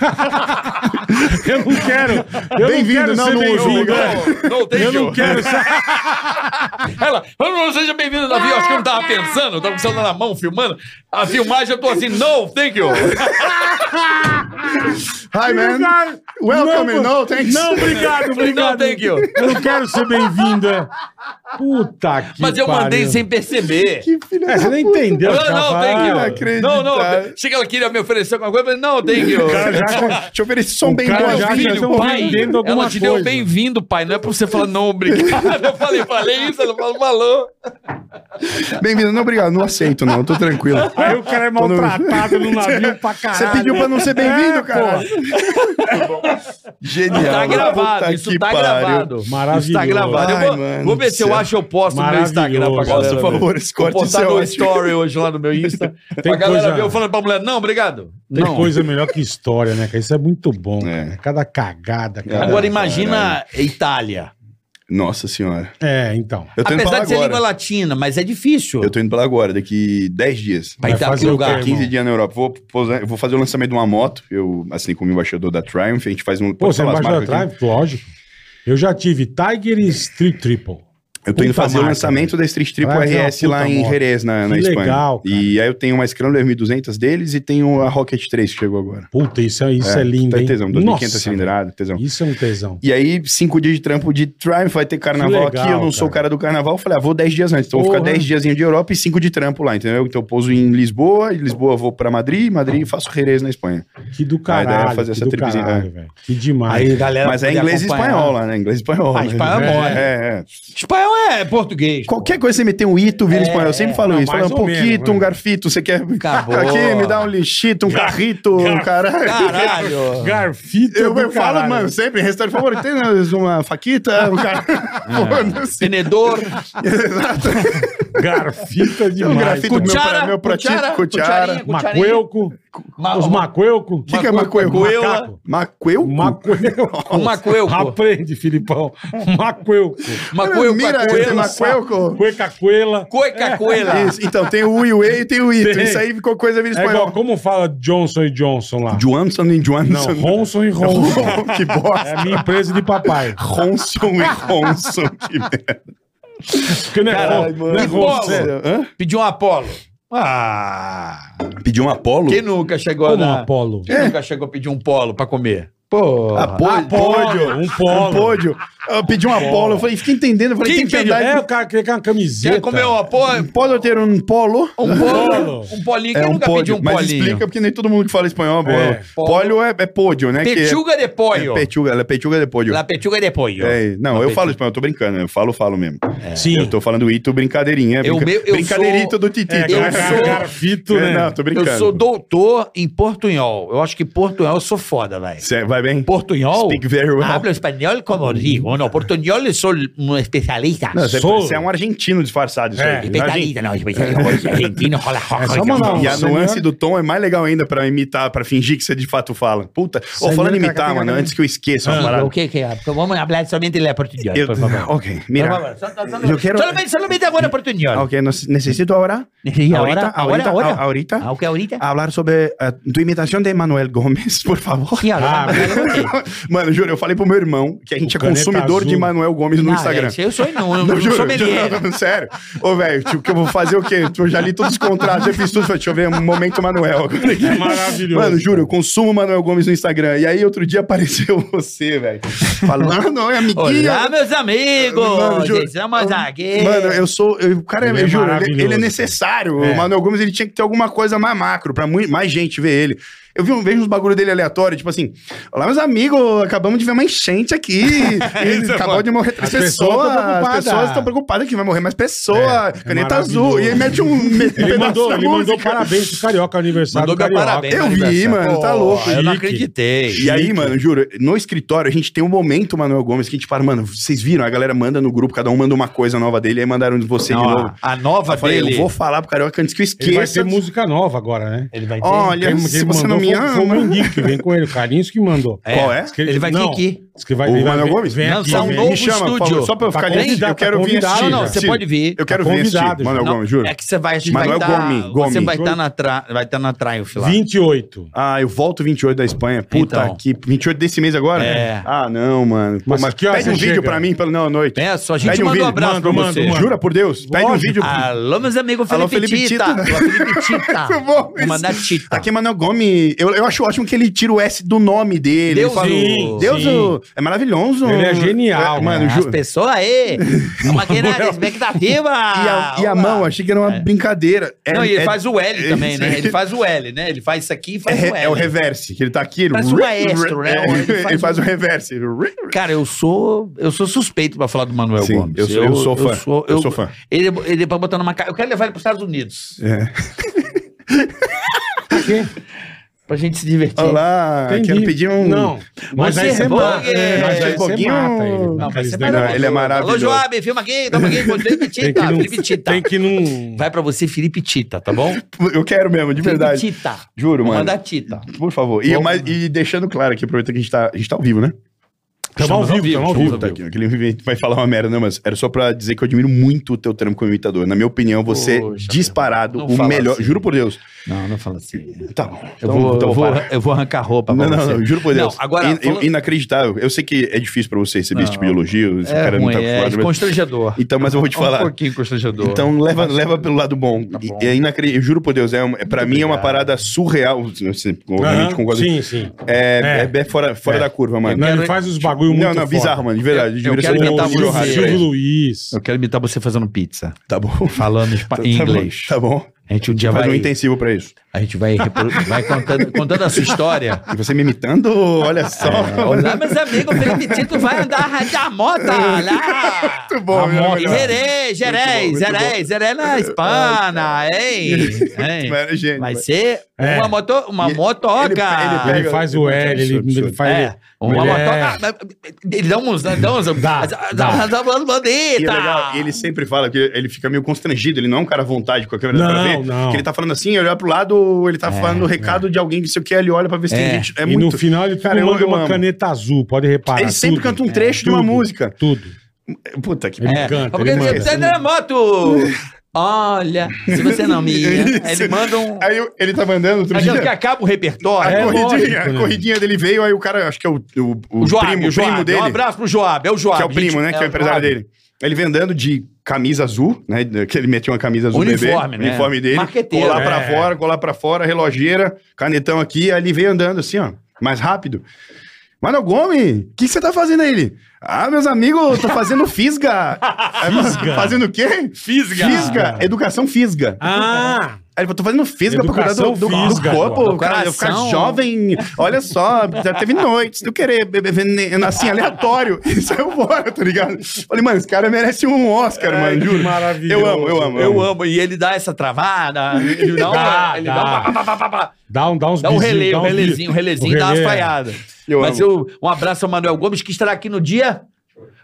C: Eu não quero. eu
E: Bem-vindo,
C: quero
E: não,
C: ser
E: não uso,
C: bem-vindo, é.
D: não
C: Eu não quero ser.
D: Ela, "Oh, seja bem-vindo ao navio. Acho que eu não tava pensando. Eu tava com o celular na mão filmando. A filmagem eu tô assim: não, thank you.
E: Hi, man. Welcome.
C: Não,
E: No, thanks.
C: Não, obrigado,
D: não,
C: obrigado.
D: thank you.
C: Eu não quero ser bem-vinda. Puta que
D: Mas eu mandei
C: pariu.
D: sem perceber.
E: Que filha
C: É, você não entendeu.
D: Ela, não,
C: cara.
D: thank you. Não, não.
E: Inacreditável.
D: Chega, ela queria me oferecer alguma coisa. Eu falei, não, thank you.
C: Cara, já-
E: Deixa eu ver esse som
C: O
E: bem
C: cara
E: bom.
C: já
D: um
E: filho.
C: achou- estão vendendo alguma
D: ela te deu
C: coisa.
D: bem-vindo, pai. Não é pra você falar não, obrigado. Eu falei, falei isso, ela falou, falou.
E: Bem-vindo. Não, obrigado. Não aceito, não. Eu tô tranquilo.
C: Aí o cara é
E: Quando-
C: maltratado no navio pra
E: Você
C: caralho.
E: pediu pra não ser bem-vindo,
C: É,
E: cara.
C: pô.
E: Genial. né?
D: Tá gravado,
E: Puta
D: isso
E: que
D: tá
E: pariu.
D: gravado.
C: Maravilhoso.
D: Isso tá gravado. Eu
E: Ai,
D: vou,
E: mano
D: vou ver
E: do
D: se eu
E: céu.
D: acho, eu posto no meu Instagram pra
C: Maravilhoso,
D: galera. ver.
E: Por favor, esse
D: Vou
E: corte
D: postar
E: é
D: no
E: ótimo.
D: story hoje lá no meu Insta. pra galera
C: coisa-
D: ver eu falando pra mulher, não, obrigado.
C: Tem
D: não.
C: coisa melhor que história, né? cara? Isso é muito bom.
E: É.
C: cara. Cada cagada. Cada...
D: Agora
E: Caralho.
D: imagina Itália.
E: Nossa senhora.
C: É, então.
E: Eu tô indo pra
D: Apesar
E: lá
D: de ser língua
E: agora.
D: latina, mas é difícil.
E: Eu tô indo pra lá agora, daqui 10 dias.
D: Pra
C: Vai
D: Itália, que
C: fazer o
D: lugar?
C: quê?
E: 15
C: irmão.
E: dias na Europa. Vou, posar- eu vou fazer o lançamento de uma moto. Eu assinei como embaixador da Triumph. A gente faz um.
C: Pô,
E: pode
C: você
E: falar as
C: embaixou da
E: marcas aqui?
C: Triumph? Lógico. Eu já tive Tiger e Street Triple.
E: Eu tô indo
C: Puta
E: fazer o
C: marca,
E: lançamento da Street Triple
C: Vai fazer uma
E: RS
C: puta
E: lá em
C: moto.
E: Jerez, na, na
C: Que
E: Espanha.
C: legal, cara.
E: E aí eu tenho uma Scrambler 1200 deles e tenho a Rocket 3 que chegou agora.
C: Puta, isso é, isso é, lindo,
E: Tá
C: hein?
E: tesão, 2500 cilindrada, tesão.
C: Isso é um tesão.
E: E aí, cinco dias de trampo de Triumph, vai ter carnaval
C: Que legal,
E: aqui. Eu não sou o
C: cara.
E: cara do carnaval. Eu falei, ah, vou 10 dias antes. Então, eu vou ficar
C: Porra.
E: 10 dias de Europa e cinco de trampo lá, entendeu? Então, eu pouso em Lisboa, em Lisboa eu vou pra Madrid, Madrid eu faço Jerez na Espanha.
C: Que do
E: A ideia é
C: caralho.
E: fazer
C: que
E: essa
C: do
E: tripezinha,
C: caralho,
E: é.
C: velho. Que demais.
D: Aí, galera,
E: Mas é
D: poder
E: inglês
D: acompanhar.
E: e espanhol lá, né? Inglês e espanhol.
D: Ah,
E: né?
D: espanhol é bom, né?
E: É, é.
D: Espanhol é português.
E: Qualquer coisa você meter um ito, vira espanhol. Eu sempre falo
C: Tipo, É, Não,
E: isso.
C: mais
E: Fala um
C: ou menos,
E: pouquito,
C: né?
E: um garfito. Você quer
D: Acabou.
E: aqui, me dá um lixito, um carrito, um caralho.
D: Caralho.
C: Garfito
E: Eu,
C: do
E: eu falo,
C: caralho.
E: mano, sempre em restaurante favorito, tem né, uma faquita, um cara.
C: É.
E: Foda-se.
D: Tenedor.
E: Exato.
C: Garfita demais.
E: um
C: cara.
E: grafito meu
D: Cuchara,
E: pra- meu pratito,
D: cuchara,
E: cuchara.
D: cucharinha,
C: Macuelco.
D: Ma-
C: Os macuelco.
E: O que, que é macuelco?
C: Macaco.
E: Macuelco?
C: Macuelco.
D: Macuelco.
C: Aprende, Filipão. Macuelco.
D: Macuelco,
E: Mira, esse
D: cacuelo.
E: é macuelco.
C: Cueca cuela.
D: Cueca, coela.
E: Isso, Então, tem o Ui Ui e tem o Ito.
C: Tem.
E: Isso aí ficou coisa vira
C: É igual,
E: espanhol.
C: como fala Johnson e Johnson lá?
E: Johnson e
C: Não,
E: Johnson.
C: Ronson e Ronson.
E: que
C: É
E: bosta.
C: a minha empresa de papai.
E: Ronson e Ronson. Que merda.
C: Porque não é, Ron- não é
D: que bola.
C: Ronson.
E: Hã?
D: Pediu um Apolo. Ah!
E: Pediu um Apolo?
D: Quem nunca chegou
C: é Como
D: na...
C: Apolo?
D: né?
E: É.
D: Quem nunca chegou a pedir um polo pra comer? Pô,
E: Apódio.
C: Um polo.
E: Um pódio. Eu pedi um polo. Eu falei, fiquei entendendo. Eu falei,
C: Quem
E: tem que
C: pediu? É,
E: andar.
C: o cara queria uma camiseta.
D: quer comer um apoio?
E: Pode eu ter um polo?
D: Um polo.
C: Polo.
D: Um polinho. Quem
E: É um
D: nunca pediu
E: pódio.
D: um
E: mas
D: polinho?
E: explica, porque nem todo mundo que fala espanhol.
C: É,
E: É,
D: polo.
E: Polho é, é pódio, né?
D: Pechuga de
E: que é, é
D: pollo.
E: pechuga, ela é pechuga de pódio.
D: La pechuga de pollo.
E: É, não, eu falo espanhol, eu tô brincando, eu falo, falo mesmo.
C: Sim.
E: Eu tô falando ito, brincadeirinha.
D: É. Eu
E: brinca-
D: meu- eu
E: brincadeirito
D: sou-
E: do Titito.
C: É,
D: Eu
C: cara,
D: sou-
C: garfito,
E: É,
C: né?
E: Não, tô brincando.
D: Eu sou doutor em portunhol. Eu acho que portunhol eu sou foda, velho.
E: Cê vai bem?
D: Portunhol?
E: Speak very well.
D: Hablo espanhol como digo. No portunhol eu sou um especialista.
E: Não, você,
C: sou.
E: você é um argentino disfarçado, isso
C: É,
E: aí. Na Argen-
D: Especialista, não. Especialista. Argentino, rola, rola.
C: É só mandar um-
E: E a
C: Senhor-
E: nuance do tom é mais legal ainda pra imitar, pra fingir que você de fato fala. Puta, Ô,
C: Senhor-
E: falando em imitar,
C: Caraca,
E: mano,
C: caraca.
E: antes que eu esqueça
C: Ah,
E: uma
D: Digo,
E: parada.
D: O que que é? Então Vamos falar somente de portunhol,
E: Ah, Eu-
D: por favor.
E: ok,
D: Por
E: mira.
D: favor, só- só-
E: eu quero- Ah,
D: Solamente, solamente agora portunhol.
E: Ok, nos- necesito ahora,
D: Y ahora,
E: ahorita,
D: ahora, ahora.
E: ahorita,
D: Ah, ok, ahorita.
E: hablar sobre eh, tu imitação de Manuel Gomes, por favor.
D: Sim, agora.
C: Ah,
E: Mano, juro, eu falei pro meu irmão que a gente
C: O
E: é
C: caneta
E: consumidor
C: azul.
E: de Manuel Gomes no
D: Não,
E: Instagram.
D: gente, Eu sou não, eu
E: Não,
D: não
E: juro,
D: sou
E: juro,
D: menino.
E: não, sério. Ô, velho, tipo, que eu vou fazer o quê? Eu já li todos os contratos, já fiz tudo. Falei, deixa eu ver um momento Manuel agora aqui.
C: É maravilhoso.
E: Mano, juro, eu consumo Manuel Gomes no Instagram. E aí, outro dia apareceu você, velho. Falando, oi, é amiguinho.
D: Olá, meus
E: Mano,
D: amigos!
E: juro.
D: Estamos aqui!
E: Mano, eu sou. eu- o cara,
C: Ele
E: eu
C: é
E: juro, ele,
C: maravilhoso.
E: ele é necessário.
C: É.
E: O Manuel Gomes ele tinha que ter alguma coisa mais macro, pra mui- mais gente ver ele. Eu vi um, vejo uns bagulho dele aleatório, tipo assim: Olá, meus amigos, acabamos de ver uma enchente aqui. E acabou de morrer três
C: é As pessoas
E: pessoas.
C: tão preocupadas.
E: As pessoas estão preocupadas que vai morrer mais pessoas.
C: É, é
E: caneta azul. E aí mete um, mete um
C: Ele
E: pedaço
C: mandou,
E: da
C: ele mandou
E: música.
C: parabéns pro Carioca, aniversário
D: Mandou
C: do
D: meu
C: Carioca.
D: parabéns.
E: Eu vi,
D: aniversário.
E: mano, tá
D: Pô,
E: louco.
D: Eu não
C: Chique.
D: acreditei.
E: E aí, mano, juro, no escritório a gente tem um momento, Manuel Gomes, que a gente para, mano, vocês viram? A galera manda no grupo, cada um manda uma coisa nova dele, aí mandaram de você de
D: Não,
E: novo.
D: a, a nova
E: Eu falei,
D: dele.
E: eu vou falar pro Carioca antes que eu esqueça.
C: Ele vai ter música nova agora, né?
D: Ele vai ter.
E: Olha,
C: Quem-
E: se
C: quem
E: você
C: mandou foi-
E: não me
C: Foi o
E: ama...
C: Manguinho que vem com ele, o Carlinhos que mandou.
D: É.
E: Qual é?
C: Diz que
D: Ele vai vir
C: não,
D: aqui.
C: diz que vai,
E: O
C: ele vai
E: Manuel
C: vir-
E: Gomes?
C: Vem
D: Não,
C: aqui,
D: são
C: vem.
D: novo
E: me chama, por
D: estúdio.
E: favor, só pra eu
C: Tá
E: ficar ali.
C: convidado,
E: Eu quero
C: tá
E: vir
C: convidado,
E: assistir.
D: Não, não, você
E: Sim.
D: pode vir.
E: Eu quero
C: Tá
E: vir assistir,
C: convidado,
E: Manuel
D: Não,
E: Gomes, juro.
D: É que você vai, a gente
E: Manuel
D: vai tá-
E: Gomes,
D: Você
E: Gomes.
D: vai estar na, tra... vai tá na Triumph lá.
C: 28.
E: Ah, eu volto 28 da Espanha. Puta
D: Então.
E: que... 28 desse mês agora?
D: É.
E: Ah, não, mano. Pô,
C: Mas
E: mas
C: que horas
E: pede um
C: você
E: vídeo
C: chega?
E: pra mim, pelo não, à noite.
D: É, só a gente
E: Pede um
D: manda um
E: vídeo.
D: abraço
C: Manda,
D: pra
C: manda,
D: você. Ah,
C: manda.
E: Jura por Deus, pede um
C: Lógico.
E: vídeo.
D: Alô, meus amigos,
E: Alô,
D: Felipe,
E: Felipe
D: Tita.
E: Tita.
D: Alô, Felipe Tita.
E: Foi bom
D: Tá. Vou mandar
E: isso.
D: Tita.
E: Aqui é Manuel Gomes. Eu, eu acho ótimo que ele tira o S do nome dele.
D: Deus
E: Ele fala,
D: o-
E: Deus
C: sim.
E: o- é maravilhoso.
C: Ele é genial,
E: É, mano.
C: né?
E: ju-
D: As pessoas aí, uma né? grande expectativa.
E: E a, e a
D: Olá.
E: mão, achei que era uma brincadeira. É,
D: ah, Não, e ele
E: é-
D: faz o L
E: é-
D: também, né? Ele faz o L, né? Ele faz isso aqui e
E: É,
D: faz o L.
E: é o reverse, que ele tá aqui. Ele
D: Parece um maestro, né?
E: É,
D: Ele
E: ele,
D: faz
E: faz o reverse.
D: Cara, eu sou, eu sou suspeito pra falar do Manuel
E: Sim,
D: Gomes.
E: eu sou- eu sou fã. Eu
D: eu-
E: sou fã.
D: Ele, ele é pra botar numa ca- Eu quero levar ele pros Estados Unidos.
E: É.
D: Pra gente se divertir.
E: Olá,
C: Entendi.
E: quero pedir um.
C: Não, mas
D: Você
C: aí você
D: é
C: mata.
D: burger.
C: né? Mas aí você
E: Boguinho.
C: mata ele.
E: Não,
C: com
D: Não, vai
C: aqueles
D: ser
C: negócios.
D: maravilhoso.
E: ele é maravilhoso.
D: Alô, Joab, filma aqui, toma aqui, com Felipe
C: Tem que
D: Tita,
C: não-
D: Felipe Tita.
C: Tem que não...
D: Vai pra você, Felipe Tita, tá bom?
E: Eu quero mesmo, de verdade.
D: Felipe Tita.
E: Juro,
D: Vou
E: mano.
D: mandar Tita.
E: Por favor. E, mas- e deixando claro aqui, aproveitando que a gente tá, a gente tá ao vivo, né?
C: Tamo ao
D: Estamos ao
C: vivo, tamo ao
D: vivo,
C: vivo.
E: Puta, aqui, aquele evento vai falar uma merda, não, mas era só pra dizer que eu admiro muito o teu trampo como imitador. Na minha opinião, você
D: Poxa,
E: disparado,
D: não
E: o
D: fala
E: melhor.
D: assim.
E: Juro por Deus.
D: Não, não fala assim.
E: Tá bom.
D: Eu,
E: Então-
D: vou,
E: então
D: eu, vou,
E: parar.
D: eu vou arrancar roupa pra
E: Não, não,
D: você.
E: não, juro por
D: Não,
E: Deus.
D: agora,
E: In- in-
D: falando-
E: inacreditável. Eu sei que é difícil pra você receber esse tipo de
D: Não.
E: elogio. esse
D: É
E: cara não
D: ruim,
E: tá
D: é
E: acostumado, mas-
D: constrangedor.
E: Então, mas eu vou te
D: É Um
E: falar.
D: pouquinho constrangedor.
E: Então leva, leva pelo lado bom. E-
D: bom.
E: É inacreditável. Eu juro por Deus, é, um- é para mim é uma parada surreal. Assim, obviamente
C: Aham,
E: com o Godinho.
C: Sim, sim.
E: É,
C: É.
E: é, é fora, fora
C: É.
E: da curva, mano.
C: Não, ele
D: quero-
C: faz os bagulho
E: Não,
C: muito
E: não, bizarro, mano. De verdade.
D: Eu- eu
E: deveria
D: quero
E: ser um
D: imitar
E: monte de
D: você.
E: honrado,
C: Silvio
E: velho.
C: Luiz.
D: Eu quero imitar você fazendo pizza.
E: Tá bom.
D: Falando espa-
E: Tá
D: em
E: bom,
D: inglês.
E: Tá bom.
D: A gente um dia
E: Faz um
D: vai.
E: intensivo pra isso.
D: A gente vai, repro- vai contando, contando a sua história.
E: E você me imitando? Olha só.
D: Olá, meus amigos, o Felipe Tito vai andar de moto lá.
E: Muito bom,
C: Amor,
E: meu irmão.
D: Jerez, Jerez,
E: muito bom.
D: Jerez, Jerez na Hispana, hein? Hein?
E: Mano, gente,
D: Vai
E: mano.
D: ser
C: É.
D: uma, moto, uma
E: Ele-
D: motoca.
E: ele
C: Ele faz o
E: Absurdo,
C: L, ele, ele
E: absurdo.
C: faz...
D: É, uma
C: ele
D: motoca. Ele dá uns. Dá uns.
C: Dá, dá.
D: dá umas
E: E é
D: banditas.
E: legal, e ele sempre fala que ele fica meio constrangido, ele não é um cara à vontade com a câmera
C: Não,
E: pra ver.
C: não.
E: Que ele tá falando assim, olhar pro lado, ele tá falando o recado de alguém, não sei o que, ele olha pra ver se
D: É.
E: tem gente. É
C: e
E: muito.
C: no final ele
E: Cara,
C: cara,
E: eu-
C: manda
E: eu
C: uma
E: amo.
C: caneta azul, pode reparar.
E: Ele sempre
C: tudo.
E: canta um trecho de uma
C: Tudo,
E: música.
C: Tudo.
E: Puta que
C: Ele
E: merda.
D: É,
C: canta,
D: porque
C: ele
D: você
C: manda.
D: precisa andar na moto. Olha, se você não me. Ele manda um. é
E: Aí eu- ele tá tava andando outro
D: Aquele que
E: dia.
D: acaba o
E: A
D: repertório.
E: corridinha,
C: lógico,
E: a
C: né?
E: corridinha dele veio, aí o cara, acho que é o, o, o
D: É O Joab,
E: primo,
D: o
E: o
D: Joab.
E: primo
D: Um
E: dele.
D: abraço pro Joab, é o Joab.
E: Que é o primo,
D: gente.
E: né? Que é o
D: Joab.
E: empresário dele. Ele vem andando de camisa azul, né? Que ele metia uma camisa azul
D: Uniforme,
E: bebê,
D: né?
E: uniforme dele.
D: Marqueteiro.
E: Colar pra
C: É.
E: fora, colar pra fora, relogeira, canetão aqui. Aí ele veio andando assim, ó, mais rápido. Mano Gomes, o que que você tá fazendo aí? Ele, Ah, meus amigos, eu tô fazendo fisga. fisga. fazendo o quê?
D: Fisga.
E: Fisga. Educação fisga.
C: Ah!
E: Aí ele falou, tô fazendo fisga pra cuidar
C: Educação
E: do, do, do
C: fisga,
E: corpo,
C: mano.
E: do cara, eu ficar
D: Coração.
E: jovem. Olha só, já teve noites de eu querer beber veneno, assim, aleatório. E saiu fora, tá ligado? Falei, mano, esse cara merece um Oscar,
C: Ai,
E: mano,
C: É, que
E: juro.
C: maravilhoso.
E: Eu amo, eu amo,
D: Eu amo. E ele dá essa travada. Ele dá
C: Dá,
D: uma. Ele dá,
C: dá.
D: uma pá, pá, pá, pá, pá.
C: Dá um, dá uns
D: Dá um
C: bizinhos,
D: releio, um
C: uns bizinhos.
D: relezinho, um relezinho,
C: O é.
D: dá
C: relé.
D: umas falhadas.
E: Eu
D: Mas
E: amo.
D: eu, um abraço ao Manuel Gomes, que estará aqui no dia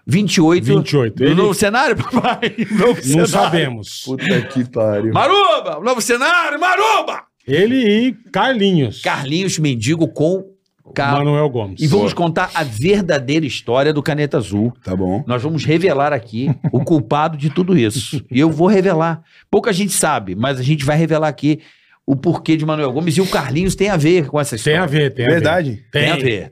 D: 28.
C: 28.
D: No
C: Ele-
D: novo cenário, papai? Novo
C: Não
D: cenário.
C: sabemos.
E: Puta que pariu.
D: Marumba! Novo cenário, Marumba!
C: Ele e Carlinhos.
D: Carlinhos Mendigo com K.
C: Manuel Gomes.
D: E vamos contar a verdadeira história do Caneta Azul.
E: Tá bom.
D: Nós vamos revelar aqui o culpado de tudo isso. E eu vou revelar. Pouca gente sabe, mas a gente vai revelar aqui o porquê de Manuel Gomes e o Carlinhos tem a ver com essa
C: Tem
D: história.
C: a ver, tem
E: Verdade.
C: a ver.
D: Tem a ver, tem a ver. Tem,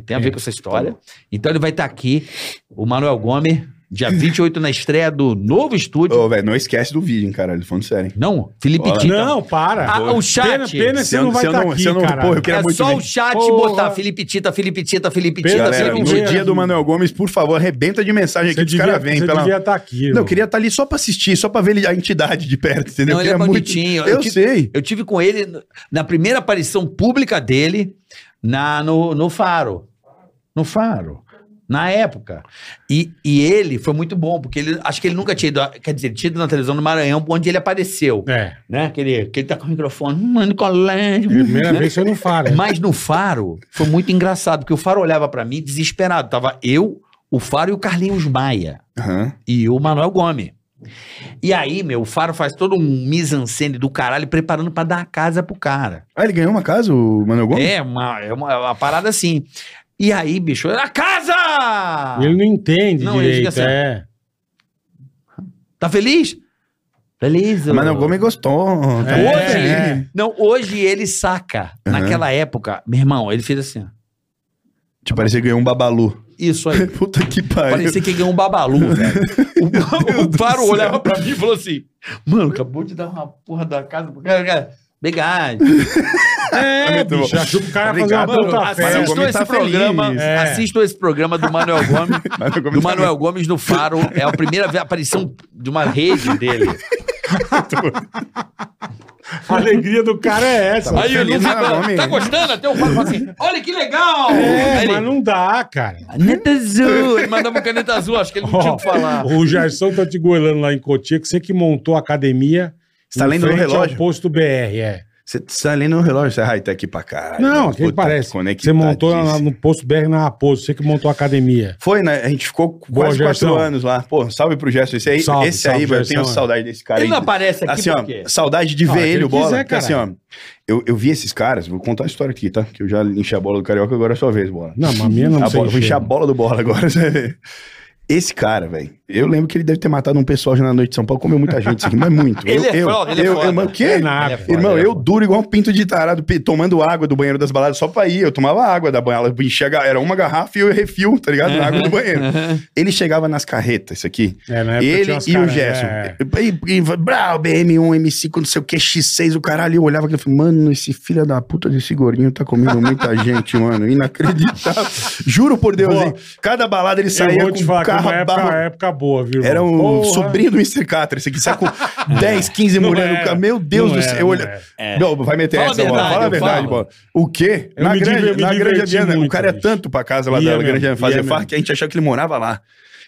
C: tem,
D: a ver
C: tem.
D: com essa história. Então ele vai estar aqui, o Manuel Gomes, dia 28, na estreia do novo estúdio.
E: Ô, velho, não esquece do vídeo, hein, caralho. Falando sério, hein.
D: Não, Felipe
E: Olha.
D: Tita.
C: Não, para.
D: Ah, o chat.
C: Pena, pena que
E: Se
C: você
E: eu-
C: não vai
E: se eu
C: estar
E: não-
C: aqui,
E: se eu não-
C: cara.
E: porra, eu quero-
D: É
E: muito
D: só
E: bem. é
D: o chat
C: Porra.
D: botar Felipe Tita, Felipe Tita, Felipe Tita,
C: Pena,
E: Galera,
C: você
E: no
C: não
D: Felipe Tita.
C: veio
E: dia do
C: aqui.
E: Manuel Gomes, por favor, arrebenta de mensagem aqui
C: Você
E: que os
C: devia,
E: caras
C: você
E: vêm. Pela...
C: devia estar aqui.
E: Não, eu
C: irmão.
E: queria estar ali só pra assistir, só pra ver a entidade de perto, entendeu?
D: Não, ele
E: Eu
D: é
E: queria muito-
D: bonitinho.
E: Eu,
D: tive-
E: sei.
D: Eu tive com ele no- na primeira aparição pública dele na, no, no Faro. No Faro. Na época. E, e ele foi muito bom, porque ele acho que ele nunca tinha ido. a- Quer dizer, ele tinha ido na televisão do Maranhão, onde ele apareceu.
C: É.
D: Né? Que ele, que ele tá com o microfone, hum, no colégio. hum",
C: Primeira
D: né?
C: vez você não fala.
D: Mas no Faro foi muito engraçado, porque o Faro olhava pra mim desesperado. Tava eu, o Faro e o Carlinhos Maia
E: Aham.
D: e o Manuel Gomes. E aí, meu, o Faro faz todo um mise-en-scène do caralho preparando pra dar a casa pro cara.
E: Ah, ele ganhou uma casa, o Manuel Gomes?
D: É uma, é uma, é uma parada assim. E aí, bicho, é a casa!
C: Ele não entende
D: Não, ele
C: direito.
D: fica assim,
C: é.
D: Tá feliz? Feliz.
E: O Manuel
D: ô.
E: Gomes gostou. Tá
C: É,
E: muito feliz.
C: é.
D: Não, hoje ele saca.
E: Aham.
D: Naquela época, meu irmão, ele fez assim, ó.
E: Tipo, parecia que ganhou um babalu.
D: isso aí.
E: Puta que pariu.
D: Parecia que ganhou um babalu, velho. O, o Faro olhava pra mim e falou assim: Mano, acabou de dar uma porra da casa pro cara. cara. Obrigado.
C: É,
E: muito
C: bicho,
E: bom.
C: achou que o cara ia fazer
E: Obrigado,
C: uma
D: Mano,
C: puta
E: Manuel
C: festa.
D: assistam
E: Gomes
D: esse
E: tá feliz.
D: programa.
C: É.
D: Assistam esse programa do Manuel Gomes.
E: Manuel Gomes
D: do
E: tá
D: Manuel Gomes no Faro. É a primeira ve- aparição de uma rede dele.
C: A alegria do cara é essa.
D: Aí ele
E: feliz,
D: tá,
E: Manuel Gomes.
D: tá gostando? Até o Faro fala assim: Olha que legal! Aí
C: É,
D: ele,
C: mas não dá, cara.
D: Caneta azul. Ele mandava um caneta azul, acho que ele não tinha o que falar.
C: Ó, o Gerson tá te goelando lá em Cotia, que você que montou a academia.
E: Você tá
C: em
E: lendo no
C: frente ao
E: relógio?
C: posto BR, é.
E: Você tá lendo no relógio, você é high-tech pra caralho.
C: Não,
E: Puta,
C: aquele parece. Você
E: conectadíssimo.
C: montou na- no posto BR na Raposo, você que montou a academia.
E: Foi, né? A gente ficou quase
C: Boa,
E: quatro
C: Gerson.
E: anos lá. Pô, salve pro Gerson. Esse aí,
C: Salve,
E: esse
C: salve,
E: aí velho, eu tenho
C: Gerson.
E: saudade desse cara.
D: Ele não é
E: aí.
D: aparece aqui
E: Assim,
D: por
E: ó,
D: quê?
E: saudade de
C: Ah,
E: ver
C: quem
E: ele, o bola.
C: quiser,
E: porque assim, ó, eu, eu vi esses caras, vou contar a história aqui, tá? Que eu já enchi a bola do Carioca, agora é a sua vez, bola.
C: Não, mas a minha não
E: a
C: sei
E: bola, vou
C: encher.
E: encher a bola do bola agora, você vai ver. Esse cara, velho, eu lembro que ele deve ter matado um pessoal já na noite de São Paulo, comeu muita gente isso aqui, mas muito.
D: Ele
E: eu,
D: é
E: eu,
D: foda, ele é
E: eu,
D: foda.
E: eu- mas o quê?
C: É nada.
D: Ele é
E: Irmão, eu duro igual um pinto de tarado, pi- tomando água do banheiro das baladas só pra ir. Eu tomava água da banheira, enchia, a ga- era uma garrafa e eu refil, tá ligado? Na água do banheiro. Ele chegava nas carretas, isso aqui.
C: É, na época
E: Ele
C: tinha umas
E: e o
C: caras,
E: Gerson.
C: é.
E: E, e, brau, BM1, M5, não sei o que, X6, o caralho. Eu olhava aquilo e falei, mano, esse filho da puta desse gordinho tá comendo muita gente, mano. Inacreditável. Juro por Deus,
C: Boa.
E: hein? Cada balada ele
C: Eu
E: saía
C: vou te
E: com
C: falar
E: um
C: que é
E: carro
C: uma época,
E: barro.
C: uma época boa, viu? irmão?
E: Era um
C: Porra.
E: sobrinho do Mr. Catra, esse aqui sai com 10, 15
C: Não
E: mulheres no
C: era.
E: carro. Meu Deus
C: Não
E: do
C: era,
E: céu.
C: não é.
E: Eu olha-
C: era.
E: Não, vai meter
D: Fala a
E: essa bola.
D: verdade,
E: Fala a
D: eu
E: verdade,
D: falo.
E: bola. O quê?
C: Eu
E: na
C: me
E: grande,
C: diver- me
E: na grande
C: diverti
E: Aviana, o
C: muito,
E: cara é
C: bicho.
E: tanto pra casa lá
C: Ia
E: dela,
C: mesmo,
E: grande Aviana,
C: ia
E: fazer
C: mesmo. É.
E: farra, que a gente achava que ele morava lá.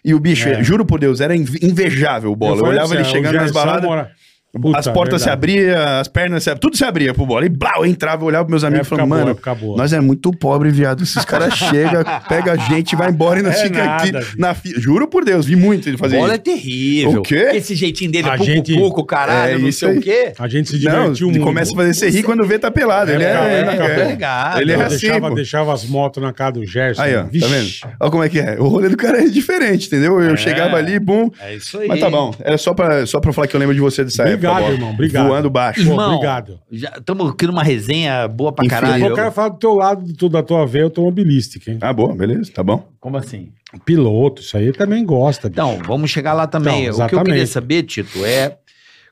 E: E o bicho, juro por Deus, era inve- invejável o bola. Eu,
C: falei
E: olhava
C: pra
E: ele
C: você,
E: chegando
C: o
E: nas
C: Gerson
E: baladas.
C: mora- Puta,
E: as portas se
C: verdade.
E: abriam, as pernas se abriam, tudo se abria pro bola. E blau, eu entrava, eu olhava pros meus amigos e
C: Época
E: falava,
C: boa,
E: mano,
C: época boa."
E: nós é muito pobre, viado. Esses caras chegam, pega a gente, vai embora e nós
C: É
E: ficamos fica
C: nada,
E: aqui. Na fi- Juro por Deus, vi muito ele fazer
D: Bola é
E: isso.
D: terrível.
E: O quê?
D: Esse jeitinho dele
C: A
D: é pouco,
C: gente-
D: pouco, caralho,
E: É
D: não
E: isso
D: sei
E: aí.
D: o quê.
C: A gente se
E: Não,
C: divertiu
E: ele
C: muito.
E: começa a fazer você rir quando vê tá pelado. Ele é.
C: Época,
E: ele
C: época
E: é-
C: boa.
D: ligado.
E: Ele é
C: Eu
E: assim.
C: deixava,
E: pô.
C: deixava as motos na casa do Gerson.
E: Aí, ó, tá
C: Vixe.
E: vendo? Olha como é que é. O rolê do cara é diferente, entendeu? Eu chegava ali, bum.
D: É isso aí.
E: Mas tá bom. Era só pra, só pra falar que eu lembro de você dessa época.
C: Obrigado,
E: bola.
C: irmão, obrigado.
E: Voando baixo.
C: Pô,
D: Irmão,
C: obrigado.
D: Estamos aqui numa resenha boa pra
E: Infinito.
D: caralho.
C: Eu quero falar do teu lado, do tu- da tua veia automobilística, hein?
E: Ah, boa, beleza, tá bom.
D: Como assim?
C: Piloto, isso aí também gosta. bicho.
D: Então, vamos chegar lá também.
C: Então,
D: o que eu queria
C: exatamente.
D: saber, Tito, é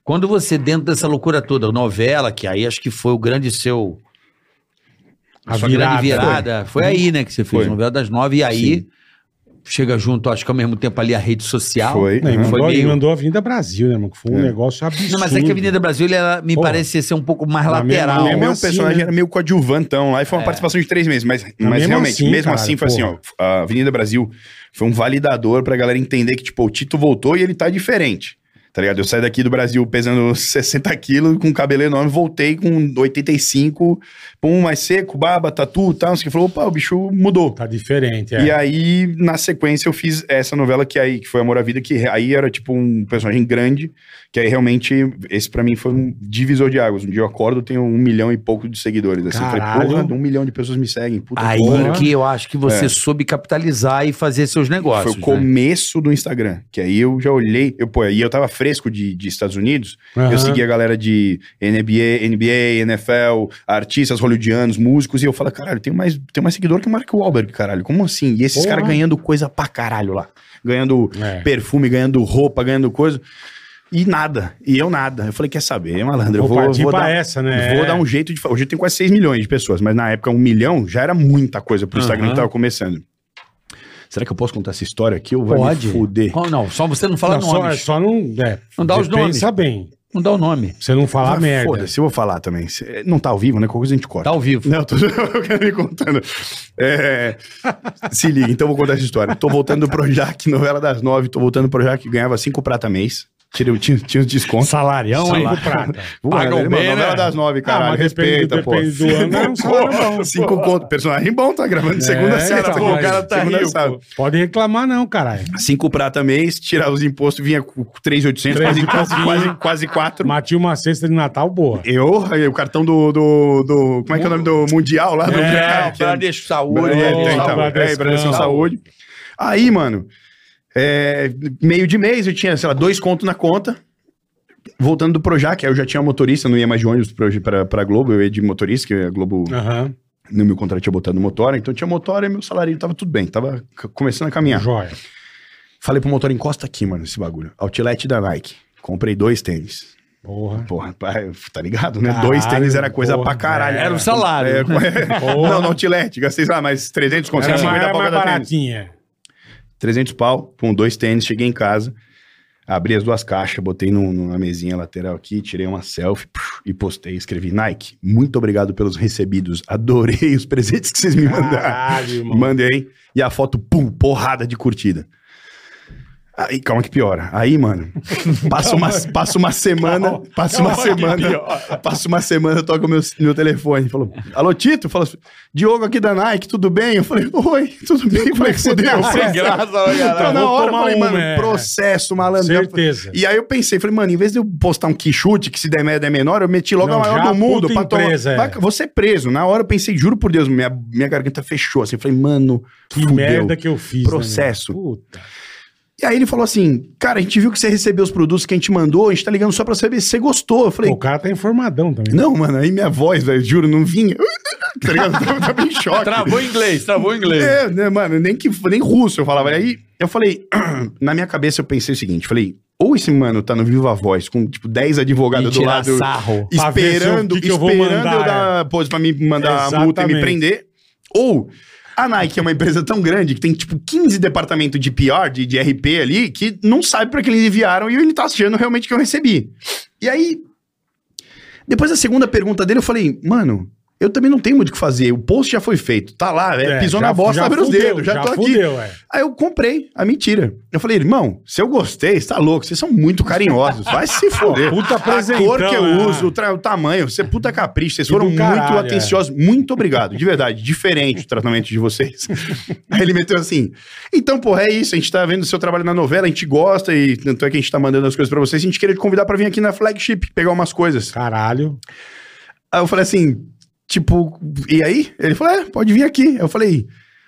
D: quando você, dentro dessa loucura toda, novela, que aí acho que foi o grande seu
C: A
D: sua
C: virada.
D: grande virada. Foi. aí, né, que você fez,
E: Foi.
D: uma virada das nove, e aí chega junto, acho que ao mesmo tempo ali a rede social.
E: Foi.
C: Não, e
E: Uhum.
D: Foi
C: mandou, e
D: meio-
C: mandou a Avenida Brasil, né, mano? Que foi um
E: É.
C: negócio absurdo.
D: Não, mas é que a Avenida Brasília, ela me
C: Porra.
D: parece ser um pouco mais
C: Na minha-
D: lateral.
E: Não,
C: Mesmo
E: meu
C: assim,
E: personagem
C: né? É.
E: era meio coadjuvantão lá e foi uma participação de três meses, mas,
C: Não,
E: mas
C: mesmo
E: realmente,
C: assim,
E: mesmo
C: cara,
E: assim, foi assim, ó.
C: porra.
E: A Avenida Brasil foi um validador pra galera entender que, tipo, o Tito voltou e ele tá diferente. Tá ligado? Eu saí daqui do Brasil pesando 60 quilos, com um cabelo enorme, voltei com 85, pum, mais seco, barba, tatu e tal. Não sei o que falou, opa, o bicho mudou.
C: Tá diferente, é.
E: E aí, na sequência, eu fiz essa novela que aí que foi Amor à Vida, que aí era tipo um personagem grande, que aí realmente, esse pra mim foi um divisor de águas. Um dia eu acordo, eu tenho um milhão e pouco de seguidores. Assim, Eu
C: Caralho.
E: falei, porra, um milhão de pessoas me seguem. Puta
D: Aí
E: que pariu.
D: que eu acho que você soube capitalizar e fazer seus
E: Foi
D: negócios.
E: o
D: né?
E: começo do Instagram, que aí eu já olhei, eu, pô, aí eu tava fresco de, de Estados Unidos,
C: Aham.
E: eu segui a galera de NBA, NBA, NFL, artistas hollywoodianos, músicos, e eu falo, caralho, tem mais, tem mais seguidor que o Mark Wahlberg, caralho, como assim? E esses
C: Porra.
E: caras ganhando coisa pra caralho lá, ganhando
C: É.
E: perfume, ganhando roupa, ganhando coisa. E nada. E eu nada. Eu falei, quer saber, malandro? Eu
C: Vou
E: vou,
C: partir
E: vou
C: pra
E: dar,
C: essa, né?
E: vou dar um jeito de. fa- Hoje eu tenho quase 6 milhões de pessoas, mas na época um milhão já era muita coisa pro Instagram que tava começando. Será que eu posso contar essa história aqui? Ou vai
D: Pode.
E: me fuder?
D: Qual- não, só você não fala
C: Não, só,
D: nomes.
C: só não... É,
D: Não dá os
C: pensa
D: nomes.
C: bem.
D: Não dá o nome.
C: Você não falar
E: Ah,
C: merda.
E: Foda-se, eu vou falar também. Cê- Não tá ao vivo, né? Qualquer coisa a gente corta.
D: Tá ao vivo.
E: Não, eu tô eu quero me contando. É, se liga, então eu vou contar essa história. Tô voltando do Projac, novela das nove, tô voltando do Projac, ganhava cinco prata mês. Tirei, tinha, tinha os descontos.
C: É um Salarião aí do prata.
E: Pagam
D: Pagam
E: mano,
D: bem,
E: novela
D: né?
E: das nove, caralho.
C: Ah, mas depende-
E: respeita, pô.
C: depende do ano, é um salário bom, pô.
E: Cinco conto. Personagem bom, tá gravando de segunda a
C: É,
E: sexta.
C: então,
E: pô,
C: mas
E: segunda a sábado.
C: Pode reclamar não, caralho.
E: Cinco prata mês, tirava os impostos, vinha com 3,800,
C: Três
E: quase,
C: e
E: quase,
C: pouquinho.
E: quase, quase quatro.
C: Matei uma cesta de Natal boa.
E: Eu, aí, o cartão do, do, do- Como é que é o nome do Mundial lá? Do,
C: É,
E: que é-
D: Bradesco Saúde.
E: é,
C: Bradesco,
E: tem, então,
C: Bradescão.
E: é, Bradescão Saúde. Aí, mano, é, meio de mês eu tinha, sei lá, dois contos na conta. Voltando do Projac, aí eu já tinha motorista, não ia mais de ônibus pro- pra, pra Globo, eu ia de motorista, que a Globo
C: Aham.
E: no meu contrato tinha botado motora, então tinha motora e meu salário tava tudo bem, tava c- começando a caminhar.
C: Joia.
E: Falei pro motor, encosta aqui, mano, esse bagulho. Outlet da Nike. Comprei dois tênis.
C: Porra.
E: Porra, pai, tá ligado, né?
C: Caralho,
E: dois tênis era coisa
C: porra,
E: pra caralho.
C: era
D: Era o salário.
E: É,
C: Porra.
E: não, no Outlet, gastei lá mais 300 com
C: Era mais,
E: 150
C: era
E: pau
C: mais
E: cada tênis.
C: baratinha.
E: 300 pau, com dois tênis, cheguei em casa, abri as duas caixas, botei no, na mesinha lateral aqui, tirei uma selfie puf, e postei, escrevi Nike, muito obrigado pelos recebidos, adorei os presentes que vocês me mandaram.
C: Caralho, irmão.
E: Mandei. E a foto, pum, porrada de curtida. Aí, calma que piora. Aí, mano, passa uma, passa uma semana, passa uma semana, passa uma semana, toca o meu, meu telefone. Falou, alô, Tito? Falou, assim, Diogo aqui da Nike, tudo bem? Eu falei, oi, tudo bem? Como é que você deu?
C: Sem graça, "Ah,
E: Então, na
C: Vou
E: hora, eu
C: tomar
E: falei,
C: uma,
E: mano,
C: é.
E: processo, malandro.
C: Certeza.
E: E aí eu pensei, falei, mano, em vez de eu postar um quichute, que se der merda é menor, eu meti logo
C: Não,
E: a maior
C: já
E: do mundo
C: puta
E: pra tomar.
C: empresa, é.
E: Vai- Vou ser preso. Na hora eu pensei, juro por Deus, minha, minha garganta fechou assim. Falei, mano,
C: Que
E: fudeu.
C: merda que eu fiz. né,
E: Processo.
C: meu? Puta.
E: E aí ele falou assim, cara, a gente viu que você recebeu os produtos que a gente mandou, a gente tá ligando só pra saber se você gostou. Eu
C: Pô,
E: falei,
C: o cara tá informadão também.
E: não, mano, aí minha voz, velho, juro, não vinha. tá ligado? Eu tava em choque.
D: Travou em inglês, travou em inglês.
E: É, né, mano, nem, que, nem russo eu falava. Aí eu falei, na minha cabeça eu pensei o seguinte, falei, ou esse mano tá no Viva Voz com, tipo, 10 advogados do
D: tirar
E: lado,
D: sarro.
C: Pra ver se eu-
E: esperando,
C: que que eu vou
E: esperando
C: mandar,
E: eu dar, pô, pra me mandar a multa e me
C: Exatamente.
E: prender, ou... A Nike é uma empresa tão grande que tem, tipo, 15 departamentos de PR, de, de RP ali, que não sabe pra que eles enviaram e ele tá achando realmente que eu recebi. E aí, depois da segunda pergunta dele, eu falei, mano, eu também não tenho muito o que fazer. O post já foi feito, tá lá, é,
C: É,
E: pisou
C: já-
E: na bosta,
C: já
E: abre os
C: fudeu,
E: dedos, já,
C: já
E: tô
C: fudeu,
E: aqui.
C: é.
E: Aí eu comprei a mentira. Eu falei, irmão, se eu gostei, você tá louco, vocês são muito carinhosos, vai se foder.
C: puta
E: a cor que eu
C: presentão,
E: uso,
C: é.
E: o, tra- o tamanho, você é puta capricho, vocês
C: Que do
E: foram muito
C: caralho, é.
E: atenciosos, muito obrigado, de verdade, diferente o tratamento de vocês. Aí ele meteu assim, então, porra, é isso, a gente tá vendo o seu trabalho na novela, a gente gosta e tanto é que a gente tá mandando as coisas pra vocês, a gente queria te convidar pra vir aqui na Flagship, pegar umas coisas.
C: Caralho.
E: Aí eu falei assim, tipo, e aí? Ele falou, é, pode vir aqui. Eu falei,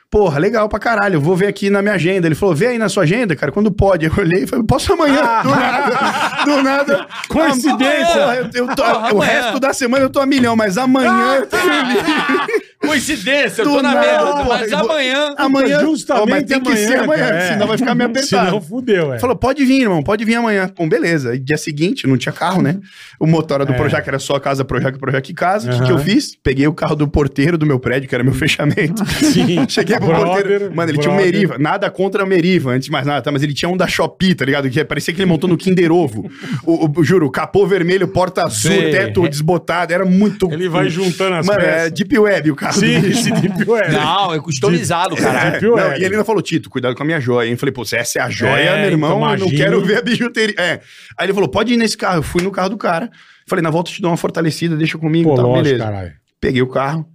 E: Porra, legal pra caralho, eu vou ver aqui na minha agenda. Ele falou, vê aí na sua agenda, cara, quando pode. Eu olhei e falei, posso amanhã?
D: Ah.
E: Do nada, do nada.
C: Coincidência.
E: Porra, eu- eu tô-
D: Porra,
E: o
D: amanhã.
E: resto da semana eu tô a milhão, mas amanhã eu tenho
D: Coincidência, eu
E: Do
D: tô na
E: nada,
D: merda.
E: porra,
D: Mas
E: eu vou-
D: amanhã.
E: Amanhã.
C: Justamente
E: Ó, mas tem que
C: amanhã,
E: ser amanhã,
C: cara, é.
E: senão vai ficar meio apertado.
C: Senão fudeu, é.
E: Falou, pode vir, irmão, pode vir amanhã. Bom, beleza. E dia seguinte, não tinha carro, né? O motor era do
C: É.
E: Projac era só casa Projac, Projac e casa. O que que, eu
C: Aham.
E: fiz? Peguei o carro do porteiro do meu prédio, que era meu fechamento.
C: Sim.
E: Cheguei pro
C: Brother,
E: porteiro. Mano, ele tinha um
C: brother.
E: Meriva. Nada contra o Meriva, antes de mais nada, tá? Mas ele tinha um da Shopee, tá ligado? Que parecia que ele montou no Kinder Ovo. O, o- juro, capô vermelho, porta azul,
D: Sei.
E: teto desbotado. Era muito.
C: Ele vai juntando as
E: Mano, é
C: peças.
E: Deep Web o carro. do
C: Sim,
E: bicho.
C: esse tipo Deep Web.
D: Não, é customizado, caralho.
C: Deep
E: Não,
C: Web.
E: e ele ainda falou, Tito, cuidado com a minha joia. Hein? Falei, pô, se essa é a joia,
C: É,
E: meu irmão,
C: então
E: eu não
C: imagina.
E: quero ver a bijuteria. É. Aí ele falou, pode ir nesse carro. Eu fui no carro do cara. Falei, na volta eu te dou uma fortalecida, deixa comigo.
C: Pô,
E: tá,
C: lógico,
E: beleza.
C: caralho.
E: Peguei o carro,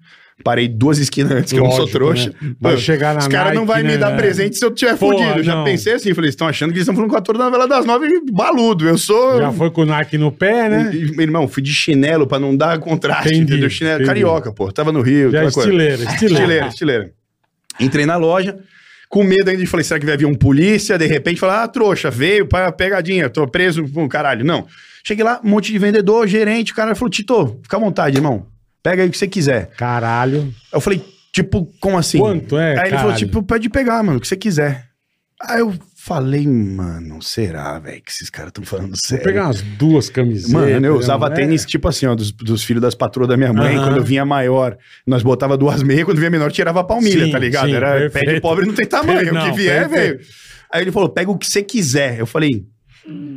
E: parei duas esquinas antes, que eu não sou
C: Lógico,
E: trouxa.
C: né? Vai
E: Pô,
C: chegar na
E: Os caras não
C: Nike,
E: vão
C: né?
E: me dar presente se eu tiver
C: Porra,
E: fudido. Já
C: não.
E: pensei assim, falei, eles estão achando que eles estão falando com a ator da novela das nove baludo. Eu sou.
C: Já foi com o Nike no pé, né?
E: E- e, meu irmão, fui de chinelo pra não dar contraste,
C: Entendi,
E: entendeu? Chinelo
C: entendi.
E: carioca, pô. Tava no Rio,
C: Já é
E: aquela coisa.
C: estileira, estileira.
E: Estileira, estileira. Entrei na loja, com medo ainda de falei, será que vai vir um polícia? De repente, falar, ah, trouxa, veio para pegadinha, tô preso, um caralho. Não. Cheguei lá, um monte de vendedor, gerente, o cara falou, Tito, fica à vontade, irmão. Pega aí o que você quiser.
C: Caralho.
E: Eu falei, tipo, como assim?
C: Quanto é,
E: Aí ele
C: caralho?
E: falou, tipo, pode pegar, mano, o que você quiser. Aí eu falei, mano, será, velho, que esses caras estão falando sério?
C: Vou pegar umas duas camisetas.
E: Mano, eu usava
C: né?
E: tênis tipo assim, ó, dos, dos filhos das patroas da minha mãe.
C: Aham.
E: Quando eu vinha maior, nós botava duas meias, quando vinha menor, tirava a palmilha,
C: Sim,
E: tá ligado?
C: sim,
E: Era pé de
C: perfeito.
E: pobre não tem tamanho, o
C: Não,
E: que vier,
C: perfeito.
E: velho. Aí ele falou: pega o que você quiser. Eu falei.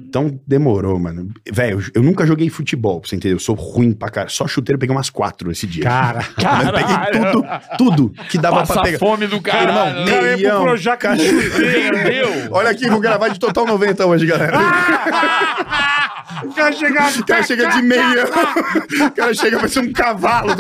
E: Então demorou, mano. Velho, eu nunca joguei futebol, pra você entender. Eu sou ruim pra cara. Só chuteiro eu peguei umas quatro esse dia.
C: Cara,
E: Mas eu peguei tudo, tudo que dava pra
D: Passa
E: pegar.
D: fome do caralho.
E: Irmão,
D: né?
C: cara, eu ia pro
E: Meião,
C: Projac
E: cara.
D: Entendeu?
E: Olha aqui, vou gravar de total 90 hoje, galera.
C: o cara chegava...
E: O cara chega de meião. O cara chega pra ser um cavalo.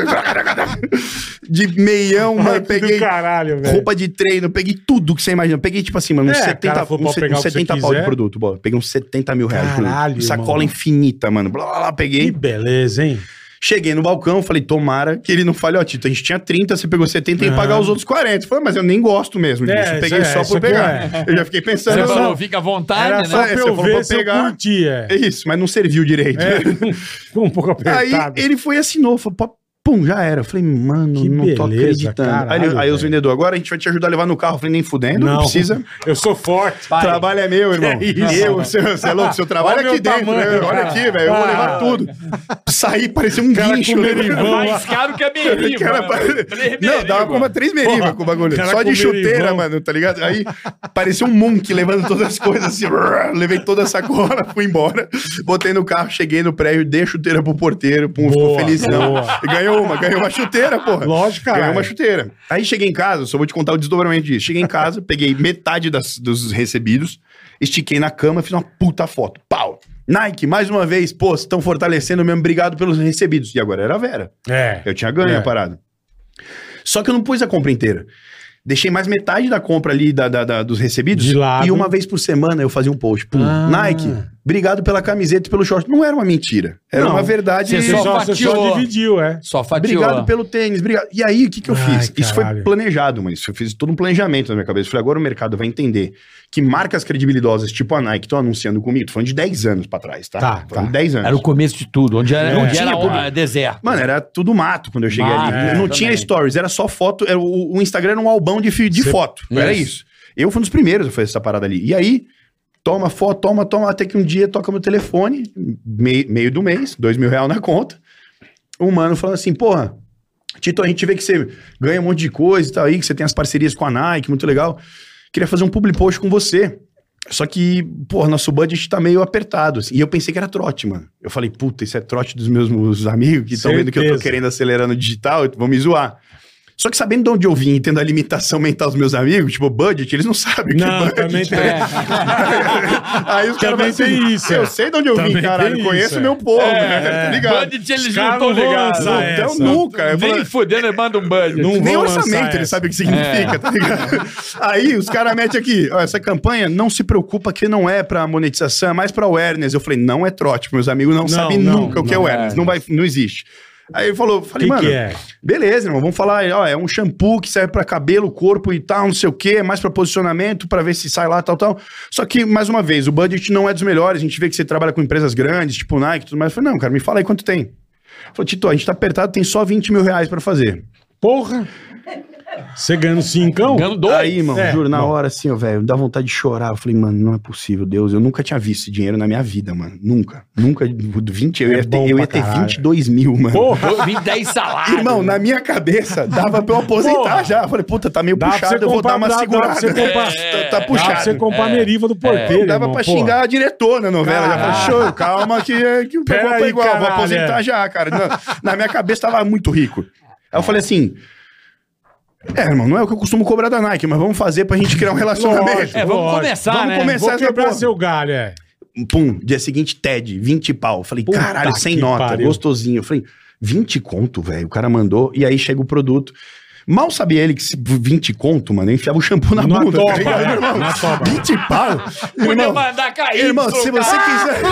E: De meião,
C: Ai,
E: mano.
C: que
E: Peguei
C: do caralho, velho.
E: roupa de treino, peguei tudo que você imagina. Peguei, tipo assim, mano, uns
C: É,
E: 70,
C: cara, for
E: uns
C: pra pegar
E: uns
C: o que você
E: 70 pau de
C: quiser.
E: produto. Bola. Peguei uns 70 mil reais. de produto.
C: Caralho,
E: Sacola
C: irmão.
E: infinita, mano. Blá, blá, blá,
C: Que
E: peguei.
C: beleza, hein?
E: Cheguei no balcão, falei, tomara que ele não fale, ó, Tito, a gente tinha 30, você pegou 70 e
C: Aham.
E: pagar os outros 40. Eu Falei, "Ah, mas eu nem gosto mesmo
C: É,
E: disso. Eu peguei
C: isso é,
E: só
C: isso
E: por
C: aqui
E: pegar. Eu já fiquei pensando.
D: Você
E: eu
D: falou, fica à
C: Era
D: vontade,
C: só
D: né?
E: É,
C: pra
E: você
C: eu
E: falou,
C: ver
E: vou
C: se eu
E: pegar.
C: curtia.
E: É isso, mas não serviu direito.
C: É, ficou um pouco
E: Aí
C: apertado.
E: ele foi e assinou, falou, pô, pum, já era. Eu falei, mano,
C: Que
E: não tô
C: beleza,
E: acreditando.
C: caralho,
E: aí ele- aí os
C: velho.
E: vendedores, agora a gente vai te ajudar a levar no carro. Eu falei, nem fudendo, não, precisa.
C: Eu sou forte.
D: Pai,
E: Trabalho é meu, irmão.
C: Que isso,
E: eu,
C: mano.
E: você, você é louco, seu trabalho
C: Olha
E: é aqui
C: o
E: dentro.
C: tamanho,
E: né? Olha
C: cara.
E: aqui, velho, eu vou
C: Ah.
E: levar tudo. Saí, parecia um
C: cara
E: guincho.
C: com
E: né?
C: merivão lá.
D: mais caro que a Meriva.
E: Cara,
D: né?
E: pare-
D: Três
E: não, dava
D: Meriva.
E: como três meriva
C: Porra,
E: com o bagulho.
C: cara
E: Só de
C: com
E: chuteira,
C: merivão.
E: mano, tá ligado? Aí parecia um monk levando todas as coisas assim. brrr, Levei toda a sacola, fui embora. Botei no carro, cheguei no prédio, dei a chuteira pro porteiro. Pum, ficou
C: Boa,
E: felizão.
C: boa.
E: E Ganhou uma, ganhou uma chuteira, porra.
C: Lógico, cara.
E: Ganhou uma chuteira. Aí cheguei em casa, só vou te contar o desdobramento disso. Cheguei em casa, peguei metade das- dos recebidos, estiquei na cama, fiz uma puta foto. Pau! Nike, mais uma vez, pô, estão fortalecendo mesmo, obrigado pelos recebidos. E agora era a Vera.
C: É.
E: Eu tinha ganho
C: É.
E: a parada. Só que eu não pus a compra inteira. Deixei mais metade da compra ali da, da- da- dos recebidos.
C: De lado.
E: E uma vez por semana eu fazia um post. Pum,
C: Ah.
E: Nike, obrigado pela camiseta e pelo short. Não era uma mentira. Era
C: Não.
E: uma verdade.
D: Você
C: Você
D: só
C: só, você só
D: fatiou.
C: dividiu, é.
D: Só fatiou.
E: Obrigado pelo tênis, obrigado. E aí, o que, que eu
C: Ai,
E: fiz? Isso foi
C: caralho.
E: planejado, mano. Isso eu fiz todo um planejamento na minha cabeça. Eu falei, agora o mercado vai entender que marcas credibilidosas, tipo a Nike, estão anunciando comigo. Tô falando de 10 anos pra trás, tá?
C: Tá,
E: Tô falando
C: tá.
E: de 10 anos.
D: Era o começo de tudo. Onde era,
C: É.
D: onde era
E: Tinha,
D: o-
E: pô.
D: deserto.
E: Mano, era tudo mato quando eu cheguei
D: Mato,
E: ali.
C: é,
E: não tinha
D: também.
E: stories, era só foto. era o, o Instagram era um albão de, fi- de
C: Cê-
E: foto. Era
D: Isso.
E: isso. Eu fui um dos primeiros a fazer essa parada ali. E aí, toma foto, toma, toma, até que um dia toca meu telefone, mei- meio do mês, dois mil reais na conta. Um mano falando assim, porra, Tito, a gente vê que você ganha um monte de coisa e tal aí, que você tem as parcerias com a Nike, muito legal. Queria fazer um public post com você. Só que, porra, nosso budget tá meio apertado. assim. E eu pensei que era trote, mano. Eu falei, puta, isso é trote dos meus, meus amigos que estão vendo que eu tô
C: Certeza.
E: querendo acelerar no digital, vão me zoar. Só que sabendo de onde eu vim e tendo a limitação mental dos meus amigos, tipo, budget, eles não sabem o que é
C: Não,
E: budget.
C: também tem.
D: É.
E: Aí os caras
C: Também
E: falam assim,
C: tem isso,
E: Eu
C: é.
E: sei de onde eu vim,
C: Também
E: caralho.
C: tem
E: Conheço
C: isso, é.
E: meu povo, né?
C: é.
E: Tá ligado?
D: Budget eles
C: Cara,
D: não estão
C: não vou
D: ligados.
C: lançar
E: Então
C: é essa.
E: nunca. Eu
D: Nem
E: falei-
D: fudendo, ele manda um budget.
C: Não
E: Nem
C: vão
E: orçamento
C: lançar
E: ele
C: essa. É.
E: sabe o que significa, tá ligado? Aí os caras metem aqui, ó, essa campanha não se preocupa que não é pra monetização, é mais pra awareness. Eu falei, não é trote, meus amigos não,
C: Não,
E: sabem
C: não,
E: nunca o que é
C: não
E: awareness,
C: é.
E: não, vai, não existe. Aí ele falou, falei,
C: que,
E: mano,
C: que é?
E: beleza, irmão, vamos falar, ó, é um shampoo que serve pra cabelo, corpo e tal, não sei o quê, é mais pra posicionamento, pra ver se sai lá, tal, tal. Só que, mais uma vez, o budget não é dos melhores, a gente vê que você trabalha com empresas grandes, tipo Nike e tudo mais. Eu falei, não, cara, me fala aí quanto tem. Falou, Tito, a gente tá apertado, tem só 20 mil reais pra fazer.
C: Porra! Você ganhando cincão?
H: Ganhando dois.
E: Aí, irmão,
C: É,
E: juro, na
C: bom.
E: hora, assim, ó, velho, dá vontade de chorar. Eu falei, mano, não é possível, Deus. Eu nunca tinha visto esse dinheiro na minha vida, mano. Nunca. Nunca. 20, eu
C: É
E: ia ter,
C: bom
E: eu
C: pra
E: ia ter
C: caralho.
E: 22 mil, mano.
C: Porra!
H: Eu vim 10 salários.
E: Irmão, na minha cabeça, dava pra eu aposentar
C: Porra.
E: já. Eu falei, puta, tá meio
C: Dá pra
E: puxado,
C: você
E: eu vou
C: comprar-
E: dar uma
C: dá- dá pra
E: segurada.
C: você comprar-
E: É, tá, tá
C: Dá pra
E: puxado.
C: você comprar a meriva do porteiro,
E: Não dava
C: irmão,
E: pra
C: porra.
E: xingar a diretor na novela. Já falei,
C: É. Caralho.
E: show, calma que, que o
C: Pera
E: meu corpo é
C: aí,
E: igual, vou
C: caralho,
E: aposentar
C: é.
E: já, cara. Na, na minha cabeça tava muito rico. Aí eu falei assim. É, irmão, não é o que eu costumo cobrar da Nike, mas vamos fazer pra gente criar um relacionamento.
C: Lógico.
H: É, vamos
C: Lógico.
H: começar,
E: Vamos
H: né?
E: começar.
C: Vou
E: essa
C: quebrar
E: porra.
C: seu galho, é.
E: Pum, dia seguinte, TED, 20 pau. Falei,
C: Puta
E: caralho, sem
C: que
E: nota,
C: pariu.
E: gostosinho. Eu falei, 20 conto, velho. O cara mandou, e aí chega o produto. Mal sabia ele que se 20 conto, mano, eu enfiava o shampoo na
C: Na
E: bunda,
C: toba,
E: tá ligado,
C: é,
E: irmão?
C: na toba.
E: 20 pau?
H: Podia
E: Irmão,
H: mandar cair.
E: irmão, se você quiser.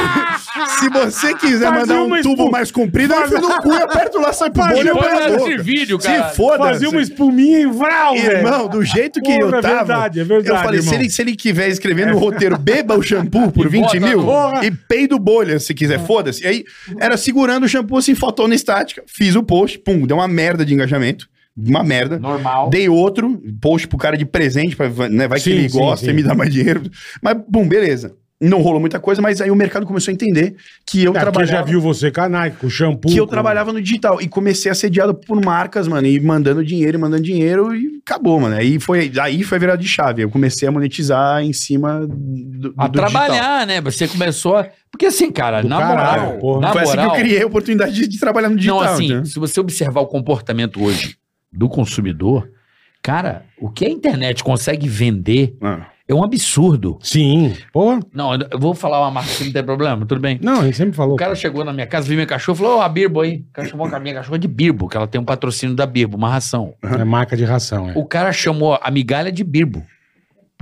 E: se você quiser
C: Fazia
E: mandar
C: uma
E: um tubo
C: espu-
E: mais comprido, eu fui no cu e aperto lá, sai pro
C: Fazia
E: bolho e eu
H: Põe
E: pego
H: lá
E: a
H: nesse
E: boca.
H: vídeo, cara.
E: Se foda
C: Fazia uma espuminha e vral, velho.
E: Irmão, do jeito que
C: Porra,
E: eu
C: é
E: tava.
C: verdade, é verdade,
E: Eu falei, se
C: irmão. É.
E: ele, se ele quiser escrevendo o roteiro, beba o shampoo por
H: E
E: 20
H: bota-
E: mil
C: Porra. É.
E: e peido bolha, se quiser, foda-se. E Aí era segurando o shampoo assim, faltou na estática. Fiz o post, pum, deu uma merda de engajamento. Uma merda.
H: Normal.
E: Dei outro post pro cara de presente, pra, né? Vai que
C: Sim,
E: ele
C: sim,
E: gosta
C: sim.
E: e me dá mais dinheiro. Mas, bum, beleza. Não rolou muita coisa, mas aí o mercado começou a entender que eu
C: É, porque
E: trabalhava
C: já viu você com a Nike, com o shampoo.
E: que eu
C: com-
E: trabalhava no digital e comecei a ser assediado por marcas, mano, e mandando dinheiro, e mandando dinheiro e acabou, mano. Aí foi, aí foi virado de chave. Eu comecei a monetizar em cima do,
H: A
E: do digital.
H: trabalhar, né? Você começou a... Porque assim, cara,
C: Do
H: na
C: caralho,
H: moral...
C: porra.
H: Na
E: foi assim
H: moral...
E: que eu criei a oportunidade de, de trabalhar no digital.
H: não, assim,
E: entendeu?
H: se você observar o comportamento hoje do consumidor, cara, o que a internet consegue vender
E: Ah.
H: é um absurdo.
C: Sim. Porra.
H: Não, eu vou falar uma marca que não tem problema, tudo bem.
C: Não, ele sempre falou.
H: O cara chegou na minha casa, viu minha cachorra, falou, ó, a Birbo aí. O cara chamou a minha cachorra de Birbo, que ela tem um patrocínio da Birbo, uma ração.
C: É marca de ração, é.
H: O cara chamou a migalha de Birbo.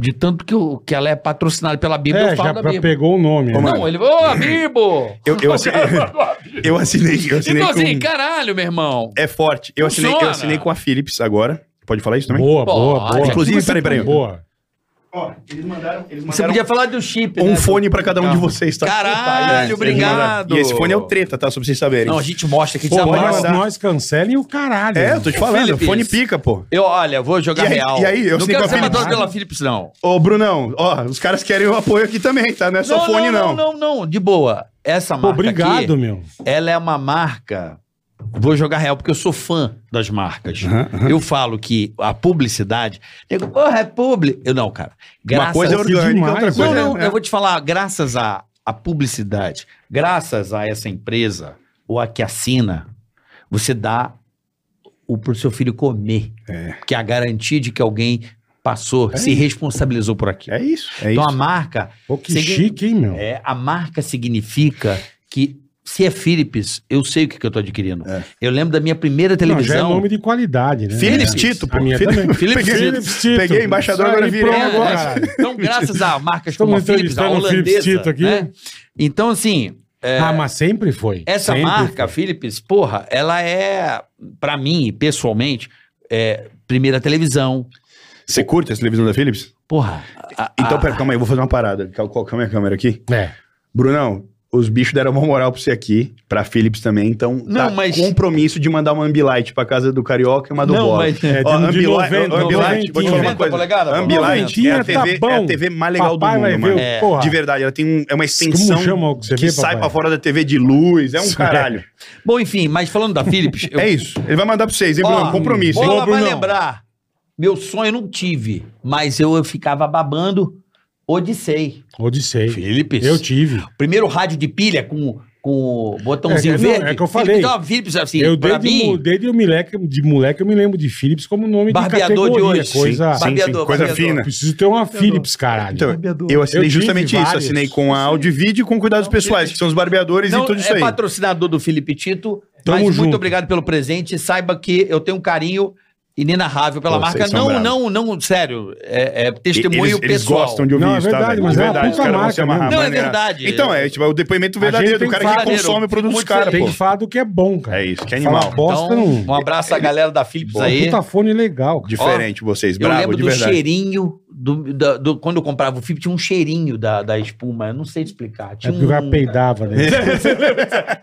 H: De tanto que, o- que ela é patrocinada pela Birbo,
C: é,
H: eu falo
C: já
H: da
C: pra-
H: Birbo.
C: pegou o nome.
E: Ô,
C: né?
E: mano.
H: Não, ele falou, ô, a Birbo!
E: Eu, eu assinei, eu assinei, eu assinei
H: Então
E: com-
H: assim, caralho, meu irmão.
E: É forte. Eu assinei, eu
H: Funciona.
E: assinei com a Philips agora. Pode falar isso também?
C: Boa,
H: Pô,
C: boa,
H: olha,
C: boa.
E: Inclusive, peraí, peraí.
C: Boa.
E: Ó, eles mandaram, eles
D: Você
C: um
D: podia falar do chip, né?
E: um fone pra cada um de vocês, tá?
D: Caralho,
E: Eles mandaram.
D: obrigado.
E: E esse fone é o treta, tá? Só pra vocês saberem.
D: Não, a gente mostra aqui.
C: Pô,
E: pode
C: nós,
E: mandar.
C: nós cancela e o caralho.
E: É, eu
C: irmão.
E: tô te falando,
D: Philips.
E: fone pica, pô.
D: Eu, olha, vou jogar
E: E aí-
D: real.
E: e aí, eu
D: não
E: sei
D: quero
E: que a
D: ser
E: Philips-
D: mandado pela Philips, não.
E: Ô, Brunão, ó, os caras querem o apoio aqui também, tá? Não é só fone, não.
D: não. Não, não, de boa. Essa
C: Pô,
D: marca
C: obrigado,
D: aqui,
C: meu.
D: ela é uma marca... Vou jogar real, porque eu sou fã das marcas. Eu falo que a publicidade... Nego, porra, é publi... Eu não, cara. Graças
E: Uma coisa é
C: a-
E: orgânica,
C: demais.
E: outra
D: Não,
E: coisa
D: não,
E: é...
D: eu vou te falar, graças à, à publicidade, graças a essa empresa, ou a que assina, você dá o pro seu filho comer.
E: É.
D: Que é a garantia de que alguém passou,
E: É
D: se responsabilizou por aquilo.
E: É isso, é
D: então
E: isso.
D: a marca,
C: Pô, que
D: Segui-
C: chique, hein, meu.
D: é, a marca significa que se é Philips, eu sei o que, que eu estou adquirindo.
E: É.
D: Eu lembro da minha primeira
C: Não, já é
D: televisão.
C: nome de qualidade, né?
E: Philips
C: É.
E: Tito, pô.
C: A minha
E: Philips-
C: também.
D: Philips
E: Peguei-
D: Tito.
C: Philips Tito.
E: Peguei embaixador,
C: Isso
E: agora
C: aí,
E: virei
C: pronto,
E: agora.
C: cara.
D: Então, graças a marcas
C: Estamos
D: como a Philips, a
C: entrevistando o Philips
D: holandesa,
C: Tito aqui.
D: né? Então, assim,
C: Ah, mas sempre foi.
D: Essa
C: Sempre
D: marca,
C: foi.
D: Philips, porra, ela é, pra mim, pessoalmente, é, primeira televisão.
E: Você curte essa televisão da Philips?
D: Porra. a-
E: Então,
D: a-
E: pera, calma aí, eu vou fazer uma parada. Cal- Qual que é a minha câmera aqui?
C: É.
E: Brunão, os bichos deram uma moral pra você aqui, pra Philips também, então
D: Não,
E: tá
D: mas-
E: compromisso de mandar uma Ambilight pra casa do Carioca e uma do
D: Não,
E: Bola.
D: mas-
C: É, de,
E: Ó,
C: de
E: Ambilight,
C: 90,
E: Ambilight, vou te falar uma
C: 90.
E: coisa.
D: polegada, pô.
E: Ambilight é a,
C: 90, tá
E: TV, é a
C: bom.
E: TV mais legal
C: Papai
E: do
C: vai
E: mundo, é
C: ver
E: mano.
C: o- porra.
E: De verdade, ela tem um- é uma extensão
C: Como chama o que você
E: que
C: vê,
E: sai
C: papai?
E: pra fora da TV de luz. É um
C: Isso é.
E: caralho.
D: Bom, enfim, mas falando da Philips, eu,
E: É isso. Ele vai mandar pra vocês, hein, Bruno? É um
D: Ó,
E: Compromisso, hein?
D: bola vai
C: Brunão?
D: lembrar. Meu sonho eu não tive, mas eu, eu ficava babando Odissei.
C: Odissei.
D: Philips.
C: Eu tive.
D: Primeiro rádio de pilha com com o botãozinho
C: É, não,
D: verde.
C: é que eu falei.
D: Philips, não, Philips, assim,
C: eu
D: pra
C: desde,
D: mim,
C: mu- desde o moleque, de moleque eu me lembro de Philips como nome
D: Barbeador
C: de
D: de
C: categoria.
D: hoje.
C: Coisa...
D: Sim, sim. Barbeador,
E: coisa
D: barbeador.
E: fina.
C: Preciso ter uma Philips, caralho.
E: Então, eu assinei
C: Eu tive
E: justamente isso.
C: vários.
E: Assinei com a áudio e vídeo e com cuidados pessoais, que são os barbeadores
D: Não,
E: e tudo isso
D: é
E: aí.
D: patrocinador do Felipe Tito.
C: Tamo
D: mas
C: junto.
D: muito obrigado pelo presente. Saiba que eu tenho um carinho inenarrável pela
E: Pô,
D: marca.
E: vocês são
D: Não,
E: bravos.
D: não, não, sério. É, é testemunho
E: Eles, eles
D: pessoal.
E: gostam de ouvir
C: Não, é
E: isso, tá,
C: verdade,
E: velho?
C: mas
E: de
C: é uma
E: verdade, os
C: puta
E: caras vão
C: marca
E: se amarrar.
C: mesmo.
D: Não, é
E: maneira-
D: verdade.
E: Então, é tipo, é o depoimento
C: gente
E: verdadeiro do
C: tem
E: cara
C: que
E: que
C: falar,
E: consome o produto dos
D: muito
E: caras,
C: Tem
E: pô.
C: que falar do que é bom, cara.
E: É isso, que
C: Falar
E: animal.
C: bosta
D: Então,
C: não.
D: um abraço à galera da Philips
C: Pô,
D: aí.
C: puta fone legal, cara.
E: Diferente vocês,
D: Eu
E: bravo,
D: lembro
E: de
D: do
E: verdade.
D: cheirinho, do, da- do- quando eu comprava o Philips, tinha um cheirinho da, da espuma, eu não sei te explicar.
C: É
E: Hum.
D: Tinha
C: porque o cara
D: um-
C: peidava, né?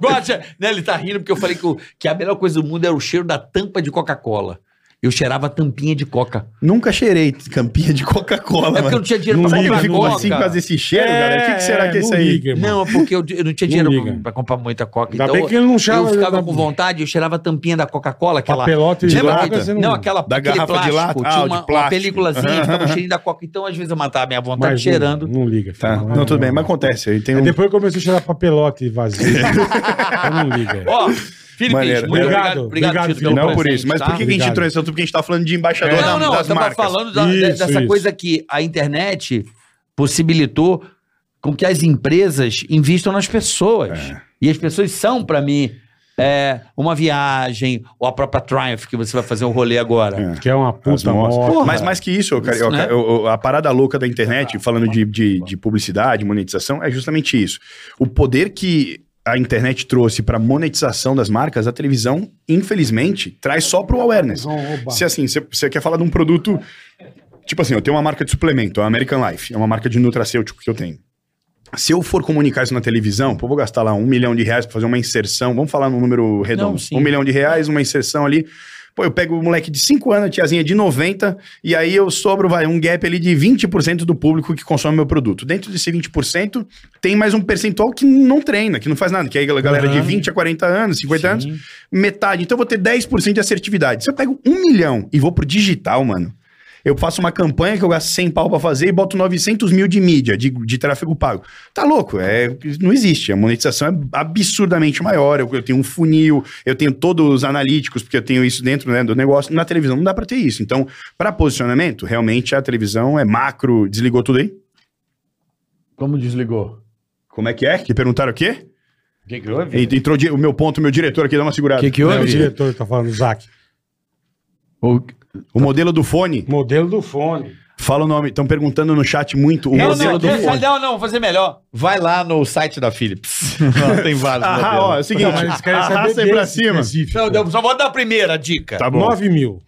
D: Guacha, né, ele tá rindo porque eu falei que, o- que a melhor coisa do mundo era o cheiro da tampa de Coca-Cola. Eu cheirava a tampinha de Coca.
E: Nunca cheirei campinha de Coca-Cola,
D: É porque eu não
E: mano.
D: tinha dinheiro
C: Não
D: pra
E: Sabe
C: liga,
D: comprar
E: que eu fico
D: Coca.
E: assim, fazer esse cheiro, galera? O que, que será que é isso
C: não
E: aí?
C: liga, irmão.
D: Não, é porque eu, eu não tinha
C: Não
D: dinheiro
C: liga.
D: pra- pra comprar muita Coca.
C: Ainda
D: Então
C: bem que ele não cheirava.
D: eu ficava
C: da-
D: com vontade, eu cheirava a tampinha da Coca-Cola, aquela.
C: Papelote de
D: Lembra?
C: droga, você
D: não, aquela
E: Da
D: aquele
E: garrafa de lata? Ah,
D: tinha
E: o de
D: uma, uma
E: plástico.
D: peliculazinha,
E: Aham.
D: ficava o cheirinho da Coca. Então, às vezes, eu matava a minha vontade
C: Mas não-
D: cheirando.
C: Não, liga.
E: Tá,
C: filho.
E: não, tudo bem, mas acontece. Aí tem
C: Aí
E: um...
C: depois eu comecei a cheirar papelote vazio. eu não liga.
D: Ó, Felipe,
E: Maneiro.
D: muito
C: Obrigado,
D: obrigado. Obrigado,
C: obrigado,
D: Felipe,
C: Felipe.
D: pelo
E: Não por
D: presente,
E: isso, mas
D: tá?
E: por que, que a gente
C: Obrigado.
E: entrou nesse assunto? Porque a gente tá falando de embaixador da-
D: Não, não, eu
E: das
D: tava
E: marcas.
D: falando da- de-
C: Isso,
D: dessa
C: isso.
D: coisa que a internet possibilitou com que as empresas invistam nas pessoas.
E: É.
D: E as pessoas são, pra mim, é, uma viagem, ou a própria Triumph, que você vai fazer um rolê agora.
E: É.
C: Que é uma
E: As
C: puta
E: motos.
C: moto.
E: Mas mais que isso, ô, Carioca,
D: né?
E: ô, ô, a parada louca da internet, falando de, de, de publicidade, monetização, é justamente isso. O poder que a internet trouxe para monetização das marcas, a televisão, infelizmente, traz só pro awareness. Se assim, você- você quer falar de um produto. Tipo assim, eu tenho uma marca de suplemento, a American Life, é uma marca de nutracêutico que eu tenho. Se eu for comunicar isso na televisão, pô, eu vou gastar lá um milhão de reais pra fazer uma inserção. Vamos falar num número redondo.
D: sim.
E: um milhão de reais, uma inserção ali. Pô, eu pego o moleque de 5 anos, a tiazinha de 90, e aí eu sobro, vai, um gap ali de 20% do público que consome meu produto. Dentro desse 20%, tem mais um percentual que não treina, que não faz nada, que é a galera de 20 a 40 anos, 50 anos, metade. Então eu vou ter 10% de assertividade. Se eu pego um milhão e vou pro digital, mano, eu faço uma campanha que eu gasto 100 pau pra fazer e boto 900 mil de mídia, de, de tráfego pago. Tá louco? É, não existe. A monetização é absurdamente maior. Eu, eu tenho um funil, eu tenho todos os analíticos, porque eu tenho isso dentro né, do negócio. Na televisão não dá pra ter isso. Então, pra posicionamento, realmente a televisão é macro. Desligou tudo aí?
H: Como desligou?
E: Como é que é? Que perguntaram o quê?
H: O que, que houve?
E: Ent- Entrou di- o meu ponto, o meu diretor aqui, dá uma segurada.
H: que
C: o diretor tá falando, Zac.
E: O modelo do fone,
C: Modelo do fone.
E: fala o nome. Estão perguntando no chat muito o
D: Não,
E: modelo
D: não,
E: do
D: não,
E: fone.
D: não, não, vou fazer melhor. Vai lá no site da Philips. Lá tem vários
E: Ah,
D: modelos.
E: ó, é o seguinte,
C: Não, mas eles querem saber
E: arrasta aí
C: desse
E: pra cima.
C: específico.
D: Não, eu só vou dar a primeira dica.
E: Tá bom.
C: 9 mil.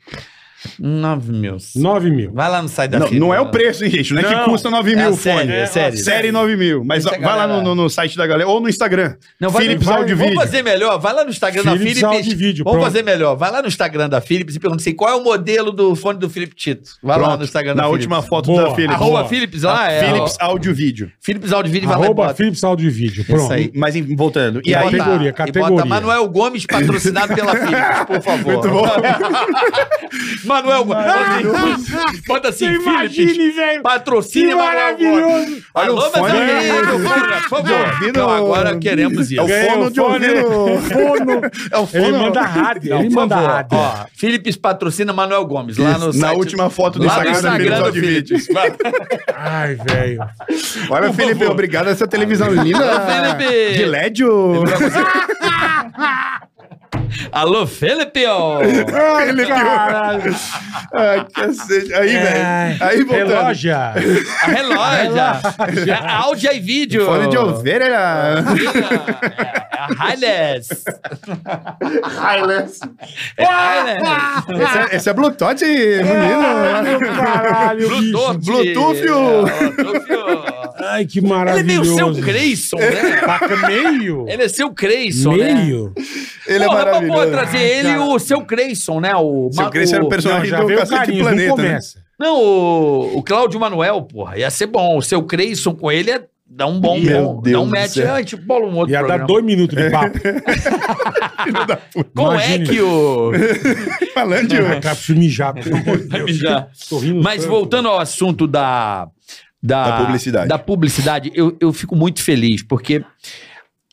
D: 9 mil.
C: 9 mil.
D: Vai lá no site da
E: Não,
D: Philips.
E: não é o preço, hein, gente? Não é
D: Não,
E: que custa 9 mil
D: é
E: o
D: sério,
E: fone.
D: é sério.
E: Série 9 mil. Mas
D: Isso é,
E: vai lá no,
D: galera.
E: no- no site da galera ou no Instagram.
D: Não, vai-
E: Philips
C: vai-
E: Audio
D: Vamos
E: Vídeo.
D: fazer melhor, vai lá no Instagram
C: Philips
D: da Philips.
C: áudio e vídeo,
D: Vamos
C: pronto.
D: fazer melhor, vai lá no Instagram da Philips e pergunta assim, qual é o modelo do fone do Philips Tito? Vai lá
E: Pronto,
D: no Instagram da
E: na
D: Philips.
E: última foto
C: Boa.
E: da Philips.
D: Arroba
C: Boa.
D: Philips lá, é.
E: Philips Audio Vídeo.
D: Philips Audio Vídeo, vai lá e
C: Arroba
D: bota.
C: Philips Áudio e Vídeo. Pronto.
D: aí. Então tá.
E: Mas em- voltando. E aí,
C: Categoria,
D: bota- e
C: categoria.
D: Bota Manuel Gomes patrocinado pela Philips, por favor.
E: Muito bom.
D: Manuel Gomes. Bota assim, Philips. é
C: velho.
D: Patrocina Manuel Gomes.
C: maravilhoso.
E: Olha o
D: Alô, meus
E: fone.
D: amigos, por favor.
E: ouvido.
D: Então agora queremos
E: é
D: isso.
E: o
C: Ganhei
E: fono
C: o
E: de
C: fone.
E: ouvido.
C: Fono.
E: É o
C: Ele
E: fono.
C: manda rádio.
D: Não,
C: Ele
D: por
C: manda
D: favor.
C: rádio.
D: Ó, Philips patrocina Manuel Gomes lá no
E: na
D: site-
E: última foto do
D: lá
E: Instagram,
D: no Instagram
E: da
D: do
E: Philips
D: Philips.
E: Audio Vídeo.
C: Ai, velho.
E: Olha, Felipe, obrigado essa televisão linda.
D: Ah, Felipe.
E: De LED ou...
D: Alô, Felipe! ó.
E: Ah, Felipe. Ai, cacete. Aí,
D: É.
E: velho. Aí, voltando.
C: Relógia.
D: A relógio! É áudio e vídeo!
E: Fone de ovelha.
D: É a Hilux.
E: Highlands.
D: É a Hilux.
E: Esse é, esse é Bluetooth, menino.
D: É.
C: Caralho, bicho.
D: Bluetooth! É,
E: Bluetooth.
D: Bluetooth.
C: Ai, que
D: Ele é meio
C: maravilhoso.
D: seu Grayson, né?
C: Paca meio.
D: Ele é seu Grayson, né?
C: Meio.
E: Ele
D: Porra,
E: é
D: mas pô,
E: maravilhoso.
D: trazer ele e o seu Grayson, né? O
E: Seu
D: Ma-
E: Grace era um
D: o-
E: o personagem do
C: veio o
E: Cacete
C: carinho,
E: Planeta.
C: não
E: né?
C: começa.
D: Não, o, o Cláudio Manuel, porra, ia ser bom. O seu Creyson com ele ia dar um bom,
E: Meu
D: bom dá
E: Deus
D: um
E: do
D: match.
E: céu.
D: Ah, tipo, bola um outro
C: Ia dar
D: programa. É.
C: dois minutos de papo.
D: Como
C: Imagine.
D: é que o...
E: Falando
D: É.
E: de... um
C: Ah, cara, preciso mijar, pelo amor de Deus.
D: mijar.
C: Tô rindo
D: Mas
C: tanto.
D: voltando ao assunto da... Da,
E: Da publicidade.
D: Da publicidade, eu, eu fico muito feliz, porque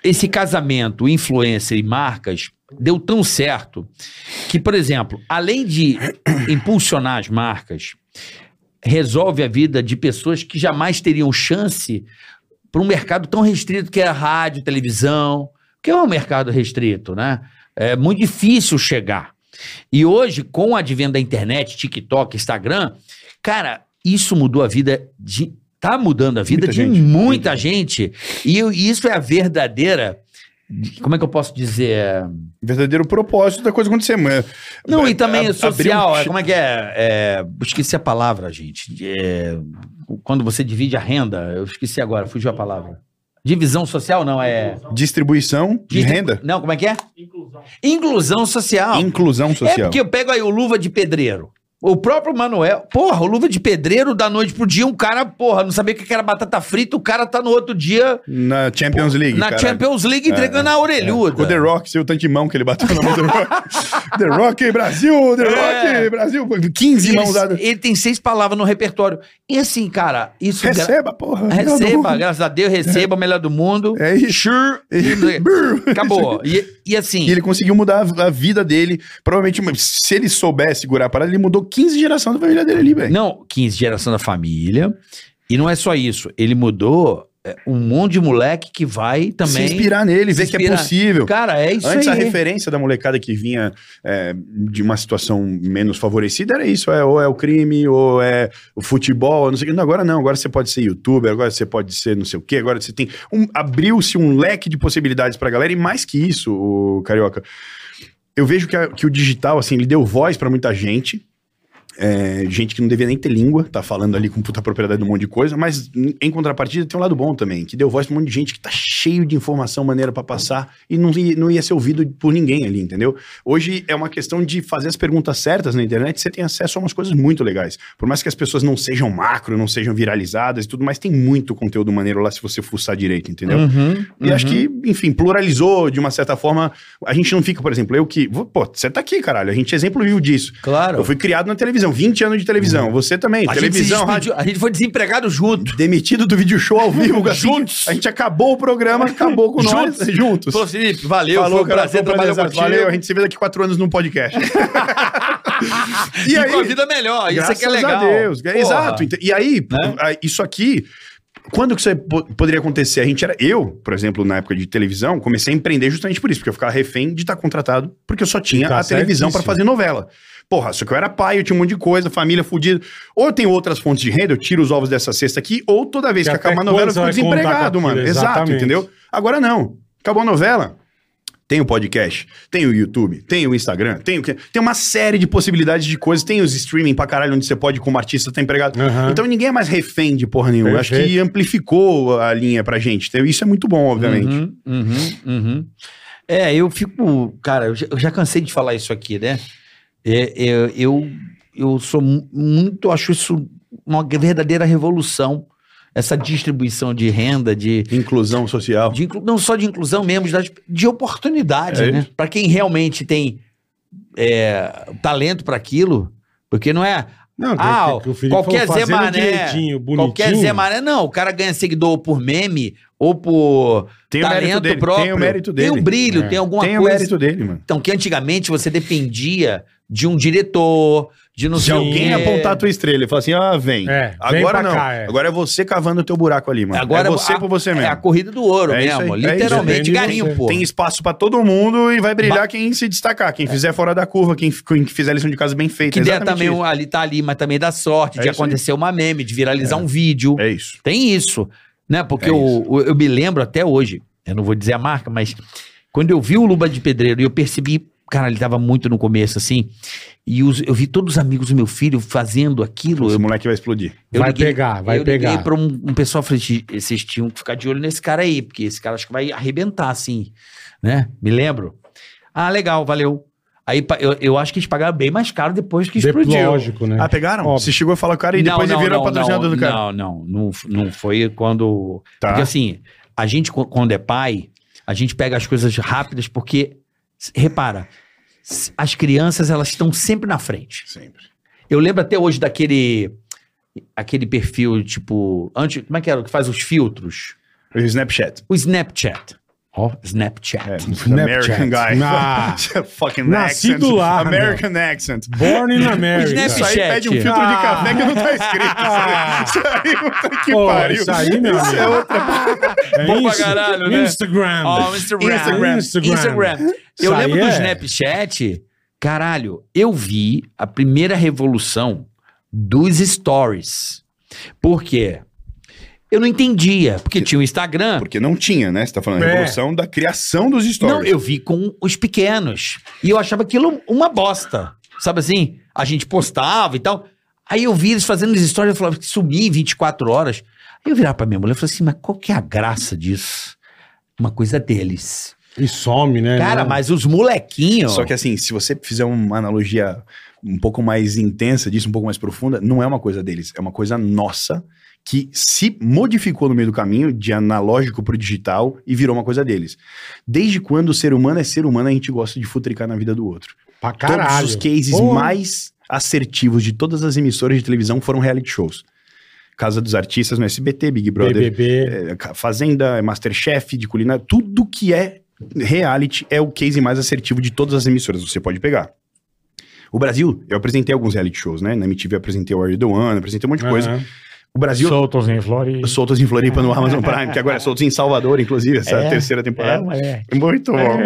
D: esse casamento influencer e marcas deu tão certo que, por exemplo, além de impulsionar as marcas, resolve a vida de pessoas que jamais teriam chance para um mercado tão restrito que é a rádio, televisão, que é um mercado restrito, né? É muito difícil chegar. E hoje, com o advento da internet, TikTok, Instagram, cara, isso mudou a vida de. Tá mudando a vida
E: Muita
D: de
E: gente,
D: muita, gente. E eu- e isso é a verdadeira. Como é que eu posso dizer?
E: Verdadeiro propósito da coisa acontecer. Mas,
D: Não, e também
E: a-
D: é social,
E: abrir um-
D: é, como é que é? é? Esqueci a palavra, gente. É, quando você divide a renda, eu esqueci agora, fugiu a palavra. Divisão social não é.
E: Distribuição de
D: Distri-
E: renda.
D: Não, como é que é? Inclusão. Inclusão social.
E: Inclusão
D: É
E: social.
D: porque eu pego aí o Luva de Pedreiro. O próprio Manuel, porra, o Luva de Pedreiro, da noite pro dia, um cara, porra, não sabia o que era batata frita, o cara tá no outro dia
E: Na Champions League.
D: na
E: caralho. É,
D: Champions League entregando a orelhuda.
E: O The Rock, seu tanto de mão que ele bateu na mão do The Rock. The Rock, Brasil, The
D: É.
E: Rock, Brasil. 15
D: Ele-
E: mãos dadas.
D: ele tem seis palavras no repertório. E assim, cara, isso. gra-
E: Receba, porra.
D: Receba, graças a Deus, receba o melhor do mundo.
E: É isso.
D: Sure. Acabou. E, e assim,
E: E ele conseguiu mudar a a vida dele. Provavelmente, se ele soubesse segurar a parada, ele mudou 15 gerações da família dele ali, velho.
D: não, 15, geração da família. E não é só isso. Ele mudou é, um monte de moleque que vai
E: Se
D: também.
E: inspirar nele, ver
D: se
E: que é
D: inspirar.
E: possível.
D: Cara, é isso
E: Antes, a
D: aí.
E: referência da molecada que vinha é, de uma situação menos favorecida era isso: é, ou é o crime, ou é o futebol, ou não sei o que. Não, agora não, agora você pode ser youtuber, agora você pode ser não sei o que, agora você tem. um- Abriu-se um leque de possibilidades pra galera, e mais que isso, o Carioca. Eu vejo que, a- que o digital, assim, ele deu voz pra muita gente. É, gente que não devia nem ter língua, tá falando ali com puta propriedade de um monte de coisa, mas em- em contrapartida tem um lado bom também, que deu voz pra um monte de gente que tá cheio de informação maneira pra passar e não, ia- não ia ser ouvido por ninguém ali, entendeu? Hoje é uma questão de fazer as perguntas certas na internet, você tem acesso a umas coisas muito legais. Por mais que as pessoas não sejam macro, não sejam viralizadas e tudo mais, tem muito conteúdo maneiro lá se você fuçar direito, entendeu? E acho que, enfim, pluralizou de uma certa forma. A gente não fica, por exemplo, eu que. Pô, você tá aqui, caralho. A gente é exemplo vivo disso.
D: Claro.
E: Eu fui criado na televisão, 20 anos de televisão. Você também,
D: A gente se
E: televisão, rádio.
D: despediu- a gente foi desempregado junto.
E: Demitido do vídeo show ao vivo, Gatinho.
D: Juntos.
E: A gente acabou o programa, acabou com nós juntos.
D: Falou, Felipe, valeu,
E: Falou,
D: foi um
E: cara,
D: prazer
E: foi um
D: trabalhar
E: prazer,
D: contigo.
E: Valeu, a gente se vê daqui quatro anos num podcast.
D: E,
E: e aí,
D: com a vida melhor, isso é
E: graças
D: que é legal.
E: a Deus.
D: Porra.
E: Exato. Ent- E
C: Né?
E: aí, a- isso aqui... Quando que isso aí po- poderia acontecer? A gente era... Eu, por exemplo, na época de televisão, comecei a empreender justamente por isso. Porque eu ficava refém de estar contratado. Porque eu só tinha
C: tá
E: a televisão
C: certíssimo.
E: para fazer novela. Porra, só que eu era pai, eu tinha um monte de coisa, família fudida. Ou eu tenho outras fontes de renda, eu tiro os ovos dessa cesta aqui. Ou toda vez
C: Que
E: que,
C: até
E: acabar uma novela, eu
C: quando você
E: fico
C: vai contar com
E: desempregado,
C: aquilo?
E: mano. Exato,
C: Exatamente.
E: entendeu? Agora não. Acabou a novela. Tem o podcast, tem o YouTube, tem o Instagram, tem o que. Tem uma série de possibilidades de coisas, tem os streaming pra caralho, onde você pode, como artista, tá empregado.
C: Aham.
E: Então ninguém é mais refém de porra nenhuma. Eu Acho que
C: Perfeito.
E: amplificou a linha pra gente. Então, Isso é muito bom, obviamente.
D: Uhum, uhum, uhum. É, eu fico. Cara, eu já, eu já cansei de falar isso aqui, né? É, é, eu, eu sou mu- muito. Acho isso uma verdadeira revolução. Essa distribuição de renda, de,
E: Inclusão social.
D: de inclu- não só de inclusão mesmo, de, de oportunidade,
E: É
D: né? Para quem realmente tem é, talento para aquilo, porque não é.
C: Não, tem
D: Ah,
C: que- que o Felipe
D: qualquer
C: falou,
D: Zé
C: fazendo
D: Mané,
C: direitinho, bonitinho.
D: Qualquer Zé Maré, não. O cara ganha seguidor por meme ou por
E: Tem o mérito
D: talento
E: dele.
D: próprio.
E: Tem o mérito dele.
D: Tem o brilho,
C: É.
D: tem alguma
E: Tem o
D: coisa.
E: mérito dele, mano.
D: Então, que antigamente você dependia de um diretor, de não
E: Se
D: sei o
E: alguém
D: quê.
E: apontar a tua estrela e falar assim, ah, vem.
C: É, vem
E: Agora
C: pra
E: não.
C: cá, é.
E: Agora é você cavando o teu buraco ali, mano.
D: Agora
E: é você
D: a-
E: por você mesmo.
D: É a corrida do ouro
E: É isso
D: mesmo.
E: aí, é isso.
D: literalmente,
C: Depende de
D: garimpo.
E: Tem espaço pra todo mundo e vai brilhar quem se destacar, quem fizer fora da curva, quem, quem fizer a lição de casa bem feita.
D: que der
E: Exatamente
D: também
E: isso.
D: um- ali, tá ali, mas também dá sorte
E: É
D: de
E: isso aí.
D: acontecer uma meme, de viralizar um vídeo.
E: É isso.
D: Tem isso, né? Porque
E: É
D: eu, eu me lembro até hoje, eu não vou dizer a marca, mas quando eu vi o Luba de Pedreiro e eu percebi, cara, ele tava muito no começo assim, e os- eu vi todos os amigos do meu filho fazendo aquilo.
E: Esse
D: Eu,
E: moleque vai explodir.
D: eu
C: Vai
D: liguei-
C: pegar, vai
D: eu liguei
C: pegar.
D: pra um, um pessoal e falei, "Gente, vocês tinham que ficar de olho nesse cara aí, porque esse cara acho que vai arrebentar assim, né? Me lembro. Ah, legal, valeu. Aí pa- eu, eu acho que eles pagaram bem mais caro depois que
C: De-
D: explodiu.
C: Lógico, né?
E: Ah, pegaram?
C: Óbvio.
E: Você chegou a falar com o cara e depois ele virou patrocinador
D: não,
E: do cara.
D: Não, não, não, f- não foi quando.
E: Tá.
D: Porque assim, a gente, co- quando é pai, a gente pega as coisas rápidas, porque, s- repara, s- as crianças elas estão sempre na frente.
E: Sempre.
D: Eu lembro até hoje daquele. Aquele perfil, tipo. Antes, como é que era? o Que faz os filtros?
E: O Snapchat.
D: O Snapchat. Ó, oh, Snapchat.
E: É,
C: Snapchat.
E: American guy.
C: Ah.
E: Fucking
C: Nascido
E: accent.
C: lá,
E: American accent.
C: Born in America.
E: Isso
D: Snapchat.
E: aí pede um filtro de
C: Ah.
E: café que não tá escrito. Isso aí, puta que
C: Pô,
E: pariu.
C: Isso aí, meu amigo.
E: Isso é outra
C: É
D: Bom pra
C: Insta-
D: caralho, né?
C: Instagram.
D: Ó, Instagram.
C: É. Instagram.
D: Instagram. Eu
C: Isso
D: lembro
C: aí
D: do
C: é-
D: Snapchat Caralho, eu vi a primeira revolução dos stories. Por quê? Eu não entendia, porque tinha o Instagram.
E: Porque não tinha, né? Você tá falando a
C: É.
E: revolução da criação dos stories.
D: Não, eu vi com os pequenos. E eu achava aquilo uma bosta. Sabe assim? A gente postava e tal. Aí eu vi eles fazendo as histórias, eu falava que sumi 24 horas. Aí eu virava pra minha mulher e falei assim, mas qual que é a graça disso? Uma coisa deles.
C: E some, né?
D: Cara,
C: Não-
D: mas os molequinhos...
E: É. Só que assim, se você fizer uma analogia um pouco mais intensa disso, um pouco mais profunda, não é uma coisa deles, é uma coisa nossa que se modificou no meio do caminho, de analógico pro digital, e virou uma coisa deles. Desde quando o ser humano é ser humano, a gente gosta de futricar na vida do outro.
C: Pra caralho.
E: Todos os cases
C: Porra.
E: mais assertivos de todas as emissoras de televisão foram reality shows. Casa dos Artistas no SBT, Big Brother,
C: BBB.
E: é, Ca- Fazenda, é Masterchef, de culinária, tudo que é reality é o case mais assertivo de todas as emissoras, você pode pegar. O Brasil, eu apresentei alguns reality shows, né? Na MTV eu apresentei o Are The One, apresentei um monte de coisa.
C: Aham.
E: O Brasil,
I: Soltos em Flores.
E: soltos em Floripa no Amazon Prime, que agora é soltos em Salvador, inclusive, essa
I: É,
E: terceira temporada.
I: é.
E: Muito bom.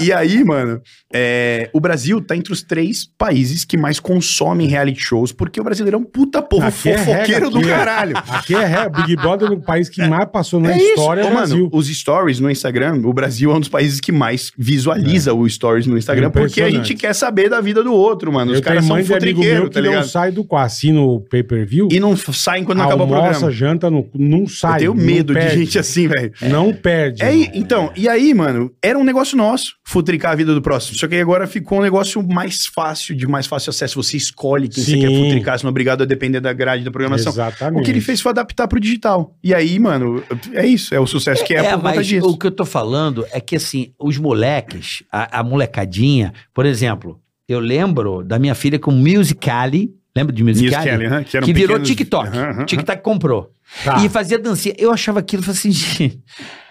E: e aí, mano, é, o Brasil tá entre os três países que mais consomem reality shows, porque o brasileiro é um puta povo
C: Aqui é regra,
E: fofoqueiro do
C: aqui é-
E: caralho.
C: Aqui é ré, o Big Brother é o país que mais passou na
E: É isso.
C: história
E: Ô,
C: do Brasil.
E: mano, os stories no Instagram, o Brasil é um dos países que mais visualiza o stories no Instagram, porque a
C: É. Impressionante.
E: gente quer saber da vida do outro, mano. Os
C: eu tenho
E: caras são
C: mãe de amigo meu
E: futriqueiros,
C: que
E: tá
C: não
E: ligado?
C: sai do quarto, assina o pay-per-view,
E: E não f- saem quando acaba o
C: almoça,
E: programa.
C: janta, não, não sai.
E: Eu tenho
C: não
E: medo de
C: perde.
E: gente assim, velho.
C: Não perde.
E: É, aí- então, e aí, mano, era um negócio nosso, futricar a vida do próximo. Só que aí agora ficou um negócio mais fácil, de mais fácil acesso. Você escolhe quem
C: Sim.
E: você quer futricar, você não é obrigado a depender da grade da programação.
C: Exatamente.
E: O que ele fez foi adaptar pro digital. E aí, mano, é isso. É o sucesso que é,
D: É,
E: por conta
D: mas
E: disso.
D: o que eu tô falando é que, assim, os moleques, a, a molecadinha... Por exemplo, eu lembro da minha filha com Musical.ly. Lembra de
E: Nisso
D: Musical.ly?
E: ali, né? eram
D: que virou
E: pequenos-
D: TikTok.
E: Aham, aham,
D: TikTok comprou.
C: Tá.
D: E fazia dancinha. Eu achava aquilo, falei assim, gente,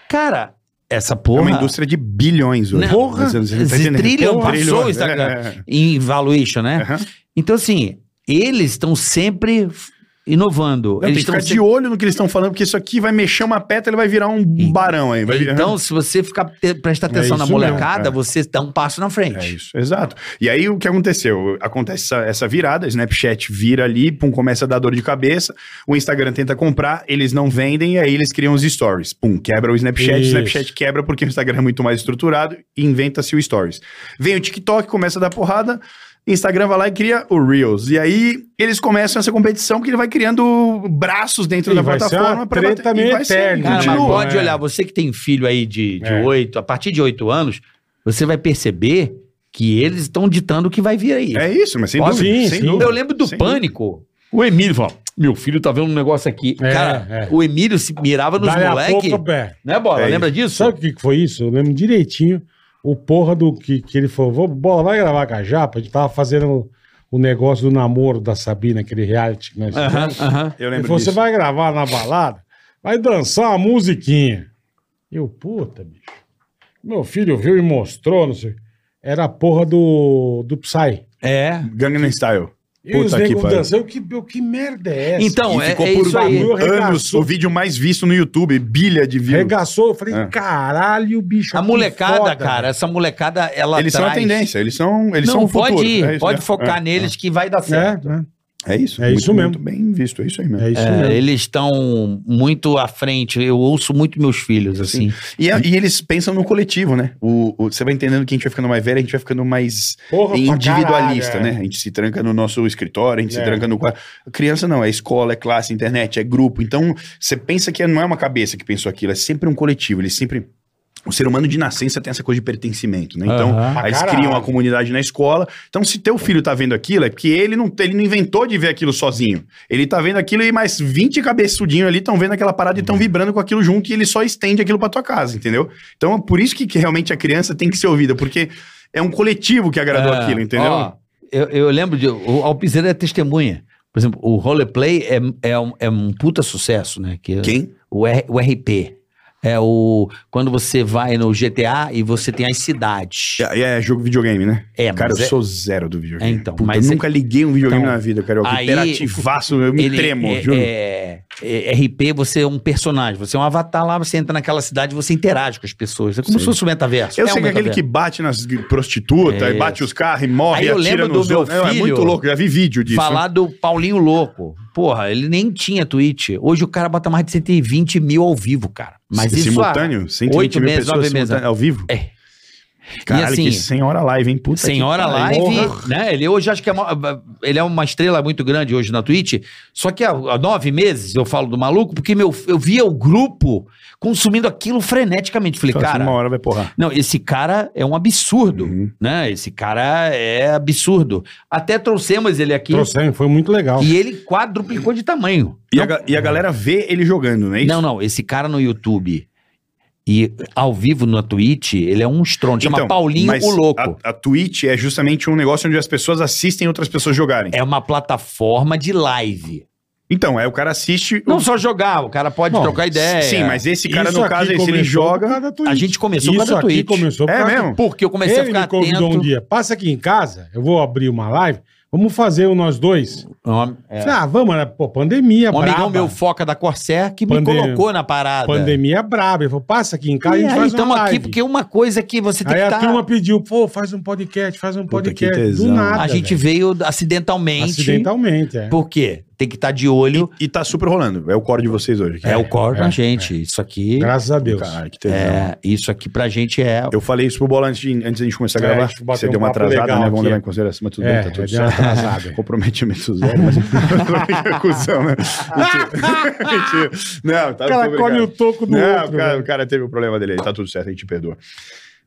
D: cara, essa
E: É
D: porra
E: uma indústria de bilhões hoje.
D: Não.
E: Porra! Você não tá
D: Esse
E: entendendo.
D: trilhão
E: Porra.
D: passou o Instagram.
E: É,
D: em valuation, né?
E: é, é.
D: Então, assim, eles estão sempre f- inovando.
E: Não,
D: eles
E: tem que
D: estão
E: ficar de olho no que eles estão falando, porque isso aqui vai mexer uma peta, ele vai virar um barão aí. Vai É virar-
D: Então, se você ficar te- prestar atenção na
C: isso mesmo,
D: molecada,
E: cara.
D: você dá um passo na
E: É
D: frente.
E: isso, exato. E aí o que aconteceu? Acontece essa, essa virada, Snapchat vira ali, pum, começa a dar dor de cabeça, o Instagram tenta comprar, eles não vendem, e aí eles criam os stories. Pum, quebra o Snapchat, o
C: Isso.
E: Snapchat quebra porque o Instagram é muito mais estruturado e inventa-se o stories. Vem o TikTok, começa a dar porrada, Instagram vai lá e cria o Reels. E aí eles começam essa competição que ele vai criando braços dentro
C: E
E: da
C: vai ser
E: plataforma
C: uma
E: pra
C: treta
E: bater- e
C: meio
E: vai ser,
C: eterna,
D: Cara, mas
E: continua.
C: Continua,
D: pode
C: é.
D: olhar, você que tem filho aí de de
C: É.
D: oito, a partir de oito anos, você vai perceber que eles estão ditando o que vai vir aí.
E: É isso, mas sem
C: Pode-
E: dúvida.
C: sim,
E: sem
C: sim.
E: dúvida,
D: Eu lembro do
E: sem dúvida.
D: pânico. O Emílio falou: meu filho tá vendo um negócio aqui.
C: É,
D: Cara,
C: é.
D: o Emílio se mirava nos
C: Dali a
D: moleques.
C: pouco, é.
D: Né, Bola?
E: É
D: Lembra disso?
C: Sabe o que que foi isso? Eu lembro direitinho o porra do que, que ele falou: "Vou- Bola, vai gravar com a Japa? A gente tava fazendo o, o negócio do namoro da Sabina, aquele reality né? que nós
D: Aham,
C: fizemos.
D: aham.
E: Eu
C: Ele
E: lembro
C: falou:
E: disso.
C: Você vai gravar na balada, vai dançar uma musiquinha. Eu, puta, bicho. Meu filho viu e mostrou, não sei. Era a porra do, do Psy.
D: É.
E: Gangnam Style.
C: E
E: Puta
C: os
E: que
C: negros
E: pariu.
C: dançando, que, que merda é essa?
D: Então,
E: e
D: é,
E: ficou
D: é
E: por
D: isso aí.
C: bagulho.
E: anos
C: Arregaçou.
E: o vídeo mais visto no YouTube, bilha de views.
C: Regaçou, eu falei,
E: É.
C: caralho, bicho.
D: A
C: que
D: molecada,
C: foda."
D: cara, essa molecada, ela
E: Eles são
D: traz...
E: a tendência, eles são, eles
D: não,
E: são o
D: pode
E: futuro.
D: ir,
E: é isso,
D: pode
E: é.
D: focar
E: É.
D: neles que vai dar certo.
C: É,
E: É isso,
C: É
E: muito-
C: isso mesmo.
E: Muito bem visto, é isso aí
C: é,
E: mesmo.
C: é isso
D: É,
C: mesmo.
D: eles estão muito à frente, eu ouço muito meus filhos, assim.
E: E, é- e eles pensam no coletivo, né? O, o- você vai entendendo que a gente vai ficando mais velho, a gente vai ficando mais
C: Porra, pra
E: individualista,
C: caralho, é.
E: né? A gente se tranca no nosso escritório, a gente
C: É.
E: se tranca no quarto. Criança não, é escola, é classe, internet, é grupo. Então, você pensa que não é uma cabeça que pensou aquilo, é sempre um coletivo. Ele sempre. O ser humano de nascença tem essa coisa de pertencimento, né? Então,
D: Aham.
E: aí eles
C: Pra
E: criam
C: caralho.
E: uma comunidade na escola. Então, se teu filho tá vendo aquilo, é porque ele não, ele não inventou de ver aquilo sozinho. Ele tá vendo aquilo e mais 20 cabeçudinhos ali estão vendo aquela parada e estão
D: Uhum.
E: vibrando com aquilo junto e ele só estende aquilo pra tua casa, entendeu? Então, é por isso que, que realmente a criança tem que ser ouvida, porque é um coletivo que agradou
D: É,
E: aquilo, entendeu?
D: ó, eu, eu lembro de. O Alpizeira é testemunha. Por exemplo, o roleplay é, é, um, é um puta sucesso, né? Que,
E: Quem?
D: o, R- o RP. É o. Quando você vai no GTA e você tem as cidades.
E: É, é jogo videogame, né?
D: É, mas
E: Cara, eu
D: é-
E: sou zero do videogame.
D: É, então,
E: Puta,
D: mas
E: eu
D: é-
E: nunca liguei um videogame
D: Então,
E: na vida, cara. Eu
D: aí-
E: hiperativaço, eu me
D: Ele
E: tremo,
D: é,
E: juro.
D: é- eh, RP, você é um personagem, você é um avatar lá, você entra naquela cidade, você interage com as pessoas. É como
E: Sim.
D: se fosse um metaverso.
E: Eu
D: É
E: sei
D: um
E: que é aquele
D: metaverso.
E: que bate nas prostitutas,
D: É
E: e bate os carros, e morre,
D: Aí
E: e
D: eu
E: atira
D: lembro do
E: nos
D: meu
E: outros. É, é
D: filho
E: muito louco, já vi vídeo disso.
D: Falar do Paulinho Louco. Porra, ele nem tinha Twitch. Hoje o cara bota mais de 120 mil ao vivo, cara. Mas
E: Si-
D: isso ah, há
E: simultâneo, 120
D: oito
E: mil
D: meses,
E: pessoas
D: nove meses.
E: simultâneo, ao vivo?
D: É.
E: Caralho,
D: assim,
E: que senhora live, hein? Puta
D: Senhora
E: que
D: Live,
E: pariu.
D: né? Ele hoje acho que é, mo- ele é uma estrela muito grande hoje na Twitch. Só que há, há nove meses eu falo do maluco, porque meu, eu via o grupo consumindo aquilo freneticamente. Falei,
E: Então, assim,
D: cara.
E: uma hora vai porrar.
D: Não, esse cara é um absurdo,
E: Uhum.
D: né? Esse cara é absurdo. Até trouxemos ele aqui
C: Trouxemos, foi muito legal.
D: e ele quadruplicou de tamanho.
E: E a, ga- e a galera vê ele jogando, não é isso?
D: Não, não, esse cara no YouTube e ao vivo na Twitch, ele é um estrondo. Chama
E: Então,
D: Paulinho
E: mas
D: o Louco.
E: A, a Twitch é justamente um negócio onde as pessoas assistem outras pessoas jogarem.
D: É uma plataforma de live.
E: Então, aí o cara assiste.
D: Não
E: o...
D: só jogar, o cara pode
C: Bom,
D: trocar ideia.
E: Sim, mas esse cara,
C: Isso
E: no
C: aqui
E: caso, esse ele
C: começou
E: joga.
C: por causa da Twitch.
D: a gente começou
C: Isso
D: com a
C: aqui
D: Twitch.
C: começou por
E: É
C: causa da
E: mesmo?
D: Porque eu comecei a
C: Ele
D: ficar
C: me convidou um
D: atento.
C: dia, passa aqui em casa, eu vou abrir uma live, vamos fazer o nós dois.
D: Um, é.
C: Falei, ah, vamos, né? Pô, pandemia
D: Um amigão
C: braba.
D: meu, Foca da Corsair, que
C: Pandem-
D: me colocou na parada.
C: Pandemia é braba. Ele falou, passa aqui em casa,
D: E
C: a gente
D: aí
C: faz uma
D: estamos
C: live.
D: aqui porque uma coisa que você tem
C: Aí
D: que tá-
C: a
D: estar...
C: turma pediu, pô, faz um podcast, faz um
E: Puta, que
C: podcast.
E: tesão.
C: Do nada,
D: A gente
C: velho.
D: veio acidentalmente.
C: Acidentalmente, é.
D: Por quê? Tem que estar de olho.
E: E tá super rolando. É o core de vocês hoje.
D: É, o core pra gente. Isso aqui.
C: Graças a Deus.
E: Caralho, que tesão.
D: É, isso aqui pra gente é.
E: Eu falei isso pro Bola antes, de, antes da gente começar a
C: É,
E: gravar.
C: a gente bateu
E: Você
C: um
E: deu uma
C: papo
E: atrasada,
C: legal
E: né? Vamos
C: aqui.
E: levar em consideração, mas tudo
C: É,
E: bem, tá
C: deu
E: tudo
C: uma
E: certo.
C: atrasada.
E: Comprometimento zero, mas... Cusão, né? Mentira. Mentira. Não, tá
C: O cara
E: tô brincando.
C: come o toco do
E: Não,
C: outro.
E: o, cara,
C: velho.
E: o cara teve o problema dele aí, tá tudo certo, a gente perdoa.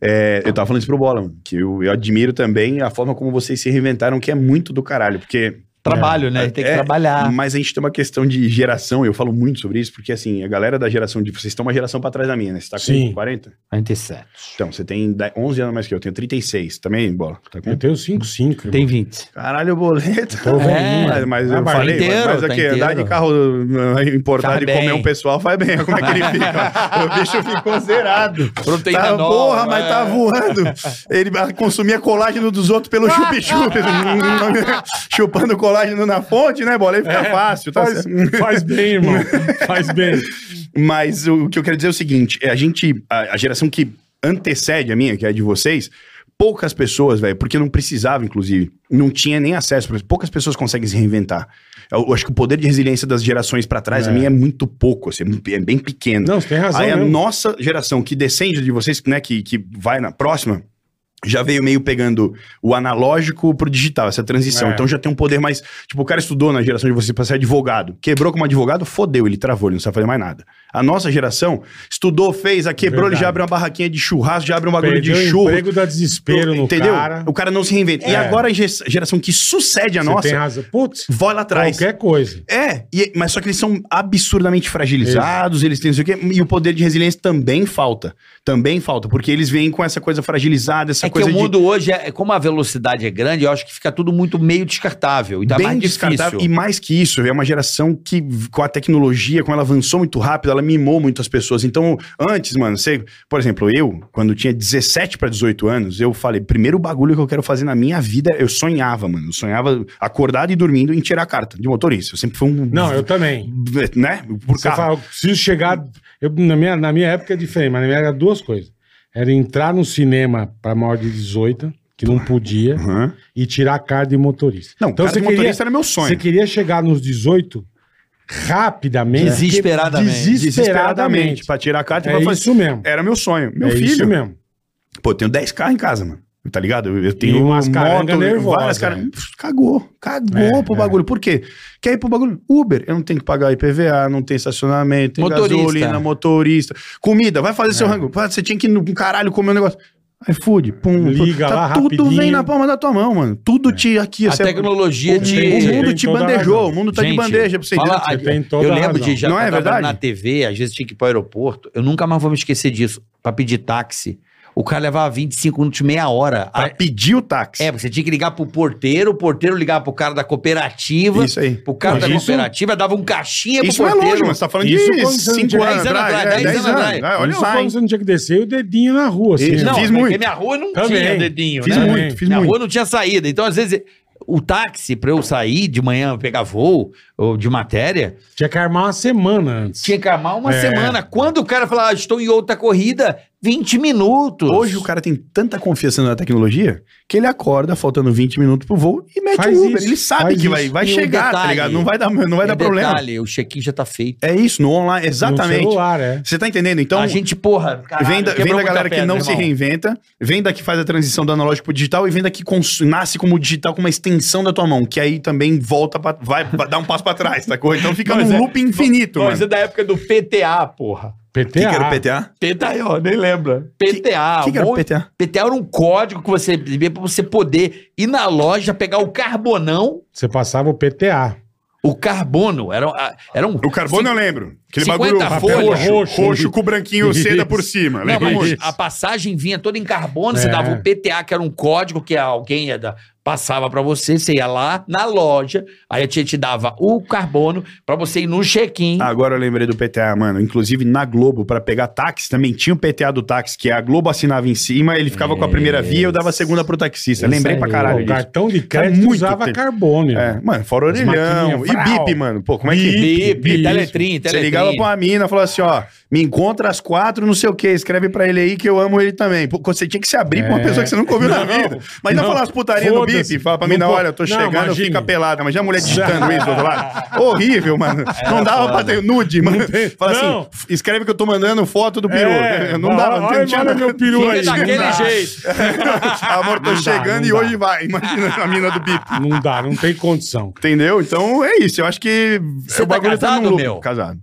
E: É, eu tava falando isso pro Bola, mano, que eu, eu admiro também a forma como vocês se reinventaram, que é muito do caralho, porque
D: Trabalho, né? Tem que
E: É.
D: trabalhar.
E: mas a gente tem uma questão de geração, eu falo muito sobre isso, porque assim, a galera da geração de vocês estão uma geração pra trás da minha, né? Você tá com
C: Sim.
E: 40?
D: 47.
E: Então, você tem 10 11 anos mais que eu, eu tenho 36, também, Bola? Tá com
C: Eu tenho 5-5.
D: Tem É. 20.
E: Caralho, boleto.
C: Tô velhinho.
E: Mas, mas
C: Tá
E: eu falei,
D: inteiro,
E: mas
D: tá
E: aqui,
D: inteiro.
E: andar de carro uh, importado
D: Faz
E: e comer
D: bem.
E: um pessoal faz bem. Como é que ele fica? o bicho ficou zerado.
D: Proteína
E: tá,
D: nova,
E: Porra, mas
D: é.
E: tá voando. Ele ah, consumia colágeno dos outros pelo chup-chup. Chupando colágeno na fonte, né, bola? Aí fica
D: É.
E: fácil, tá
C: Faz,
E: certo.
C: faz bem, irmão. Faz bem.
E: Mas o que eu quero dizer é o seguinte: é a gente, a, a geração que antecede a minha, que é a de vocês, poucas pessoas, velho, porque não precisava, inclusive, não tinha nem acesso, poucas pessoas conseguem se reinventar. Eu, eu acho que o poder de resiliência das gerações pra trás, a minha é muito pouco, assim, é bem pequeno.
C: Não, você tem razão.
E: Aí é a
C: mesmo.
E: nossa geração que descende de vocês, né, que, que vai na próxima, já veio meio pegando o analógico pro digital, essa transição.
C: É.
E: Então já tem um poder mais. Tipo, o cara estudou na geração de vocês pra ser advogado. Quebrou como advogado, fodeu, ele travou, ele não sabe fazer mais nada. A nossa geração estudou, fez, a quebrou, ele já
C: Verdade.
E: abre uma barraquinha de churrasco, já abre um bagulho
C: Perdeu
E: de
C: o
E: churro.
C: emprego dá desespero no
E: entendeu?
C: cara.
E: O cara não se reinventa. E
C: É.
E: agora a ge- geração que sucede
C: Você
E: a
C: tem
E: nossa,
C: razão. Putz,
E: vai lá atrás.
C: qualquer coisa.
E: É, e- mas só que eles são absurdamente fragilizados, eles têm não sei o quê, e o poder de resiliência também falta. Também falta, porque eles vêm com essa coisa fragilizada, essa
D: é que
E: coisa
D: o
E: de-
D: mundo hoje, é, como a velocidade é grande, eu acho que fica tudo muito meio descartável. Então é
E: bem
D: mais
E: descartável.
D: difícil.
E: E mais que isso, é uma geração que, com a tecnologia, como ela avançou muito rápido, ela mimou muito as pessoas. Então, antes, mano, você, por exemplo, eu, quando tinha 17 para 18 anos, eu falei: primeiro bagulho que eu quero fazer na minha vida, eu sonhava, mano. Eu sonhava acordado e dormindo em tirar a carta de motorista. Eu sempre fui um.
C: Não, eu também.
E: Né? Por
C: Você
E: carro.
C: fala, eu preciso chegar. eu- na, minha, na minha época é diferente, mas na minha era duas coisas. Era entrar no cinema para maior de 18, que não podia,
E: Aham.
C: e tirar a carta de motorista. Então
E: Não, cara
C: você
E: de
C: queria-
E: motorista era meu sonho.
C: Você queria chegar nos 18 rapidamente.
D: Desesperadamente.
C: Desesperadamente.
E: Pra tirar a carta e
C: É
E: pra fazer.
C: isso mesmo.
E: Era meu sonho. Meu
C: é
E: filho.
C: isso mesmo.
E: Pô, eu tenho 10 carros em casa, mano. Tá ligado? Eu, eu tenho
C: umas caranga nervosa,
E: várias caras.
C: né?
E: Cagou. Cagou
C: É,
E: pro
C: é.
E: bagulho. Por quê? Quer ir pro bagulho? Uber. Eu não tenho que pagar IPVA, não tem estacionamento, tem
D: Motorista.
E: gasolina, motorista. Comida, vai fazer seu rango. Pá, Você tinha que ir no caralho comer um negócio. iFood, pum.
C: Liga
E: tá
C: lá
E: Tudo
C: rapidinho.
E: vem na palma da tua mão, mano. Tudo te aqui.
D: a
E: você- é-
D: tecnologia
E: o,
D: de.
E: o mundo te
C: Tem toda a
E: bandejou.
C: razão.
E: O mundo tá de
D: Gente,
E: bandeja pra você
D: fala-
E: entender.
C: Você tem toda
D: eu
C: a
D: lembro
C: razão.
D: de já
E: Não é
D: eu tava
E: verdade?
D: na TV, às vezes tinha que ir pro aeroporto. Eu nunca mais vou me esquecer disso. Pra pedir táxi. O cara levava 25 minutos, meia hora.
E: Pra
D: A-
E: pedir o táxi.
D: É, porque você tinha que ligar pro porteiro, o porteiro ligava pro cara da cooperativa.
E: É Isso aí.
D: Pro cara
C: Não,
D: da
C: isso-
D: cooperativa dava um caixinha pro
E: Isso não é
D: porteiro.
E: longe, mano. Você tá falando
C: Isso
E: de
C: quando você não
E: 5
C: tinha-
E: anos
D: dez anos
E: atrás.
D: atrás,
E: é,
D: dez
E: 10
D: anos
E: anos.
D: atrás.
E: Ah, Olha
C: Isso
E: lá,
C: quando
E: hein.
C: você não tinha que descer, e o dedinho na rua. Assim,
E: Isso.
C: ó.
D: Não,
E: Fiz
D: porque
E: muito.
D: minha rua não
C: Também.
D: tinha dedinho,
E: Fiz
D: né?
E: muito, fiz
D: minha
E: muito.
D: rua não tinha saída. Então, às vezes, O táxi, pra eu sair de manhã, pegar voo ou de matéria,
C: Tinha que armar uma semana antes.
D: tinha que amar uma
C: É.
D: semana. Quando o cara falar, ah, estou em outra corrida, 20 minutos.
E: Hoje o cara tem tanta confiança na tecnologia que ele acorda faltando 20 minutos pro voo e mete
C: Faz
E: o Uber.
C: isso,
E: ele sabe
C: faz
E: que vai,
C: isso.
E: vai
D: E o
E: chegar, tá
D: detalhe-
E: ligado? Não vai dar, não vai
D: E
E: dar problema.
D: É detalhe, o check-in já tá feito.
E: É isso, no online,
C: No
E: exatamente.
C: celular, é.
E: Você tá entendendo? Então,
D: a gente, porra, caralho,
E: vem da,
D: quebrou
E: vem da
D: muita
E: galera que
D: pedra,
E: não se
D: irmão.
E: reinventa, vem da que faz a transição do analógico pro digital e vem da que cons- nasce como digital com uma extensão da tua mão, que aí também volta pra, vai pra- dar um passo pra trás, tá? Então fica
D: Nós
E: num
D: é-
E: loop infinito,
D: Nós
E: mano.
D: é da época do PTA, porra.
C: PTA.
E: O que, que era o PTA?
D: PTA, ó, nem lembra. PTA.
E: O que, que era
D: um
E: o
D: monte-
E: PTA?
D: PTA era um código que você bebia pra você poder ir na loja, pegar o carbonão.
C: Você passava o PTA.
D: O carbono era, a- era um.
E: O carbono eu lembro. Aquele
D: 50
E: bagulho
D: folhas.
E: roxo, roxo,
C: Roxo.
E: com o branquinho seda por cima.
D: Não,
E: Lembra
D: mas
E: muito?
D: a passagem vinha toda em carbono,
C: É.
D: você dava o PTA, que era um código que alguém ia dar- passava pra você, você ia lá na loja, aí a tia te dava o carbono pra você ir no check-in.
E: Agora eu lembrei do PTA, mano. Inclusive na Globo, pra pegar táxi, também tinha o PTA do táxi, que a Globo assinava em cima, ele ficava com a primeira via e eu dava a segunda pro taxista. lembrei pra
C: Pô,
E: caralho
C: o
E: disso.
C: cartão de crédito
E: muito
C: usava
E: tempo.
C: carbono.
E: É, mano, fora
C: As
E: orelhão.
C: maquininhas,
E: E
C: frau.
E: bip, mano. Pô, como é que.
C: Bip,
D: Bip,
C: bip,
D: teletrim,
E: Você
D: teletrim.
E: ligava pra uma mina, falava assim, ó, me encontra às quatro, não sei o quê, escreve pra ele aí que eu amo ele também. Pô, você tinha que se abrir pra uma
C: É.
E: pessoa que você nunca ouviu na
C: Não,
E: vida. Mas não,
C: não.
E: falar as putarias no
C: Foda-se.
E: bip, fala pra
C: Não
E: mina,
C: pode.
E: olha, eu tô
C: Não,
E: chegando,
C: imagina.
E: fica pelada. Mas já a mulher digitando isso do outro lado. Horrível, mano.
C: É,
E: não dava pra ter nude, mano. Fala assim,
C: não.
E: "F- escreve que eu tô mandando foto do peru.
C: É,
E: não dava, não,
C: olha,
E: tinha
C: olha
E: nada.
C: meu peru
D: Fica
C: aí.
D: daquele
C: Não dá.
D: jeito.
E: Amor, tô
C: Não dá,
E: chegando
C: não
E: e
C: dá.
E: hoje vai. Imagina a mina do bip.
C: Não dá, não tem condição.
E: Entendeu? Então é isso. Eu acho que
D: Você
E: o
D: tá
E: bagulho tá,
D: casado,
E: num loop.
D: meu?
E: Casado.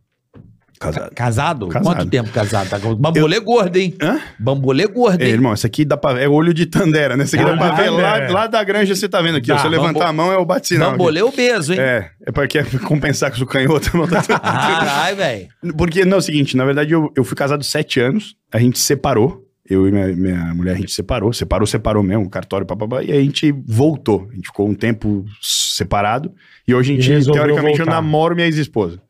E: Casado.
D: Casado?
E: Casado.
D: Quanto tempo casado? Tá com- Bambolê gordo, hein?
E: Hã?
D: Bambolê gordo,
E: É,
D: hein?
E: irmão, isso aqui dá pra. É olho de Tandera, né? Isso aqui dá
C: Olho
E: pra
C: de
E: ver lá,
C: Tandera.
E: lá da granja você tá vendo aqui. ó.
C: Dá, um
E: Se eu
D: bambu-
E: levantar a mão, é o bate-sinal. aqui.
D: Bambolê obeso, hein?
E: É, é porque é compensar com o canhoto. não tá-
D: Caralho, velho.
E: porque, não, é o seguinte, na verdade eu, eu fui casado sete anos, a gente separou. Eu e minha, minha mulher, a gente separou, separou, separou mesmo, cartório, papapá, e aí a gente voltou. A gente ficou um tempo separado, e hoje a
C: E
E: gente,
C: resolveu
E: teoricamente, eu
C: voltar.
E: namoro minha ex-esposa.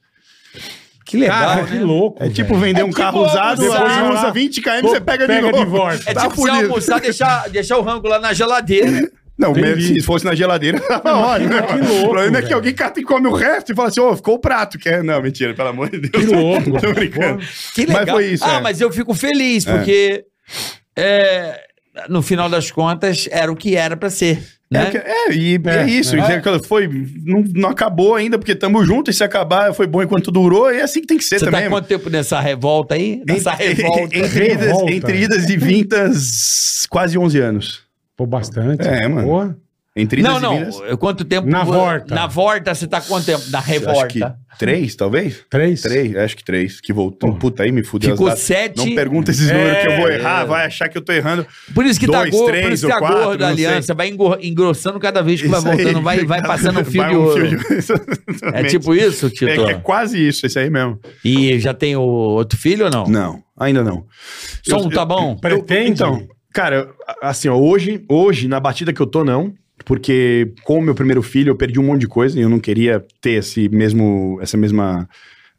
D: Que legal,
C: Cara, que
D: né?
C: louco.
E: É tipo
C: velho.
E: vender um
D: tipo
E: carro usado,
D: almoçar.
E: depois
C: Vai
E: usa
C: lá.
E: 20 km,
C: Pô,
E: você pega,
C: pega
E: de
C: de
E: novo.
C: volta.
D: É
E: Tá
D: tipo você
E: fudido.
D: almoçar, deixar, deixar o rango lá na geladeira.
E: Não,
C: Entendi.
E: mesmo se fosse na geladeira, tava ótimo. né, mano?
C: louco,
E: o problema é que
C: velho.
E: alguém cata e come o resto e fala assim, ô, ficou o prato. Que é... Não, mentira, pelo amor de Deus.
C: Que louco.
E: Tô brincando.
D: Que
E: Mas
D: legal.
E: foi isso,
D: ah,
E: é.
D: mas eu fico feliz, porque é, no final das contas era o que era pra ser.
E: É,
D: Né?
E: que- é, e é,
C: É,
E: isso.
C: é.
E: e aquela- Foi, não, não acabou ainda, porque tamo junto, e se acabar, foi bom enquanto durou, e é assim que tem que ser
D: Você
E: também.
D: tá há
E: mano.
D: quanto tempo nessa revolta aí? Nessa revolta.
E: entre, idas,
C: Revolta.
E: entre idas e vintas, quase 11 anos.
C: Pô, bastante.
E: É, mano.
C: Porra.
E: Entre idas
D: Não,
E: e vindas.
D: não. Quanto tempo?
C: Na volta.
D: Na volta, você tá há quanto tempo? Na
E: Acho que
D: revolta.
E: três, talvez?
C: Três.
E: Três, acho que três. Que voltou.
C: Pô.
E: Puta, aí me fudeu. as
D: Ficou
E: datas. Não
D: sete.
E: pergunta esses números que eu vou
D: É.
E: errar, vai achar que eu tô errando.
D: Por isso que tá
E: Dois,
D: gordo,
E: três
D: por isso
E: ou
D: que tá
E: quatro,
D: gordo a
E: não sei.
D: aliança, vai engor- engrossando cada vez que vai
E: Isso aí.
D: voltando, vai, vai passando um fio
E: Vai
D: de ouro.
E: Isso,
D: É
E: exatamente.
D: tipo isso, Tito?
E: É, é quase isso, esse aí mesmo.
D: E já tem o outro filho ou não?
E: Não, ainda não.
D: Só
E: Eu-
D: um tá bom?
C: Pretende?
E: Então, cara, a- assim, ó, hoje, hoje, na batida que eu tô, não. Porque com o meu primeiro filho, eu perdi um monte de coisa e eu não queria ter esse mesmo, essa mesma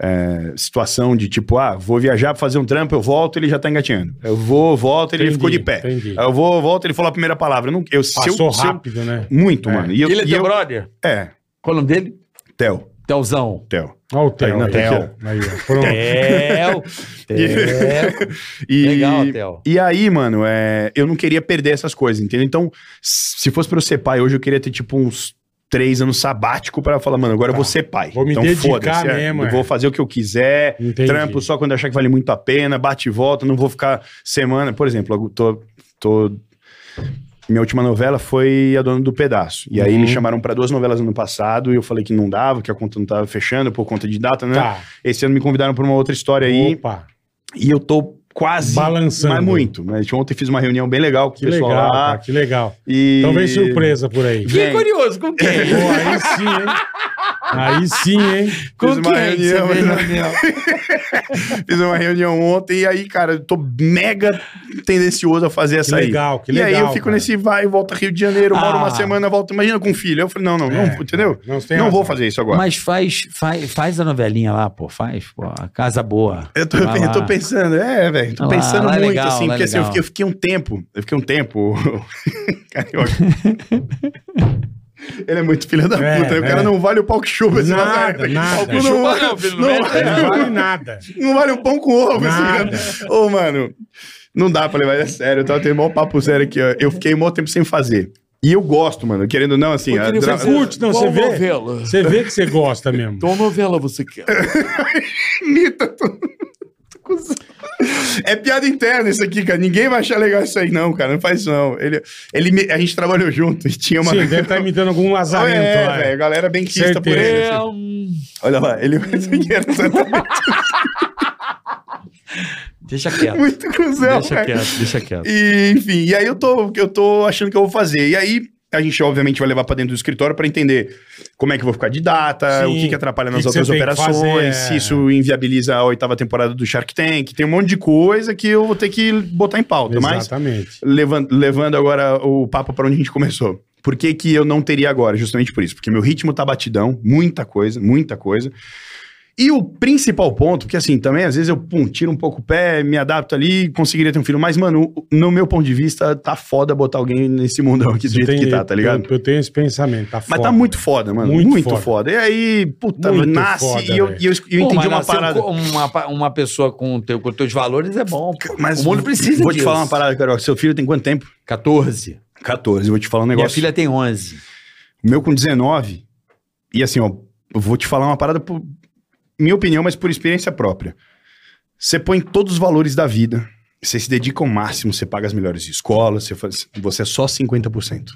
E: é, situação de tipo, ah, vou viajar pra fazer um trampo, eu volto, ele já tá engatinhando. Eu vou, volto, ele
C: Entendi,
E: ficou de pé.
C: entendi.
E: Eu vou, volto, ele falou a primeira palavra. Eu não, eu, se eu-
C: Passou
E: se eu-
C: rápido, né?
E: muito,
C: É.
E: mano. E eu,
D: Ele é
E: e
D: teu
E: eu-
D: brother?
E: É,
D: Qual o nome dele?
E: Theo,
D: Telzão.
E: Theo.
C: Olha o
E: Aí,
C: Theo.
E: não, É,
C: aí,
E: Theo.
C: ó. Aí, ó. Pronto.
E: né?
D: Tel. Tel.
E: E,
D: Legal, Theo.
E: E aí, mano, é, eu não queria perder essas coisas, entendeu? Então, se fosse pra eu ser pai hoje, eu queria ter, tipo, uns três anos sabático pra falar, mano, agora eu vou ser pai.
C: Tá. Vou me
E: então,
C: dedicar
E: foda-se, é,
C: mesmo,
E: eu
C: é.
E: Vou fazer o que eu quiser,
C: Entendi.
E: trampo só quando eu achar que vale muito a pena, bate e volta, não vou ficar semana. Por exemplo, eu tô. tô- minha última novela foi A Dona do Pedaço. E aí
C: Uhum.
E: me chamaram pra duas novelas ano passado e eu falei que não dava, que a conta não tava fechando por conta de data, né?
C: Tá.
E: Esse ano me convidaram pra uma outra história aí.
C: Opa.
E: E eu tô quase.
C: Balançando.
E: Mas muito. Mas ontem fiz uma reunião bem legal com
C: Que
E: o pessoal
C: legal, tá.
E: lá.
C: cara, que legal.
E: E...
C: Então vem surpresa por aí.
D: Fiquei curioso, com quem?
C: Pô, aí sim, hein? Aí sim, hein?
D: Com
E: Fiz uma
D: quem que você
E: reunião,
D: fez
E: né?
D: reunião?
E: Fiz uma reunião ontem e aí, cara, eu tô mega tendencioso a fazer essa aí.
C: legal, que
E: E aí eu
C: legal,
E: fico
C: cara.
E: nesse vai e volta Rio de Janeiro, moro
D: Ah.
E: uma semana, volto. Imagina com um filho. Eu falei, não, não, não,
C: É,
E: entendeu?
C: não, você tem
E: Não
C: razão.
E: vou fazer isso agora.
D: Mas faz, faz, faz a novelinha lá, pô. Faz, pô. A Casa Boa.
E: Eu tô,
D: Vai
E: eu tô
D: lá.
E: pensando, é, velho, tô
D: Lá,
E: pensando
D: lá é
E: muito,
D: legal,
E: assim,
D: lá é
E: porque assim, eu
D: legal.
E: fiquei, eu fiquei um tempo, eu fiquei um tempo, carioca. Ele é muito filho da puta.
C: É,
E: né? o
C: é.
E: cara não vale o pau que chuva. esse
C: Nada, nada.
E: Não, não, vale-
D: né?
E: não vale-
C: Não vale nada.
E: não vale o pão com ovo. esse
C: Nada.
E: cara. Ô, mano, não dá pra levar ele a sério. tá? Eu tava tendo mó papo sério aqui, ó. Eu fiquei mó tempo sem fazer. E eu gosto, mano. Querendo ou não, assim... a dra-
C: Você curte, não, você vê. Você vê que você gosta mesmo.
H: Qual novela você quer?
E: Anitta, tô- tô cuzão. É piada interna isso aqui, cara. Ninguém vai achar legal isso aí, não, cara. Não faz isso, não. Ele, ele, me- a gente trabalhou junto e tinha uma.
C: Sim, deve tá estar imitando algum
E: Ah,
C: lazarento
E: é,
C: lá.
E: velho. A galera bem quista por
C: Certeza.
E: ele. assim. Olha lá, ele vai tá
H: Deixa quieto.
E: muito cuzão,
H: Deixa
E: velho.
H: quieto, deixa quieto.
E: E, enfim, e aí eu tô, eu tô achando que eu vou fazer. E aí a gente, obviamente, vai levar pra dentro do escritório pra entender como é que eu vou ficar de
C: Sim.
E: data, o que, que atrapalha
C: O
E: nas
C: que que
E: outras
C: você tem que
E: operações,
C: fazer, é.
E: se isso inviabiliza a oitava temporada do Shark Tank. Tem um monte de coisa que eu vou ter que botar em pauta. Mas
C: Exatamente.
E: levan- levando agora o papo para onde a gente começou. Por que, que eu não teria agora? Justamente por isso. Porque meu ritmo tá batidão, muita coisa, muita coisa. E o principal ponto, que assim, também às vezes eu pum, tiro um pouco o pé, me adapto ali, conseguiria ter um filho. Mas, mano, no meu ponto de vista, tá foda botar alguém nesse mundão aqui do jeito
C: Tem-
E: que tá, tá ligado?
C: Eu, eu tenho esse pensamento. Tá
E: Mas
C: foda.
E: tá muito foda, mano.
C: Muito
E: Muito,
C: foda.
E: foda. E aí, puta,
C: Muito
E: nasce
C: foda,
E: e eu,
C: velho.
E: e eu, eu
D: Pô,
E: entendi
D: mas
E: uma
D: nascer
E: parada.
D: um co- Uma, pa- uma pessoa com, teu, com teus valores é bom. pô.
E: Mas
D: o mundo precisa
E: Vou te
D: disso.
E: falar uma parada, Carioca. Seu filho tem quanto tempo?
D: 14.
E: 14. Vou te falar um
D: Minha
E: negócio.
D: filha tem 11.
E: O meu com 19. E assim, ó, eu vou te falar uma parada por minha opinião, mas por experiência própria. Você põe todos os valores da vida, você se dedica ao máximo, você paga as melhores escolas, você, faz, você é só 50%.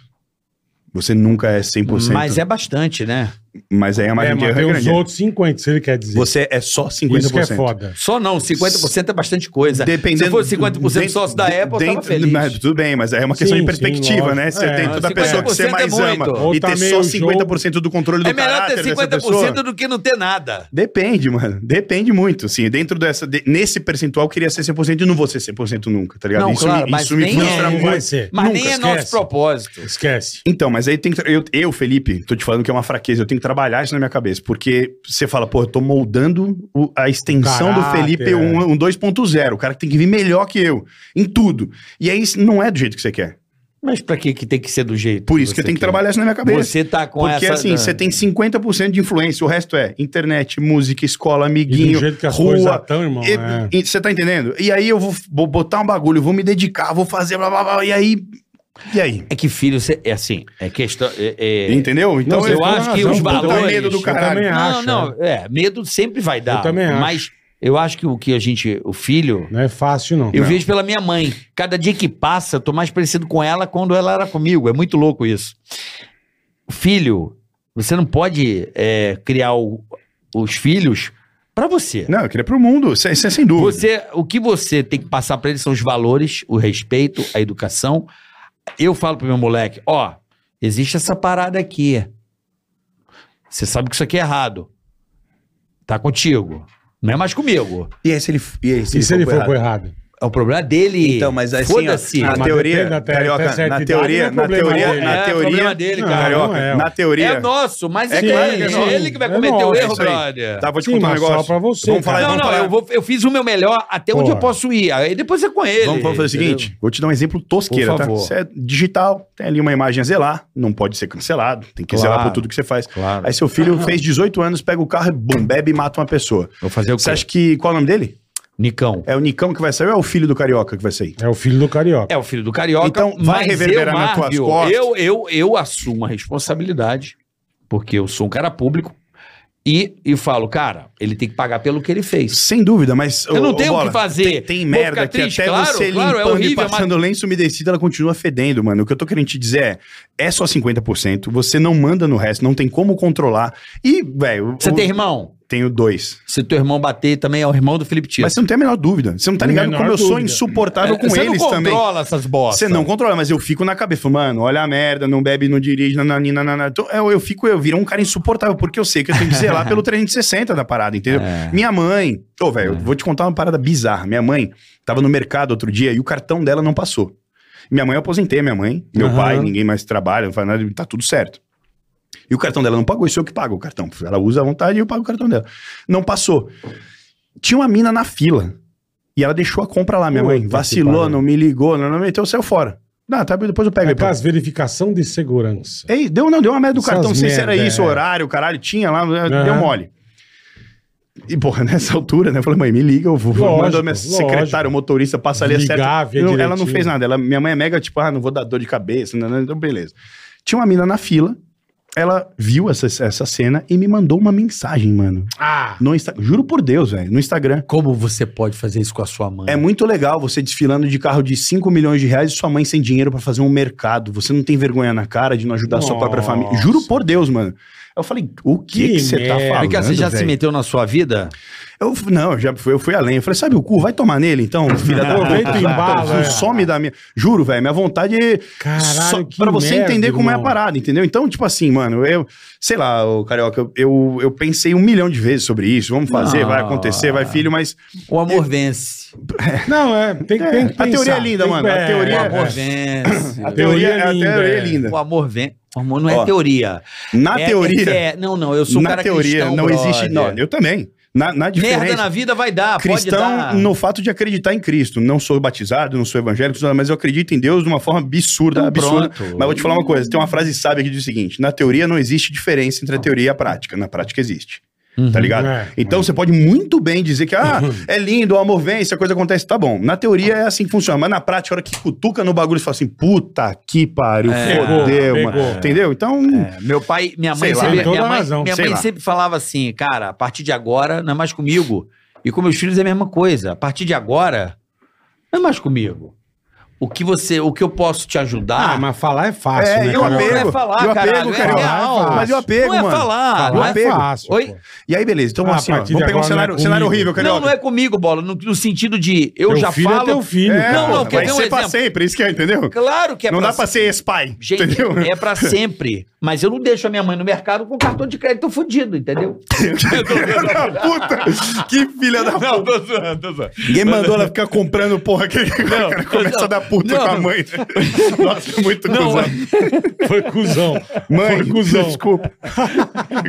E: Você nunca é 100%.
D: Mas é bastante, né?
E: mas aí a
C: É,
E: margem de
C: mas
E: erro é
C: tem os
E: grande.
C: outros 50, se ele quer dizer.
E: Você é só 50%.
C: Isso que é foda.
D: Só não, 50% é bastante coisa.
E: Dependendo,
D: Se fosse 50% sócio da
E: dentro-
D: Apple, eu tava
E: dentro-
D: feliz.
E: mas tudo bem, mas é uma questão
C: Sim,
E: de
C: sim,
E: perspectiva,
C: lógico.
E: né? Você
C: É,
E: tem toda a pessoa que você
D: 50% é
E: mais
D: muito.
E: ama
C: Ou
E: e
C: tá
E: ter
C: meio
E: só 50% do controle do
D: É melhor
E: caráter
D: ter
E: dessa
D: 50%
E: pessoa.
D: do que não ter nada.
E: Depende, mano. Depende muito, assim. Dentro dessa... de- nesse percentual, eu queria ser 100% e não vou ser 100% nunca, tá ligado?
D: Não,
E: isso
D: claro,
E: me,
D: mas
E: isso me
D: nem
E: frustra
D: é.
C: Não
E: muito.
C: vai ser.
D: Mas
C: Nunca,
D: nem é nosso
C: esquece.
D: propósito.
C: Esquece.
E: Então, mas aí tem que. tra- Eu, eu, Felipe, tô te falando que é uma fraqueza, eu tenho que trabalhar isso na minha cabeça. Porque você fala, pô, eu tô moldando o- a extensão
C: Caráter,
E: do Felipe
C: é.
E: um, um 2.0. O cara que tem que vir melhor que eu. Em tudo. E aí isso não é do jeito que você quer.
D: Mas pra que, que tem que ser do jeito?
E: Por isso que eu tenho que trabalhar isso na minha cabeça.
D: Você tá com
E: Porque
D: essa.
E: assim, você tem 50% de influência, o resto é internet, música, escola,
C: E do
E: amiguinho,
C: jeito que as coisas
E: rua.
C: estão, irmão. é.
E: Você tá entendendo? E aí eu vou, vou botar um bagulho, vou me dedicar, vou fazer blá blá blá, e aí. E aí?
D: É que filho, você- é assim, é questão. é- é-
E: Entendeu? Então
C: Não,
D: eu
C: tem
D: acho que
C: razão,
D: os
C: eu tenho
D: valores.
E: medo do
C: Eu também
E: caralho.
C: acho.
D: não,
C: é.
D: não, é. medo sempre vai dar.
C: também acho.
D: Mas eu acho que o que a gente, o filho,
C: Não é fácil, não.
D: eu vejo pela minha mãe. Cada dia que passa, eu tô mais parecido com ela quando ela era comigo. É muito louco isso. Filho, você não pode é, criar o- os filhos pra você.
E: Não, eu queria pro mundo, isso é isso é sem dúvida.
D: Você, o que você tem que passar pra eles são os valores, o respeito, a educação. Eu falo pro meu moleque, ó, existe essa parada aqui. Você sabe que isso aqui é errado. Tá contigo. Não é mais comigo.
E: E aí, se ele, e aí,
C: E se ele for pro errado?
D: É o problema dele.
E: Então, mas assim,
D: Foda-se.
E: ó,
C: Ah,
E: na
C: mas
E: teoria,
C: depende até-
E: Carioca,
C: até certa
E: na
C: idade,
E: teoria,
C: não é
E: na
C: problema
E: teoria,
C: dele.
E: na
D: É,
E: teoria,
D: problema dele,
C: Não,
D: cara.
E: Carioca,
C: não é,
E: na
D: É
E: teoria,
D: nosso, mas é,
E: É
D: ele,
E: claro que é nosso.
D: ele que vai
C: É
D: cometer o
C: nosso,
D: erro,
E: isso aí.
D: brother.
E: tá, vou te
C: Sim,
E: contar um
C: mas
E: negócio.
C: só pra você.
E: Vamos falar, então?
C: cara.
D: Não,
E: vamos
D: não,
E: falar.
D: eu, vou- eu fiz o meu melhor até onde
C: Porra.
D: eu posso ir. Aí depois é com ele.
E: Vamos, vamos fazer o
D: entendeu?
E: seguinte, vou te dar um exemplo tosqueira,
D: Por
E: tá?
D: favor.
E: Isso é digital, tem ali uma imagem a zelar, não pode ser cancelado, tem que zelar
D: Claro.
E: por tudo que você faz.
D: Claro.
E: Aí seu filho fez 18 anos, pega o carro e bum, bebe e mata uma pessoa.
D: Vou fazer o
E: Você
D: quê?
E: acha que, qual é o nome dele?
D: Nicão.
E: É o Nicão que vai sair ou é o filho do Carioca que vai sair?
C: É o filho do carioca.
D: É o filho do carioca.
E: Então, vai
D: mas
E: reverberar
D: eu,
E: nas tuas
D: Marvel,
E: costas?
D: Eu, eu, eu assumo a responsabilidade, porque eu sou um cara público, e, e falo, cara, ele tem que pagar pelo que ele fez.
E: Sem dúvida, mas...
D: Eu não tenho o que fazer.
E: Tem, tem
D: Vou
E: merda
D: ficar
E: que
D: triste,
E: até
D: claro, claro,
E: você
D: é
E: limpando e
D: horrível, mas-
E: passando lenço umedecido, ela continua fedendo, mano. O que eu tô querendo te dizer é, é só 50%, você não manda no resto, não tem como controlar. E, velho...
D: Você
E: eu
D: tem irmão?
E: Tenho dois.
D: Se teu irmão bater, também é o irmão do Felipe Tito.
E: Mas você não tem a menor dúvida. Você não tá
C: Não
E: ligado
C: tem a
E: como eu
C: menor
E: sou
C: dúvida.
E: insuportável com
D: É, você
E: eles
D: não
E: também.
D: controla essas bostas.
E: Você não controla, mas eu fico na cabeça, mano, olha a merda, não bebe, não dirige, nananina, nanana. Então, eu, eu fico, eu viro um cara insuportável, porque eu sei que eu tenho que zelar pelo 360 da parada, entendeu? Minha mãe, ô, velho, eu vou te contar uma parada bizarra. Minha mãe tava no mercado outro dia e o cartão dela não passou. Minha mãe, eu aposentei, minha mãe, meu
C: Aham.
E: pai, ninguém mais trabalha, não faz nada, tá tudo certo. E o cartão dela não pagou, isso eu que pago o cartão. Ela usa à vontade e eu pago o cartão dela. Não passou. Tinha uma mina na fila. E ela deixou a compra lá, minha
C: Puta
E: mãe.
C: que
E: Vacilou,
C: pariu.
E: não me ligou, não, não meteu, saiu fora. Não, tá, depois eu pego
C: É
E: aí. pra-
C: para as verificação de segurança.
E: Ei, deu, não, deu uma merda do
C: Essas
E: cartão, não sei se era
C: merda,
E: isso,
C: é.
E: horário, caralho, tinha lá, eh, deu
C: Aham.
E: mole. E, porra, nessa altura, né? Eu falei, mãe, me liga, eu vou.
C: Lógico,
E: Mandou minha secretária,
C: lógico.
E: o motorista, passa ali,
C: Ligar,
E: acerta.
C: ver
E: Eu- Ela
C: direitinho.
E: não fez nada. Ela, minha mãe é mega, tipo, ah, não vou dar dor de cabeça, né, né, então beleza. Tinha uma mina na fila, ela viu essa, essa cena e me mandou uma mensagem, mano.
C: Ah!
E: No Insta... Juro por Deus, velho, no Instagram.
D: Como você pode fazer isso com a sua mãe?
E: É muito legal você desfilando de carro de 5 milhões de reais e sua mãe sem dinheiro pra fazer um mercado. Você não tem vergonha na cara de não ajudar sua própria família. Juro por Deus, mano. Eu falei, o que
C: Que assim,
E: que você tá
C: merda.
E: falando?
D: Vem cá, você já se
E: velho?
D: meteu na sua vida?
E: Eu, f- não, eu já fui, eu fui além. Eu falei, sabe o cu? Vai tomar nele então, filha da
C: Aproveita e embala, é.
E: Some da minha. Juro, velho, minha vontade é.
C: Caralho, que
E: pra você
C: merda,
E: entender como é a
C: irmão.
E: parada, entendeu? Então, tipo assim, mano, eu. Sei lá, ô, Carioca, eu, eu, eu pensei um milhão de vezes sobre isso. Vamos fazer, vai acontecer,
C: Ah.
E: vai, filho, mas.
D: O amor vence.
C: Não, é. Tem,
E: É,
C: tem que
E: a teoria
C: pensar,
E: é linda,
C: tem que-
E: mano, a teoria
D: O
E: é-
D: amor vence.
E: A teoria, é linda. A teoria é
C: é.
E: linda.
D: O amor vence. O amor não é
E: Ó,
D: teoria.
E: Na
D: É-
E: teoria.
D: é- é- não, não, eu sou um
E: na
D: cara
E: teoria
D: cristão,
E: não
D: brother.
E: existe. Não, eu também. Na, na
D: Merda
E: diferença.
D: na vida vai dar, pode dar.
E: cristão é no fato de acreditar em Cristo. Não sou batizado, não sou evangélico, mas eu acredito em Deus de uma forma absurda,
D: Então
E: absurda. Mas vou te falar uma coisa: tem uma frase sábia que diz o seguinte: na teoria não existe diferença entre a teoria e a prática. Na prática existe. Tá ligado?
C: É.
E: então você pode muito bem dizer que ah,
C: Uhum.
E: é lindo, o amor vence, a coisa acontece, tá bom. Na teoria é assim que funciona, mas na prática, a hora que cutuca no bagulho, você fala assim: puta que pariu,
C: Pegou,
E: fodeu,
C: pegou.
E: mano. Entendeu? Então.
D: É, Meu pai, minha mãe,
E: Sei lá,
D: sempre,
E: tem
C: toda
D: minha mãe,
C: razão,
D: minha
E: sei
D: mãe
E: lá.
D: sempre falava assim, cara, a partir de agora não é mais comigo. E com meus filhos é a mesma coisa. A partir de agora não é mais comigo. O que você, o que eu posso te ajudar?
C: Ah, mas falar é fácil,
E: É,
C: né?
E: e o
C: cara?
D: Não
E: apego?
D: é falar,
E: E o apego,
D: caralho, é
E: cara?
D: real.
E: Mas eu apego,
D: não é
E: mano.
D: falar,
E: Eu
D: não é
C: Falar é
E: apego.
C: fácil.
D: Oi?
C: pô.
E: E aí, beleza. Então,
C: Ah, a
E: assim, ó,
C: partir de
E: vamos pegar um
C: agora
E: cenário,
C: não é
E: cenário
C: comigo.
E: horrível, Carioca.
D: Não, não é comigo, bola, no, no sentido de eu
C: Teu
D: já
C: filho
D: falo.
C: É teu filho,
E: É,
C: cara.
D: Não, não, quer
E: vai
D: ver um
E: ser pra
D: exemplo?
E: sempre, isso que é, entendeu?
D: Claro que é
E: não
D: pra
E: dá pra ser ex-pai,
D: Gente,
E: entendeu?
D: é pra sempre. Mas eu não deixo a minha mãe no mercado com cartão de crédito fudido, entendeu?
E: Filha da puta! Que filha da puta!
D: tô zoando, tô zoando.
E: Ninguém mandou ela ficar comprando porra que cara, começa
D: não,
E: a dar puta
D: não.
E: com a mãe. Nossa, é muito
D: Não, é.
E: cuzão.
C: Foi cuzão.
E: Mãe,
C: Foi cuzão.
E: desculpa.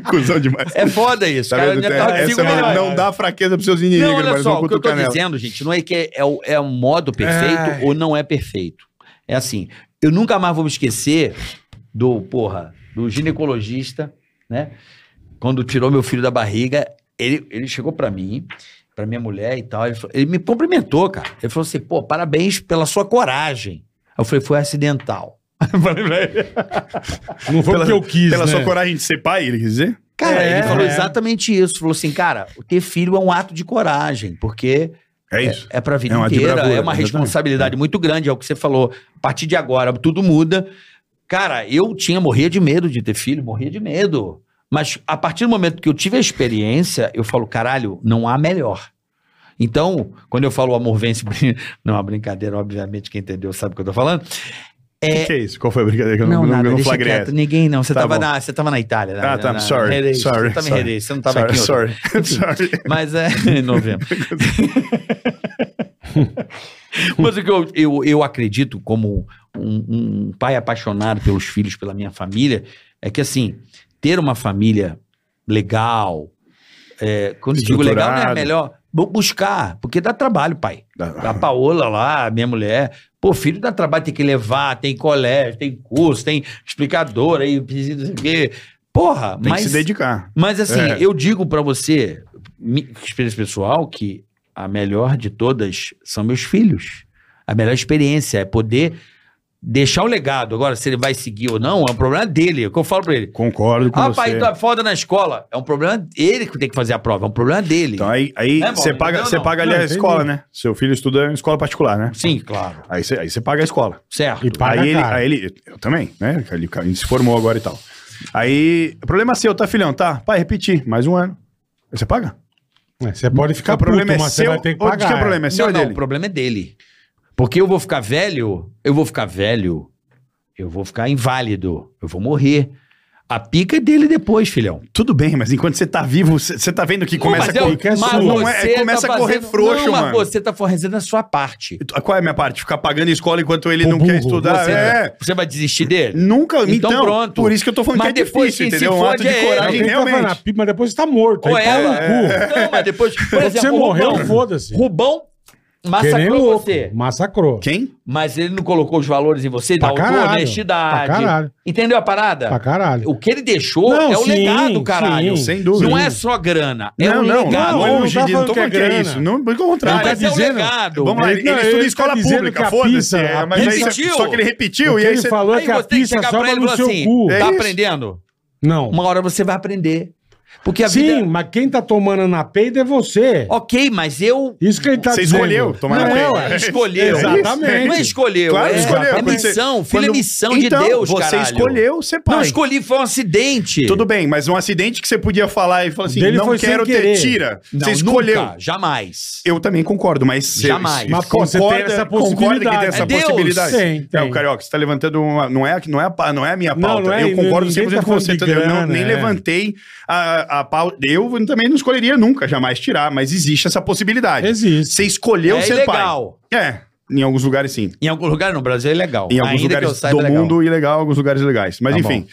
E: cuzão demais.
D: É foda isso,
E: Tá
D: cara.
E: vendo?
D: ainda tava
E: Essa
D: cinco
E: é uma-
D: reais.
E: não dá fraqueza pros seus
D: Não,
E: inimigos,
D: olha
E: mas
D: só, o
E: não
D: que eu tô
E: cutucar nela.
D: dizendo, gente, não é que é, é, o- é um modo perfeito
C: Ai.
D: ou não é perfeito. É assim, eu nunca mais vou me esquecer do, porra, do ginecologista, né? Quando tirou meu filho da barriga, ele, ele chegou pra mim, pra minha mulher e tal, ele, falou- ele me cumprimentou, cara. Ele falou assim, pô, parabéns pela sua coragem. Eu falei, foi acidental. Eu falei pra ele,
C: Não foi
E: Pela-
C: porque eu
D: é
C: quis,
E: Pela
C: né?
E: sua coragem de ser pai, ele quer dizer?
D: Cara,
C: É,
D: ele falou
C: é.
D: exatamente isso. Falou assim, cara, ter filho é um ato de coragem, porque
E: É isso.
D: é pra vida
E: É uma de
D: inteira,
E: bravura,
D: é uma
E: exatamente.
D: responsabilidade muito grande, é o que você falou. A partir de agora, tudo muda. Cara, eu tinha, morria de medo de ter filho, morria de medo. Mas a partir do momento que eu tive a experiência, eu falo, caralho, não há melhor. Então, quando eu falo o amor vence, não é uma brincadeira, obviamente, quem entendeu sabe o que eu tô falando.
E: O que, que é isso? Qual foi a brincadeira que eu
D: Não,
E: não,
D: nada,
E: eu não
D: deixa
E: flagrei?
D: quieto,
E: essa?
D: ninguém não. Você,
E: Tá
D: tava
E: bom.
D: na, você tava na Itália. na-
E: Ah, tá,
D: na- na-
E: sorry,
D: Herês,
E: sorry,
D: Você tava em
E: sorry.
D: Herês, você não tava
E: Sorry,
D: aqui. Sorry.
E: sorry, sorry.
D: Mas é em novembro. Mas o que eu, eu, eu acredito, como um, um pai apaixonado pelos filhos, pela minha família, é que assim, ter uma família legal, é, quando eu digo legal, não é a
E: Estruturada.
D: melhor. bu- Buscar, porque dá trabalho, pai. A Paola lá, minha mulher. Pô, filho dá trabalho, tem que levar, tem colégio, tem curso, tem explicador, aí, não sei o quê. Porra,
E: Tem
D: mas.
E: que se dedicar.
D: Mas assim,
E: É.
D: eu digo pra você, mi- experiência pessoal, que a melhor de todas são meus filhos. A melhor experiência é poder deixar o legado. Agora, se ele vai seguir ou não, é um problema dele. É o que eu falo pra ele.
E: Concordo com
D: Ah,
E: você.
D: pai, tu é foda na escola. É um problema ele que tem que fazer a prova, é um problema dele.
E: Então aí, aí
D: É,
E: você
D: Bob,
E: paga,
D: entendeu
E: você
D: não?
E: paga ali
C: Não,
E: a
C: entendi.
E: escola, né? Seu filho estuda em escola particular, né?
D: Sim, claro.
E: Aí você, aí você paga a escola.
D: Certo.
C: E paga
E: aí, ele,
C: caro.
E: aí ele. Eu também, né? Ele, ele se formou agora e tal. Aí. O problema é seu, tá, filhão? Tá? Pai, repetir, mais um ano. Aí você paga?
C: É, Você pode ficar
E: o problema
C: puto,
E: é
C: mas você
E: seu.
C: vai ter que
E: ou diz
C: pagar.
E: que o problema é seu
D: não,
E: ou
D: não,
E: dele?
D: o problema é dele. Porque eu vou ficar velho, eu vou ficar velho, eu vou ficar inválido, eu vou morrer. A pica é dele depois, filhão.
E: Tudo bem, mas enquanto você tá vivo, você você tá vendo que começa
D: mas
E: a
D: eu-
E: correr.
C: mas
E: Não é-
D: você
E: começa
D: tá
E: a correr
D: fazendo-
E: frouxo,
D: não, mas
E: mano.
D: você tá fazendo a sua parte.
E: Qual é a minha parte? Ficar pagando escola enquanto ele
C: Ô,
E: não quer
C: burro,
E: estudar?
D: você,
E: é.
D: você vai desistir dele?
E: Nunca. Então,
D: Então, pronto.
E: Por isso que eu tô falando
D: Mas
E: que é
D: depois
E: difícil,
D: quem se
E: entendeu? Um ato
D: fode
E: de
D: é ele.
C: Não,
E: coragem, É
C: quem tá falando na
E: realmente.
C: pipa, mas depois você tá morto.
D: Ou
C: aí pega
D: ela?
C: no cu.
D: Não, mas depois... Por
C: Quando você
D: exemplo, o
C: morreu,
D: Rubão,
C: foda-se.
D: Rubão
C: Que nem
D: Massacrou
C: louco,
D: você.
C: Massacrou.
E: Quem?
D: Mas ele não colocou os valores em você da
C: Pra caralho. Pra
D: honestidade.
C: caralho.
D: Entendeu a parada?
C: Pra caralho.
D: O que ele deixou
C: Não,
D: é o
C: sim,
D: legado, caralho.
C: sim.
E: Sem dúvida.
D: Não é só grana, é um
C: não,
D: legado.
C: não
E: longe
C: tá
E: de não
C: falando
E: tô
C: que é
E: falando que é
C: grana.
E: isso. Não, pelo
D: Não,
E: contrário.
D: mas é um
C: dizendo-
D: legado.
E: Vamos lá,
C: Ele-
E: ele,
C: não, ele
E: estuda em
C: tá
E: escola
C: dizendo que a
E: pública, foda-se.
C: pizza- a
E: é, mas aí,
D: pizza-
E: você- só que ele repetiu
C: O que
E: e aí
C: ele
E: você...
C: falou é
D: Aí
C: que a
D: você tem que
C: pizza
D: chegar
C: sobra
D: pra ele e
C: no
D: falar
C: seu
D: assim,
C: cu.
E: É
D: tá
E: isso.
D: aprendendo?
C: Não.
D: Uma hora você vai aprender. Porque a
C: Sim,
D: vida...
C: mas quem tá tomando na peida é você.
D: Ok, mas eu...
C: Isso que ele tá
E: Você
C: dizendo.
E: escolheu tomar
C: não,
E: na peida.
C: ué.
D: Escolheu.
C: Exatamente.
D: Não é escolheu.
E: Claro,
D: é,
E: que escolheu.
D: É
E: Quando você-
D: missão. Filho, é
E: quando-
D: missão
E: então,
D: de Deus,
E: você
D: caralho.
E: escolheu ser pai.
D: Não, escolhi, foi um acidente.
E: Tudo bem, mas um acidente que você podia falar e falar assim,
C: Dele
E: não
C: foi sem
E: quero ter,
C: querer.
E: tira.
D: Não,
E: você escolheu.
D: nunca, jamais.
E: Eu também concordo, mas você,
D: Jamais.
C: Mas, pô, você
E: concorda,
C: tem essa
E: concorda que
C: possibilidade.
E: tem essa
D: É Deus.
E: possibilidade.
C: Tem, tem.
E: É, o Carioca, você tá levantando uma. Não é, não é, a pa- não é a minha
C: Não,
E: pauta.
C: não é,
E: eu concordo
C: ninguém
E: 100%
C: tá
E: com você.
C: falando de
E: eu não,
C: grana,
E: nem
C: é.
E: levantei a, a pauta. Eu também não escolheria nunca, jamais tirar, mas existe essa possibilidade.
C: Existe.
E: Você escolheu
D: é
E: ser
D: legal.
E: pai. É, em alguns lugares sim.
D: Em algum lugar no Brasil é legal.
E: Em alguns
D: Ainda que eu
E: lugares
D: saiba,
E: do
D: é legal.
E: mundo ilegal, alguns lugares legais. Mas
D: Tá
E: enfim,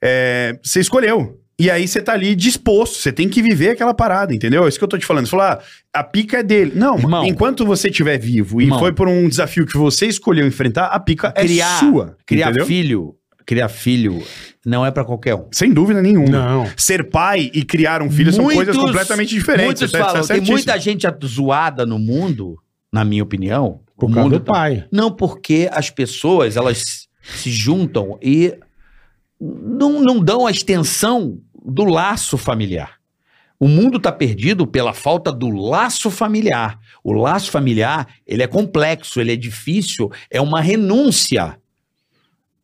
E: é, você escolheu. E aí você tá ali disposto, você tem que viver aquela parada, entendeu? É isso que eu tô te falando. Você fala, ah, a pica é dele. Não,
D: Irmão.
E: enquanto você estiver vivo e
D: Irmão.
E: foi por um desafio que você escolheu enfrentar, a pica é
D: Criar-
E: sua,
D: Criar
E: entendeu?
D: filho, criar filho não é pra qualquer um.
E: Sem dúvida nenhuma.
C: Não.
E: Ser pai e criar um filho são coisas
D: Muitos-
E: completamente diferentes.
D: Muitos
E: tá- tá
D: falam, tem
E: certíssimo.
D: muita gente zoada no mundo, na minha opinião.
C: Por
D: o
C: causa
D: mundo
C: do
D: tá-
C: pai.
D: Não porque as pessoas, elas se juntam e não, não dão a extensão do laço familiar. O mundo está perdido pela falta do laço familiar. O laço familiar, ele é complexo, ele é difícil, é uma renúncia.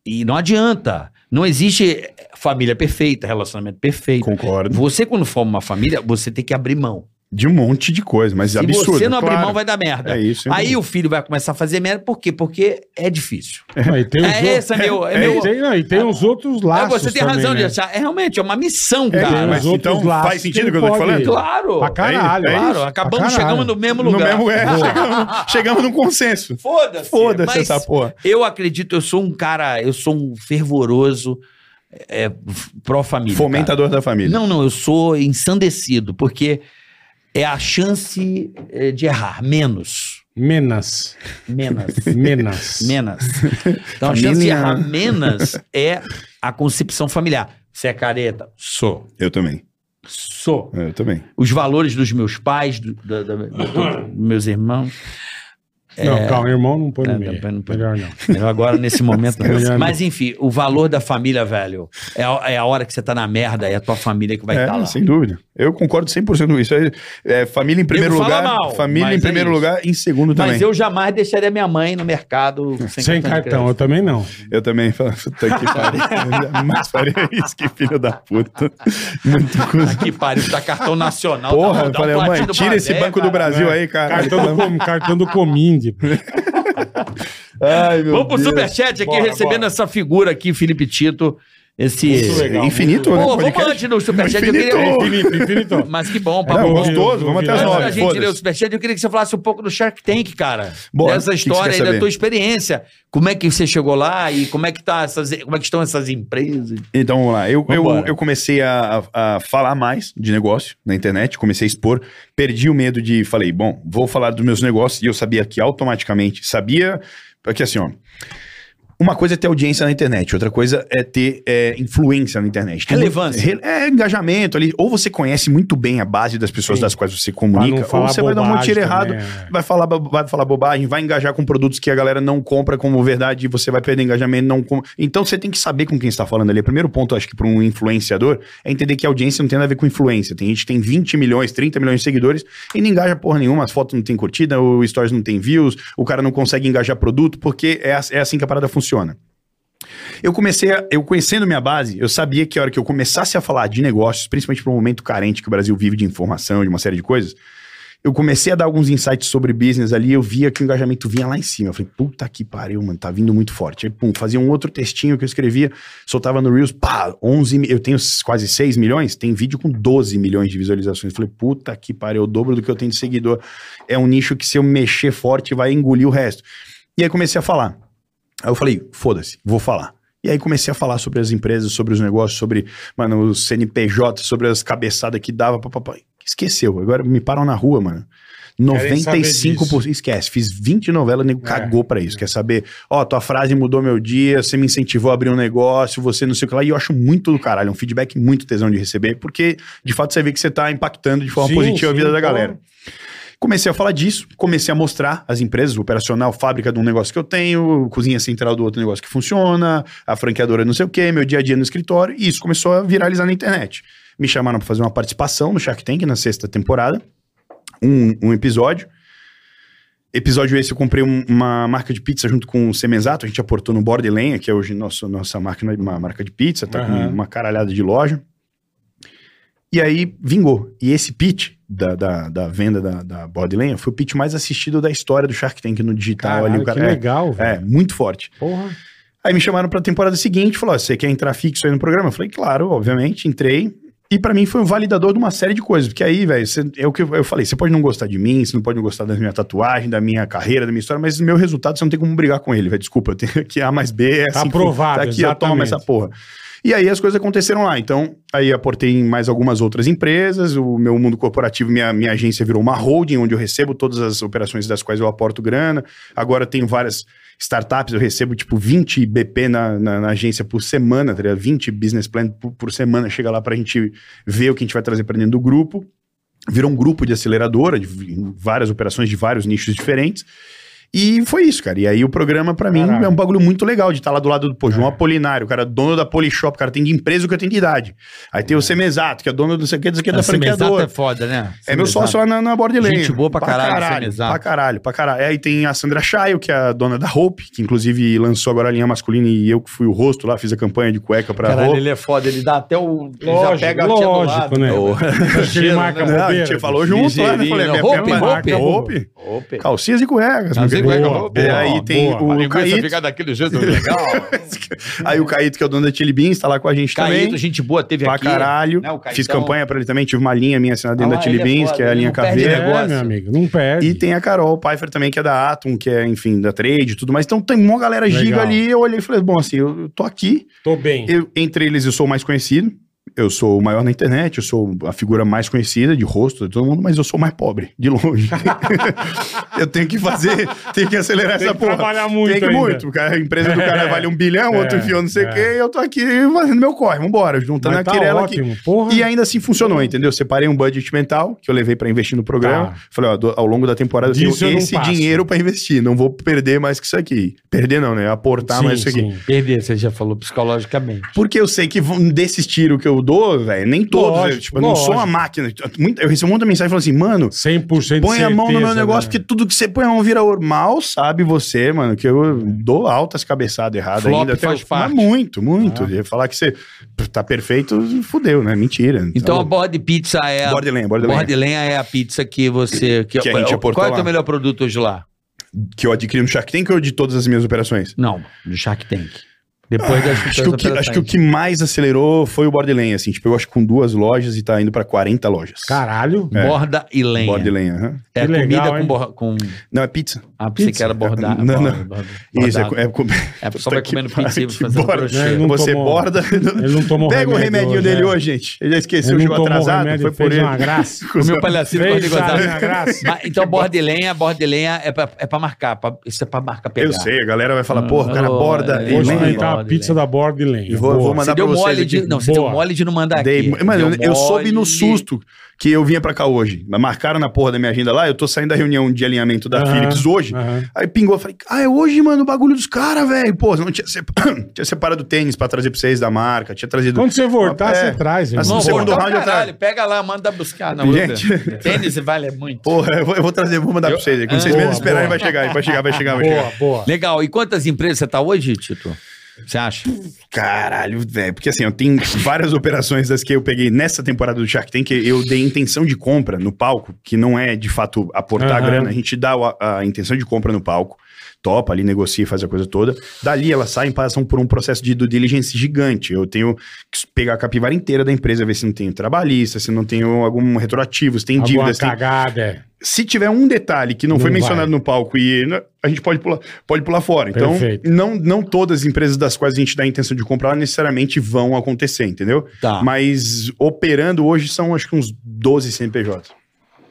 D: E não adianta. Não existe família perfeita, relacionamento perfeito.
E: Concordo.
D: Você, quando forma uma família, você tem que abrir mão.
E: De um monte de coisa, mas
D: Se
E: absurdo.
D: você não abrir
E: claro.
D: mão, vai dar merda.
E: É isso. sem
D: Aí
E: dúvida.
D: o filho vai começar a fazer merda, por quê? Porque é difícil.
C: Não, e tem os
D: É
C: outros-
D: esse, é meu. É
C: E
D: meu
C: tem- não, e tem os outros
D: é,
C: laços.
D: você tem razão
C: também,
D: de
C: né?
D: achar. É realmente é uma missão,
E: É,
D: cara.
E: mas
C: os outros
E: então
C: laços
E: faz sentido o que eu
C: que
E: tô te
C: pode-
E: falando?
D: Claro.
C: Pra caralho.
E: É
D: claro.
E: isso,
D: acabamos,
C: pra caralho.
D: chegamos no mesmo
E: No
D: lugar.
E: mesmo, é, chegamos, chegamos num consenso.
D: Foda-se.
E: Foda-se
D: Mas
E: essa porra.
D: Eu acredito, eu sou um cara, eu sou um fervoroso é, f- pró-família. cara.
E: Fomentador da família.
D: Não, não, eu sou ensandecido, porque é a chance é, de errar. Menos.
C: Menas.
D: Menos.
C: Menas.
D: Menas. Então a
E: Família.
D: chance de errar menos é a concepção familiar. Você é careta? Sou.
E: Eu também.
D: Sou.
E: Eu também.
D: os valores dos meus pais, do- da- da- do- dos meus irmãos.
C: Não, calma, irmão não põe
D: É,
C: no meio.
D: não põe- não põe.
C: Melhor não.
D: Eu agora, nesse momento.
C: Melhor não.
D: Mas, enfim, o valor da família, velho, é a, é a hora que você tá na merda, é a tua família que vai
E: é,
D: estar lá.
E: sem dúvida. Eu concordo 100% com isso. É, é, família em primeiro
D: Nego fala
E: lugar.
D: mal,
E: família
D: mas
E: em
D: é
E: primeiro
D: isso.
E: lugar, em segundo
D: Mas
E: também.
D: eu jamais deixaria minha mãe no mercado sem,
C: Sem
D: de
C: cartão, eu
D: crédito.
C: também não.
E: Eu também falo, puta que pariu. Eu Jamais faria isso, que filho da puta. Muito cuzão.
D: Que pariu, tá cartão nacional.
E: Porra,
D: tá-
E: eu
D: tá
E: falei,
D: um
E: mãe,
D: platino
E: tira
D: pra
E: esse
D: velho,
E: Banco do
D: cara.
E: Brasil aí, cara.
C: Cartão do, Com- cartão do Cominde.
E: Ai, meu
D: Vamos pro
E: Deus.
D: superchat aqui,
C: Bora,
D: recebendo
C: bora.
D: essa figura aqui, Felipe Tito.
C: Muito
D: Esse.
C: legal.
E: Infinito,
D: Pô,
E: né?
D: vamos
E: podcast?
D: antes do superchat. Eu queria...
E: Infinito.
C: Infinito, infinito.
D: Mas que É, bom,
E: Não,
D: papo bom.
E: gostoso, vamos até as
C: Antes
D: Antes
E: nove.
D: da gente ler o
E: foda-se.
D: superchat, eu queria que você falasse um pouco do Shark Tank, cara.
E: Bora,
D: Dessa
E: o que que você
D: história
E: quer
D: e da
E: saber?
D: tua experiência. Como é que você chegou lá e como é que, tá essas, como é que estão essas empresas?
E: Então vamos lá. Eu, eu,
D: Vambora.
E: eu comecei a, a a falar mais de negócio na internet, comecei a expor, perdi o medo de. Falei, bom, vou falar dos meus negócios, e eu sabia que automaticamente, sabia. Porque assim, ó. Uma coisa é ter audiência na internet, outra coisa é ter é, influência na internet. Tem
D: Relevância.
E: muito- re- É, engajamento ali. Ou você conhece muito bem a base das pessoas
C: Sim.
E: das quais você
C: Pra
E: comunica,
C: não
E: ou você
C: falar
E: vai dar um monte
C: bobagem
E: de errado,
C: também, é.
E: vai falar, bo- vai falar bobagem, vai engajar com produtos que a galera não compra como verdade, e você vai perder engajamento, não com... Então você tem que saber com quem está falando ali. O primeiro ponto, acho que para um influenciador, é entender que a audiência não tem nada a ver com influência. Tem gente que tem 20 milhões, 30 milhões de seguidores e não engaja porra nenhuma, as fotos não tem curtida, o stories não tem views, o cara não consegue engajar produto, porque é as- é assim que a parada funciona. Eu comecei, a, eu conhecendo minha base, eu sabia que a hora que eu começasse a falar de negócios, principalmente para um momento carente que o Brasil vive de informação, de uma série de coisas, eu comecei a dar alguns insights sobre business ali, eu via que o engajamento vinha lá em cima. Eu falei, puta que pariu, mano, tá vindo muito forte. Aí, pum, fazia um outro textinho que eu escrevia, soltava no Reels, pá, 11, mi- eu tenho quase 6 milhões, tem vídeo com 12 milhões de visualizações. Eu falei, puta que pariu, é o dobro do que eu tenho de seguidor. É um nicho que se eu mexer forte vai engolir o resto. E aí comecei a falar. Aí eu falei, foda-se, vou falar. E aí comecei a falar sobre as empresas, sobre os negócios, sobre, mano, os CNPJ, sobre as cabeçadas que dava, papapá. Esqueceu. Agora me param na rua, mano.
C: Querem saber
E: 95%. Esquece, fiz 20 novelas, nego
C: É.
E: cagou pra isso. Quer saber? Ó, tua frase mudou meu dia, você me incentivou a abrir um negócio, você não sei o que lá. E eu acho muito do caralho, é um feedback muito tesão de receber, porque de fato você vê que você tá impactando de forma
C: Sim,
E: positiva a
C: sim,
E: vida da
C: claro.
E: galera. Comecei a falar disso, comecei a mostrar as empresas, o operacional, fábrica de um negócio que eu tenho, cozinha central do outro negócio que funciona, a franqueadora não sei o quê, meu dia a dia no escritório, e isso começou a viralizar na internet. Me chamaram para fazer uma participação no Shark Tank na sexta temporada, um, um episódio. Episódio esse eu comprei um- uma marca de pizza junto com o Semenzato, a gente aportou no Borderlands, que é hoje nosso, nossa marca, uma marca de pizza, tá
C: Aham.
E: com uma caralhada de loja. E aí vingou. E esse pitch da, da, da venda da, da Borderlands foi o pitch mais assistido da história do Shark Tank no digital.
C: Caralho,
E: ali, o cara-
C: que
E: é,
C: legal,
E: é,
C: velho.
E: muito forte.
C: Porra.
E: Aí me chamaram pra temporada seguinte, falou: "Ó, você quer entrar fixo aí no programa? Eu falei, claro, obviamente, entrei. E pra mim foi um validador de uma série de coisas. Porque aí, velho, você- é o que eu, eu falei: você pode não gostar de mim, você não pode não gostar da minha tatuagem, da minha carreira, da minha história, mas o meu resultado você não tem como brigar com ele, velho. Desculpa, eu tenho aqui A mais B, é
C: Tá
E: assim, que-
C: aprovado,
E: Tá aqui, eu tomo
C: exatamente.
E: essa porra. E aí as coisas aconteceram lá. Então, aí aportei em mais algumas outras empresas, o meu mundo corporativo, minha, minha agência virou uma holding, onde eu recebo todas as operações das quais eu aporto grana. Agora tenho várias startups, eu recebo tipo 20 BP na, na, na agência por semana, tá ligado? 20 business plan por, por semana, chega lá pra gente ver o que a gente vai trazer pra dentro do grupo. Virou um grupo de aceleradora, de v- várias operações de vários nichos diferentes. E foi isso, cara. E aí o programa, pra mim,
C: Caralho.
E: é um bagulho muito legal de estar lá do lado do pô, João Apolinário, o cara é dono da Polishop, o cara tem de empresa o que eu tenho de idade. Aí tem o Semezato, que é dono do não sei o que, não sei o que, da
D: Esse mesato
E: franqueadora.
D: é foda, né?
E: É meu
D: Esse
E: sócio lá na, na Borderlands.
D: Gente boa pra caralho,
E: caralho
D: Semezato.
E: pra caralho, pra caralho. Aí tem a Sandra Chayo, que é a dona da Hope, que inclusive lançou agora a linha masculina e eu que fui o rosto lá, fiz a campanha de cueca pra
D: Caralho,
E: Hope.
D: ele é foda, ele dá até o. ele
C: Lógico,
D: já pega a tia do lado.
C: lógico, né? Acho que ele marca
E: né? Não, a
C: bobeira.
E: gente falou junto lá, né?
D: é né? Ligeirinho,
E: Falei,
D: né?
E: minha
D: Hope,
E: minha marca é
C: Hope.
E: Hope.
D: Opa.
E: Calcinhas e cuecas.
D: Calcinhas e
E: meu querido.
D: cueca, boa,
E: E aí
C: boa,
E: tem
C: boa.
E: o Caíto.
D: daquele jeito né? legal.
E: Aí o Caíto, que é o dono da Chili Beans, tá lá com a gente
D: Caíto,
E: também.
D: gente boa, teve
E: Pra
D: aqui.
E: caralho.
D: né, o Caetão.
E: Fiz campanha pra ele também, tive uma linha minha assinada dentro
D: Ah,
E: da Chili
D: ele é
E: Beans,
D: foda,
E: que é a
D: ele
E: linha
D: não perde
E: caveira.
D: negócio.
C: É, meu amigo, não perde.
E: E tem a Carol Pfeiffer também, que é da Atom, que é, enfim, da Trade e tudo mais. Então tem uma galera giga
C: Legal.
E: ali. Eu olhei e falei, bom, assim, eu eu tô aqui.
C: Tô bem.
E: Eu- entre eles, eu sou o mais conhecido. Eu sou o maior na internet, eu sou a figura mais conhecida de rosto de todo mundo, mas eu sou o mais pobre, de longe. eu tenho que fazer, tenho que acelerar
C: Tem
E: essa
C: que
E: porra.
C: trabalhar muito
E: Tem que
C: ainda.
E: muito. Cara, a empresa do cara vale um bilhão, outro
C: É,
E: enfiou não sei o
C: é.
E: quê, e eu tô aqui fazendo meu corre. Vambora, juntando
C: Mas
E: a
C: tá
E: querela aqui.
C: ótimo, porra.
E: E ainda assim funcionou, entendeu? Separei um budget mental que eu levei pra investir no programa.
C: Tá.
E: Falei, ó, do- ao longo da temporada eu
C: Disso eu
E: tenho
C: não
E: esse
C: passo.
E: dinheiro pra investir. Não vou perder mais que isso aqui. Perder não, né? Aportar
C: Sim,
E: mais isso aqui.
C: sim.
D: Perder, você já falou psicologicamente.
E: Porque eu sei que vão- desses tiros que eu dou, velho, nem todos.
C: Lógico,
E: velho. tipo, eu não sou uma
C: lógico.
E: máquina. Muita- Eu recebo muita mensagem falando assim, mano,
C: 100%
E: põe
C: de
E: a mão no meu
C: certeza,
E: negócio,
C: né?
E: porque tudo que você põe a mão vira ouro. Mal sabe você, mano, que eu dou altas cabeçadas erradas
D: Flop
E: ainda.
D: faz
E: eu-
D: parte.
E: Mas muito,
C: Ah.
E: muito. De Falar que você tá perfeito, fudeu, né? Mentira.
D: Então a
E: tá
D: Bode Pizza é a.
E: Borderland, Borderland.
D: Bordelenha é a pizza que você. Que,
E: Que a gente aportou
D: qual é o
E: lá.
D: teu melhor produto hoje lá?
E: que eu adquiri no Shark Tank ou de todas as minhas operações?
D: Não, do Shark Tank. Depois das
E: Ah, Acho que, o que, acho que o que mais acelerou foi o Borderlands, assim. Tipo, eu acho que com duas lojas e tá indo pra 40 lojas.
C: Caralho.
E: É.
D: Borda e lenha.
E: Borderlands, aham.
D: É
C: Que legal,
D: comida com,
C: hein?
D: borra, com.
E: Não, é pizza.
D: Ah, você
E: Pizza?
D: quer bordar.
E: Não, não.
D: borda- borda-
E: Isso,
D: bordado.
E: é, é, comer.
D: É, só vai
E: Puta que
D: comendo
E: pariu,
D: pizza e
E: que
D: fazendo
E: borda.
D: crochê.
C: Não
E: Você
C: tomou-
E: borda.
C: Ele não tomou
E: Pega o remedinho
C: hoje,
E: dele
C: é.
E: hoje, gente. Ele já esqueceu,
C: Ele não
E: chegou
C: tomou
E: atrasado,
C: remédio,
E: foi por
C: fez
E: ele.
C: uma graça.
D: O meu palhacinho
C: Fez
D: pode gozar.
C: a minha graça.
D: Mas, então, bordelenha, bordelenha é pra, é pra marcar. pra- isso é pra marca pegar.
E: Eu sei, a galera vai falar, porra, o cara
D: Oh,
E: borda.
D: é.
C: Vou
E: e
D: Borderland.
E: lenha.
C: experimentar a pizza da Borderland.
E: né? E vou-
C: Boa.
E: vou mandar-
D: Você deu
E: pra vocês
D: mole de.
E: aqui.
D: Não, você deu
C: Boa.
D: mole de não mandar
E: Dei,
D: Tá aqui.
E: mano,
D: Deu
E: eu soube no
D: mole.
E: susto que eu vinha pra cá hoje. Mas Marcaram na porra da minha agenda lá, eu tô saindo da reunião de alinhamento da
C: Aham,
E: Philips hoje.
C: aham.
E: Aí pingou, eu falei, ah, é hoje, mano, o bagulho dos caras, velho. Pô, não tinha, sep- tinha separado tênis pra trazer pra vocês da marca, tinha trazido.
C: Quando você voltar,
E: É.
C: você traz.
E: Mas
C: irmão.
D: Não,
E: No segundo
D: vou
E: round eu
D: caralho,
E: trago.
D: pega lá, manda buscar. Não,
E: Gente.
D: eu- Tênis vale muito.
E: Porra, eu vou, eu vou trazer, vou mandar pra vocês aí.
D: Ah,
E: Quando vocês
C: boa,
E: menos esperarem,
C: boa.
E: vai chegar, vai chegar, vai chegar, vai chegar.
C: Boa, boa.
D: Legal. E quantas empresas você tá hoje, Tito? Você acha?
E: Caralho, velho. Porque assim, eu tenho várias operações das que eu peguei nessa temporada do Shark Tank. Eu dei intenção de compra no palco, que não é de fato aportar a
C: Aham.
E: grana. A gente dá o- a, a intenção de compra no palco, topa ali, negocia, faz a coisa toda. Dali elas saem, passam por um processo de due diligence gigante. Eu tenho que pegar a capivara inteira da empresa, ver se não tem trabalhista, se não tem algum retroativo, se tem
C: Alguma
E: dívidas, se tem
C: cagada. é.
E: se tiver um detalhe que não,
C: Não
E: foi
C: vai.
E: mencionado no palco e né, a gente pode pular, pode pular fora. Então,
C: Perfeito.
E: não, não todas as empresas das quais a gente dá a intenção de comprar necessariamente vão acontecer, entendeu?
D: Tá.
E: Mas operando hoje são acho que uns 12 CNPJ.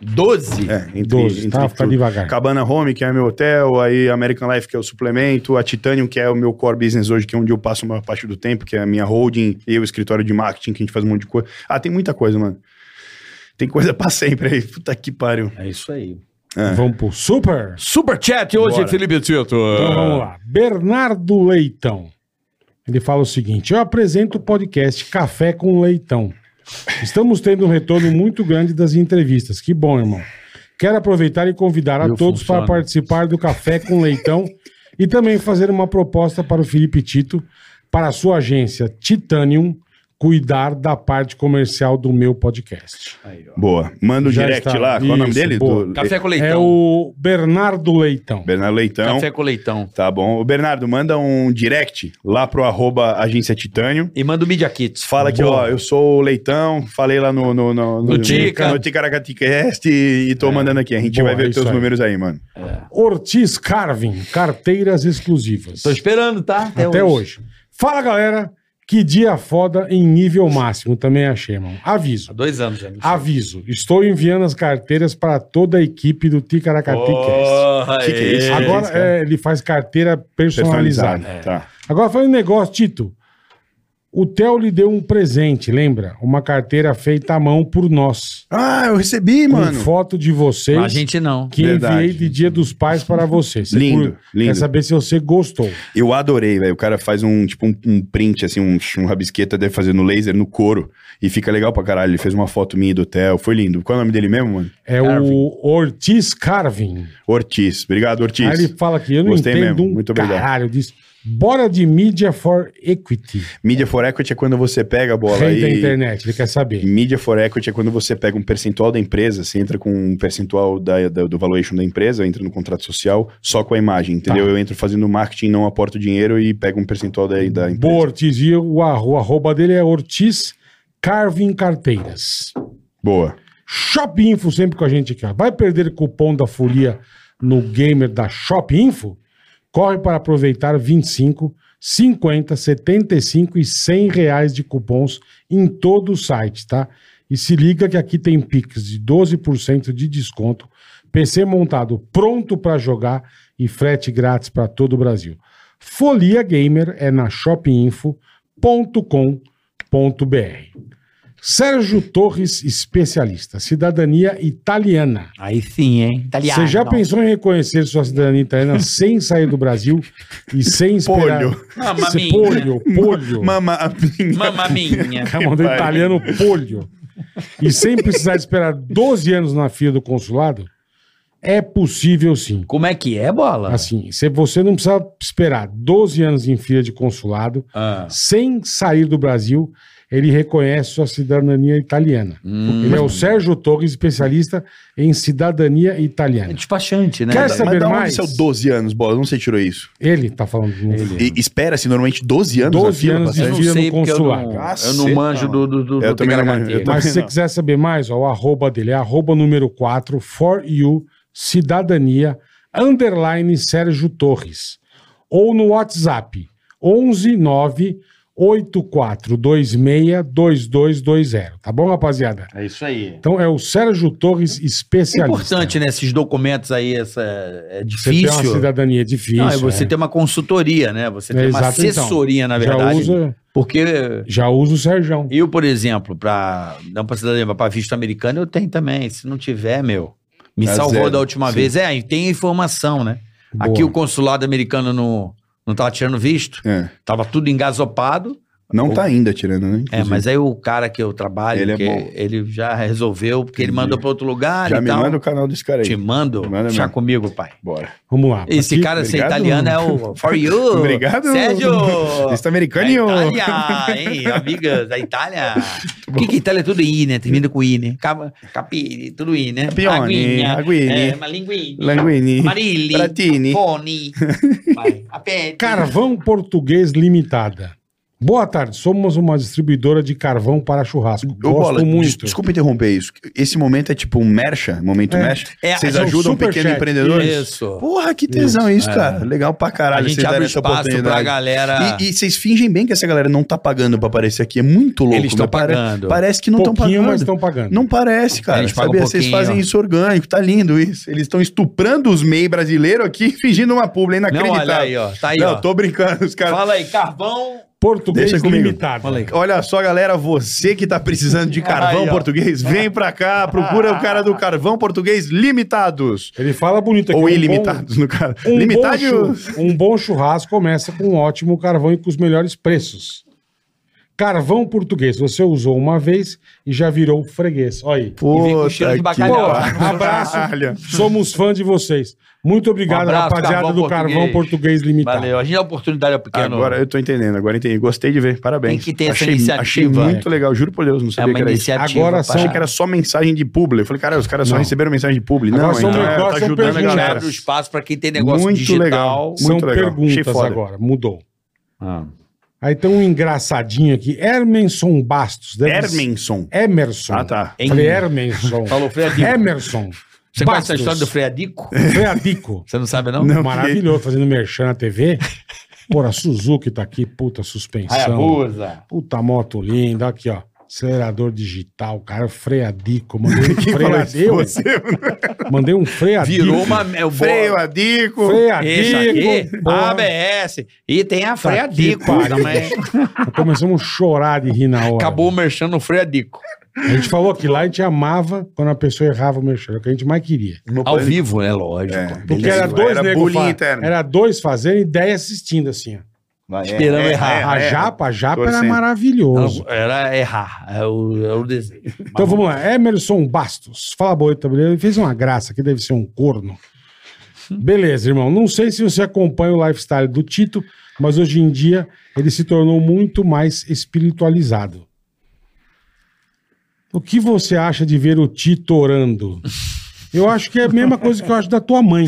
D: 12?
E: É, entre,
C: 12, tá?
E: entre
C: Fica
E: tudo.
C: devagar.
E: Cabana Home, que é meu hotel, aí American Life, que é o suplemento, a Titanium, que é o meu core business hoje, que é onde eu passo a maior parte do tempo, que é a minha holding e o escritório de marketing, que a gente faz um monte de coisa. Ah, tem muita coisa, mano. Tem coisa pra sempre aí. Puta que pariu.
D: É isso aí.
E: É.
C: Vamos pro Super.
D: Super chat hoje,
E: Bora.
D: Felipe Tito.
C: Então vamos lá. Bernardo Leitão. Ele fala o seguinte: eu apresento o podcast Café com Leitão. Estamos tendo um retorno muito grande das entrevistas. Que bom, irmão. Quero aproveitar e convidar a
D: Meu,
C: todos
D: funciona.
C: para participar do Café com Leitão e também fazer uma proposta para o Felipe Tito, para a sua agência Titanium, cuidar da parte comercial do meu podcast.
E: Boa. Manda o
C: Já
E: direct
C: está.
E: lá. Qual é o nome
C: Isso,
E: dele?
C: boa.
E: Do-
D: Café com leitão.
C: É o Bernardo Leitão.
E: Bernardo Leitão.
D: Café com leitão.
E: Tá bom. Ô, Bernardo, manda um direct lá pro arroba agência Titânio.
D: E manda o Media Kit.
E: Fala que,
C: Boa.
E: ó, eu sou o Leitão, falei lá no... No, no,
D: No Tica.
E: No Ticaracaticast e, e tô mandando aqui. A gente
C: É. Boa,
E: vai ver
C: é
E: os teus
C: isso aí. É
E: números aí, mano.
C: Ortiz Carvin, carteiras exclusivas.
D: Tô esperando, tá?
C: Até, hoje. Fala, galera. Que dia foda em nível máximo. Também achei, irmão. Aviso.
D: Há dois anos já.
C: Ah, Aviso. Estou enviando as carteiras para toda a equipe do Ticaracati Cast.
E: O que, que é isso?
C: Agora
E: é
C: é, ele faz carteira personalizada.
E: personalizado.
C: né?
E: Tá.
C: Agora falando em negócio, Tito. O Theo lhe deu um presente, lembra? Uma carteira feita à mão por nós.
E: Ah, eu recebi,
C: Com
E: mano. é
C: foto de vocês
D: A gente não.
C: que
E: Verdade.
C: enviei de Dia dos Pais para você. Você
E: Lindo, lindo.
C: Quer saber se você gostou.
E: Eu adorei, velho. O cara faz um, tipo, um, um print, assim, um, um rabisqueta, deve fazer no laser, no couro. E fica legal pra caralho. Ele fez uma foto minha do hotel. Foi lindo. Qual é o nome dele mesmo, mano?
C: É o Ortiz Carvin.
E: Ortiz. Obrigado, Ortiz.
C: Aí Ah, ele fala que eu não
E: Gostei
C: entendo
E: mesmo.
C: um
E: Muito obrigado.
C: caralho disso. Bora de Media for Equity.
E: Mídia for equity é quando você pega a bola
C: Rei da
E: aí.
C: internet, ele quer saber.
E: Mídia for equity é quando você pega um percentual da empresa, você entra com um percentual da, da- do valuation da empresa, entra no contrato social só com a imagem, entendeu?
C: Tá.
E: Eu entro fazendo marketing, não aporto dinheiro e pego um percentual da, da empresa.
C: Boa, Ortiz. E o, arro- o arroba dele é Ortiz Carvin Carteiras.
E: Boa.
C: Shop Info sempre com a gente aqui. Ó. Vai perder cupom da folia no gamer da Shop Info? Corre para aproveitar 25, 50, 75 e 100 reais de cupons em todo o site, tá? E se liga que aqui tem Pix de 12% de desconto, PC montado pronto para jogar e frete grátis para todo o Brasil. Folia Gamer é na shopinfo.com.br. Sérgio Torres, especialista, cidadania italiana.
D: Aí sim, hein? Italiano.
C: Você já pensou em reconhecer sua cidadania italiana sem sair do Brasil e sem esperar?
E: Polho.
D: Ah,
C: Esse
D: maminha.
C: polho, polho.
E: Mama, a minha-
D: Mamaminha.
C: Cara, mandou
E: Vai.
C: Tá italiano polho. E sem precisar esperar 12 anos na fila do consulado, é possível sim.
D: Como é que é, bola?
C: Assim, se você não precisa esperar 12 anos em fila de consulado,
D: Ah.
C: sem sair do Brasil, ele reconhece sua cidadania italiana.
D: Hum.
C: Ele é o Sérgio Torres, especialista em cidadania
D: É
C: italiana.
D: despachante, né?
C: Quer
E: Mas
C: saber
E: da onde
C: mais?
E: são 12 anos, bola? Não sei tirou isso.
C: Ele tá falando com ele.
E: E espera-se normalmente 12 anos
C: 12 anos de
E: pra
D: Eu não
C: Via no
D: sei porque eu não,
E: consulado.
D: eu não manjo do, do, do,
E: Eu
D: do
E: também não
D: TKHT.
E: manjo, eu também
C: Mas se você
E: não.
C: quiser saber mais, ó, o arroba dele é arroba número 4, for you, cidadania, underline Sérgio Torres. Ou no WhatsApp, 11 9 8426 2220. Tá bom, rapaziada?
D: É isso aí.
C: Então é o Sérgio Torres,
D: É
C: especialista.
D: importante, né? Esses documentos aí, essa, é
C: Você tem uma
D: difícil.
C: cidadania difícil.
D: Não, e você
C: é.
D: tem uma consultoria, né? Você tem
C: É,
D: uma
C: exato, então.
D: assessoria, na
C: já
D: verdade.
C: usa,
D: Porque
C: já usa o Sérgio.
D: eu, por exemplo, para não para cidadania, mas para visto americano, eu tenho também. Se não tiver, meu, me
E: Tá
D: salvou
E: zero,
D: da última
E: sim.
D: vez. É, e tem informação, né?
C: Boa.
D: Aqui o consulado americano não, não tava tirando visto,
E: É.
D: tava tudo engasopado.
E: Não tá ainda tirando, né?
D: É, mas aí o cara que eu trabalho,
E: Ele é
D: que
E: bom.
D: ele já resolveu, porque ele
E: Entendi.
D: mandou para outro lugar
E: Já
D: e
E: me
D: tal.
E: manda o canal desse cara aí.
D: Te mando,
E: Me manda
D: já
E: mesmo.
D: comigo, pai.
E: Bora.
C: Vamos lá.
D: Esse
C: Aqui-
D: cara ser
E: obrigado.
D: italiano é o For You.
E: Obrigado.
D: Sérgio. É
E: Esse
D: Da
E: tá americano.
D: Itália, hein? Amigas da Itália. O Tá que que Itália é tudo I, né? Termina com I, né? Cap- Capire, tudo I, né?
E: Pione, aguini.
D: É, uma linguine.
E: Languini.
D: Marilli.
E: Pratini.
D: Fone. Vai, apete.
C: Carvão Português Limitada. Boa tarde, somos uma distribuidora de carvão para churrasco.
E: Ô,
C: Gosto
E: Bola, des-
C: muito.
E: Desculpa interromper isso. Esse momento é tipo um mercha, momento
C: É.
E: mercha.
D: É,
E: Vocês
C: é um
E: ajudam o pequeno
C: superchat,
E: empreendedor?
D: Isso.
E: Porra, que tesão isso, É. cara. Legal pra caralho.
D: a gente
E: vocês
D: abre
E: darem essa
D: espaço pra
E: oportunidade.
D: galera.
E: E, e vocês fingem bem que essa galera não tá pagando pra aparecer aqui. É muito louco.
D: Eles tão
E: mas pare-
D: pagando.
E: Parece que não estão
C: Pouquinho,
E: pagando.
C: mas estão pagando.
E: Não parece, cara.
D: Eles pagam
E: Sabia?
D: um
E: Vocês
D: pouquinho.
E: fazem isso orgânico. Tá lindo isso. Eles estão estuprando os MEI brasileiros aqui, fingindo uma publi. É
D: Não,
E: inacreditável.
D: olha aí, ó. Tá aí,
E: não,
D: ó.
E: tô brincando. Os caras...
D: Fala aí, carvão.
C: Português
E: Deixa comigo.
C: limitado.
E: Olha só, galera, você que tá precisando de carvão
D: Aí, ó.
E: português, vem pra cá, procura o cara do Carvão Português Limitados.
C: Ele fala bonito
D: é
C: aqui. um
E: Ou ilimitados, no caso.
C: bom- Um bom,
E: Limitados.
C: chu- um bom churrasco começa com um ótimo carvão e com os melhores preços. Carvão português, você usou uma vez e já virou freguês. Olha aí.
E: Pô,
D: E vem com cheiro de bacalhau.
C: abraço. Somos fã de vocês. Muito obrigado,
D: Um abraço,
C: rapaziada
D: Carvão
C: do Carvão
D: Português.
C: Português Limitado.
D: Valeu. A gente dá oportunidade ao pequeno.
E: Então. Agora eu tô entendendo, agora entendi. Gostei de ver,
D: Tem
E: parabéns.
D: que ter essa
E: achei,
D: iniciativa,
E: Achei muito legal, juro por Deus, não
D: é
E: sabia
D: uma
E: que era isso.
D: iniciativa.
C: Agora
D: pra-
C: são-
E: Achei que era só mensagem de publi. Eu falei, cara, os caras só
C: Não.
E: receberam mensagem de publi.
C: Agora
E: Não,
C: são
E: então é, tá
C: negócios, são
E: ajudando a
D: A gente
E: galera.
D: abre o espaço pra quem tem negócio
E: Muito
D: digital.
E: legal.
C: São
E: Muito legal. Achei
C: perguntas
E: foda.
C: agora, mudou.
D: Ah.
C: Aí tem um engraçadinho aqui, Hermenson Bastos. deve ser-
E: Hermenson.
C: Emerson.
E: Ah, tá.
C: Falei Hermenson.
D: Falou, Freadico.
C: Emerson.
D: Você conhece a história do
C: Freadico?
D: Freadico?
C: Freadico.
D: Você não sabe, não?
E: Não,
C: Maravilhoso, fazendo merchan na TV. Porra, Suzuki tá aqui, puta suspensão. Puta moto linda, aqui ó. Acelerador digital, cara, freadico. Mandei um
E: Quem falou isso?
C: freadeu.
E: Você,
C: Mandei um freadico.
D: Virou uma. É o
E: Freio, adico.
D: Isso aqui, Ah,
C: Freadico. porra.
D: ABS. E tem a
E: Tá
D: Freadico
C: que pariu.
D: também.
C: Começamos a chorar de rir na hora.
D: Acabou o merchan no Freadico.
C: A gente falou que lá a gente amava quando a pessoa errava o merchan, era o que a gente mais queria.
D: Ao vivo, né? Lógico.
E: É,
C: Porque era
E: beleza.
C: dois
E: Era
C: nego
E: bullying
C: fa-
E: interno.
C: Era dois fazendo e dez assistindo, assim, ó.
E: Vai, é,
D: Esperando
E: é,
D: errar.
E: é,
C: A
E: é.
C: japa, a japa era
E: Torcendo.
C: maravilhoso.
D: Não, Era errar. É o, é o desenho.
C: Então vamos lá. Emerson Bastos. Fala boita, beleza? Ele fez uma graça que deve ser um corno.
E: Hum.
C: Beleza, irmão. Não sei se você acompanha o lifestyle do Tito, mas hoje em dia ele se tornou muito mais espiritualizado. O que você acha de ver o Tito orando? Eu acho que é a mesma coisa que eu acho da tua mãe.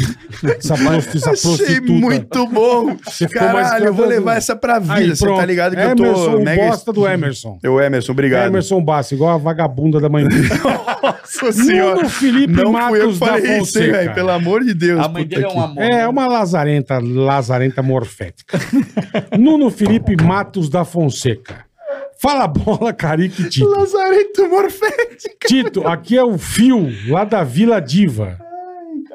C: Essa, prosti- essa
E: Achei
C: prostituta.
E: muito bom.
C: Você ficou mais
E: Caralho, eu vou
C: cantando.
E: levar essa pra vida.
C: Aí,
E: Você
C: pronto.
E: tá ligado que
C: Emerson,
E: eu tô
C: o
E: mega.
C: bosta do Emerson.
E: Eu, Emerson, obrigado.
C: Emerson Bastos, igual a vagabunda da mãe.
E: Nossa senhora.
C: Nuno Felipe
E: Não fui eu
C: Matos
E: que
C: da
E: falei isso, hein,
C: Fonseca.
E: velho. Pelo amor de Deus.
D: A mãe
E: puta
D: dele é
E: que-
D: um amor.
C: É, uma lazarenta, lazarenta morfética. Nuno Felipe Matos da Fonseca. Fala bola, Carica e Tito.
E: Lazareto Morfete.
C: Tito, aqui é o Fio, lá da Vila Diva.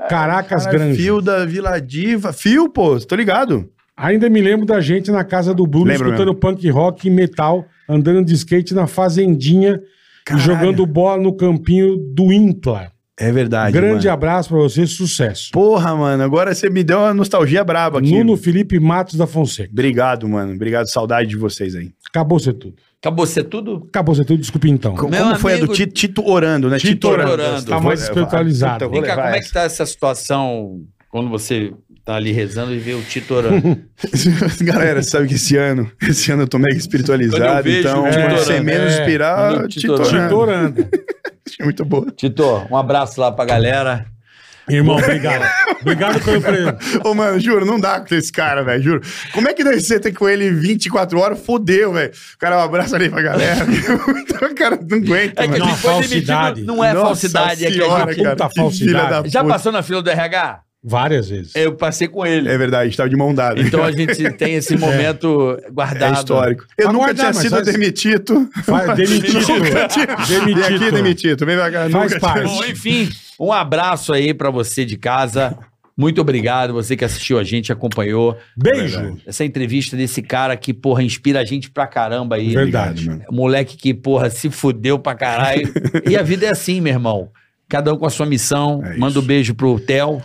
C: Caracas Grande.
E: Fio da Vila Diva. Fio, pô, tô ligado.
C: Ainda me lembro da gente na casa do Bruno
E: Lembro
C: escutando punk rock e metal, andando de skate na fazendinha e jogando bola no campinho do Impla.
E: É verdade.
C: Grande
E: mano.
C: abraço pra você, sucesso.
E: Porra, mano. Agora você me deu uma nostalgia braba aqui.
C: Nuno Felipe Matos da Fonseca.
E: Obrigado, mano. Obrigado. Saudade de vocês aí.
C: Acabou ser tudo.
D: Acabou ser tudo?
C: Acabou ser tudo, desculpa então.
E: Co-
D: Meu
E: Como foi a do
D: amigo-
E: Tito, Tito orando, né?
D: Tito orando.
C: Tá mais espiritualizado.
E: espiritualizado.
D: Vem cá, como é que tá essa situação quando você tá ali rezando e vê o Tito orando?
E: Galera, você sabe que esse ano, esse ano eu tô mega
D: Quando eu
E: espiritualizado,
D: vejo
E: então
D: o Tito
E: é,
D: orando,
E: sem menos
C: é.
E: inspirar,
D: Quando o Tito
E: Tito
D: orando.
E: orando.
C: Torando.
E: Achei Muito boa.
D: Tito, um abraço lá pra galera.
C: Irmão, obrigado. Obrigado pelo prêmio.
E: Ô, mano, juro, não dá com esse cara, velho, juro. Como é que deve ser ter com ele 24 horas? Fodeu, velho. O cara, um abraço ali pra galera. o cara não aguenta,
D: É que
E: mano.
D: a gente
C: Uma
D: foi
C: falsidade.
D: demitido, não é
E: Nossa
D: falsidade. É que a
E: senhora,
D: gente...
E: cara,
C: Puta
E: que filha
C: falsidade.
E: da
D: Já
E: puta.
D: passou na fila do RH?
C: Várias vezes.
D: Eu passei com ele.
E: É verdade, a gente tava de mão dada.
D: Então a gente tem esse momento
E: é
D: guardado.
E: histórico. Eu
C: Mas
E: nunca
C: guardar,
E: tinha
C: mas
E: sido
C: faz-
E: demitido.
C: Faz, demitido.
E: E aqui
C: demitido.
E: demitido. Vem pra cá,
C: Faz
E: nunca
C: parte.
D: Bom, enfim, um abraço aí pra você de casa. Muito obrigado, você que assistiu a gente, acompanhou
C: Beijo.
D: essa entrevista desse cara que, porra, inspira a gente pra caramba aí.
C: Verdade.
E: mano.
D: Moleque que, porra, se fudeu pra caralho. e a vida é assim, meu irmão. Cada um com a sua missão.
E: É
D: Manda um
E: isso.
D: beijo pro Theo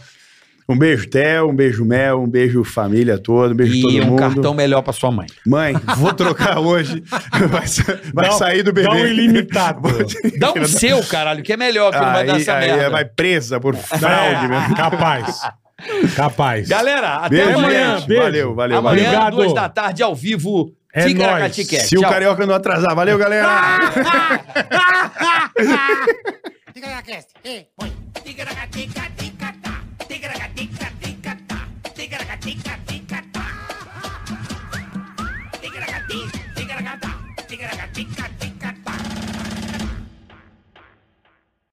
E: Um beijo, Theo. Um beijo, Mel. Um beijo, família toda. Um beijo,
D: e
E: todo
D: um
E: mundo.
D: cartão melhor pra sua mãe.
E: Mãe, vou trocar hoje. Vai, sa- vai
C: Dá um-
E: sair do bebê.
C: dá um ilimitado.
E: Vou te-
D: Dá um seu, caralho, que é melhor, que não vai
E: Aí,
D: dar essa
E: aí é,
D: merda.
E: vai presa por fraude,
C: É,
E: mesmo.
C: capaz. Capaz.
D: Galera, até
E: Beijo,
D: amanhã.
E: gente.
C: beijo.
E: Valeu, valeu,
D: Amanhã,
E: valeu.
C: Obrigado.
D: duas da tarde, ao vivo.
C: É
D: Ticaracatiquete.
E: Se o
D: Tchau.
E: carioca não atrasar, valeu, galera!
B: Ticaracast, ei, oi. Ticaracatica-tica-tá. Ticaracatica-tica-tá. Ticaracatica-tica-tá. Ticaracati, ticaracatica-tá. tica, tica,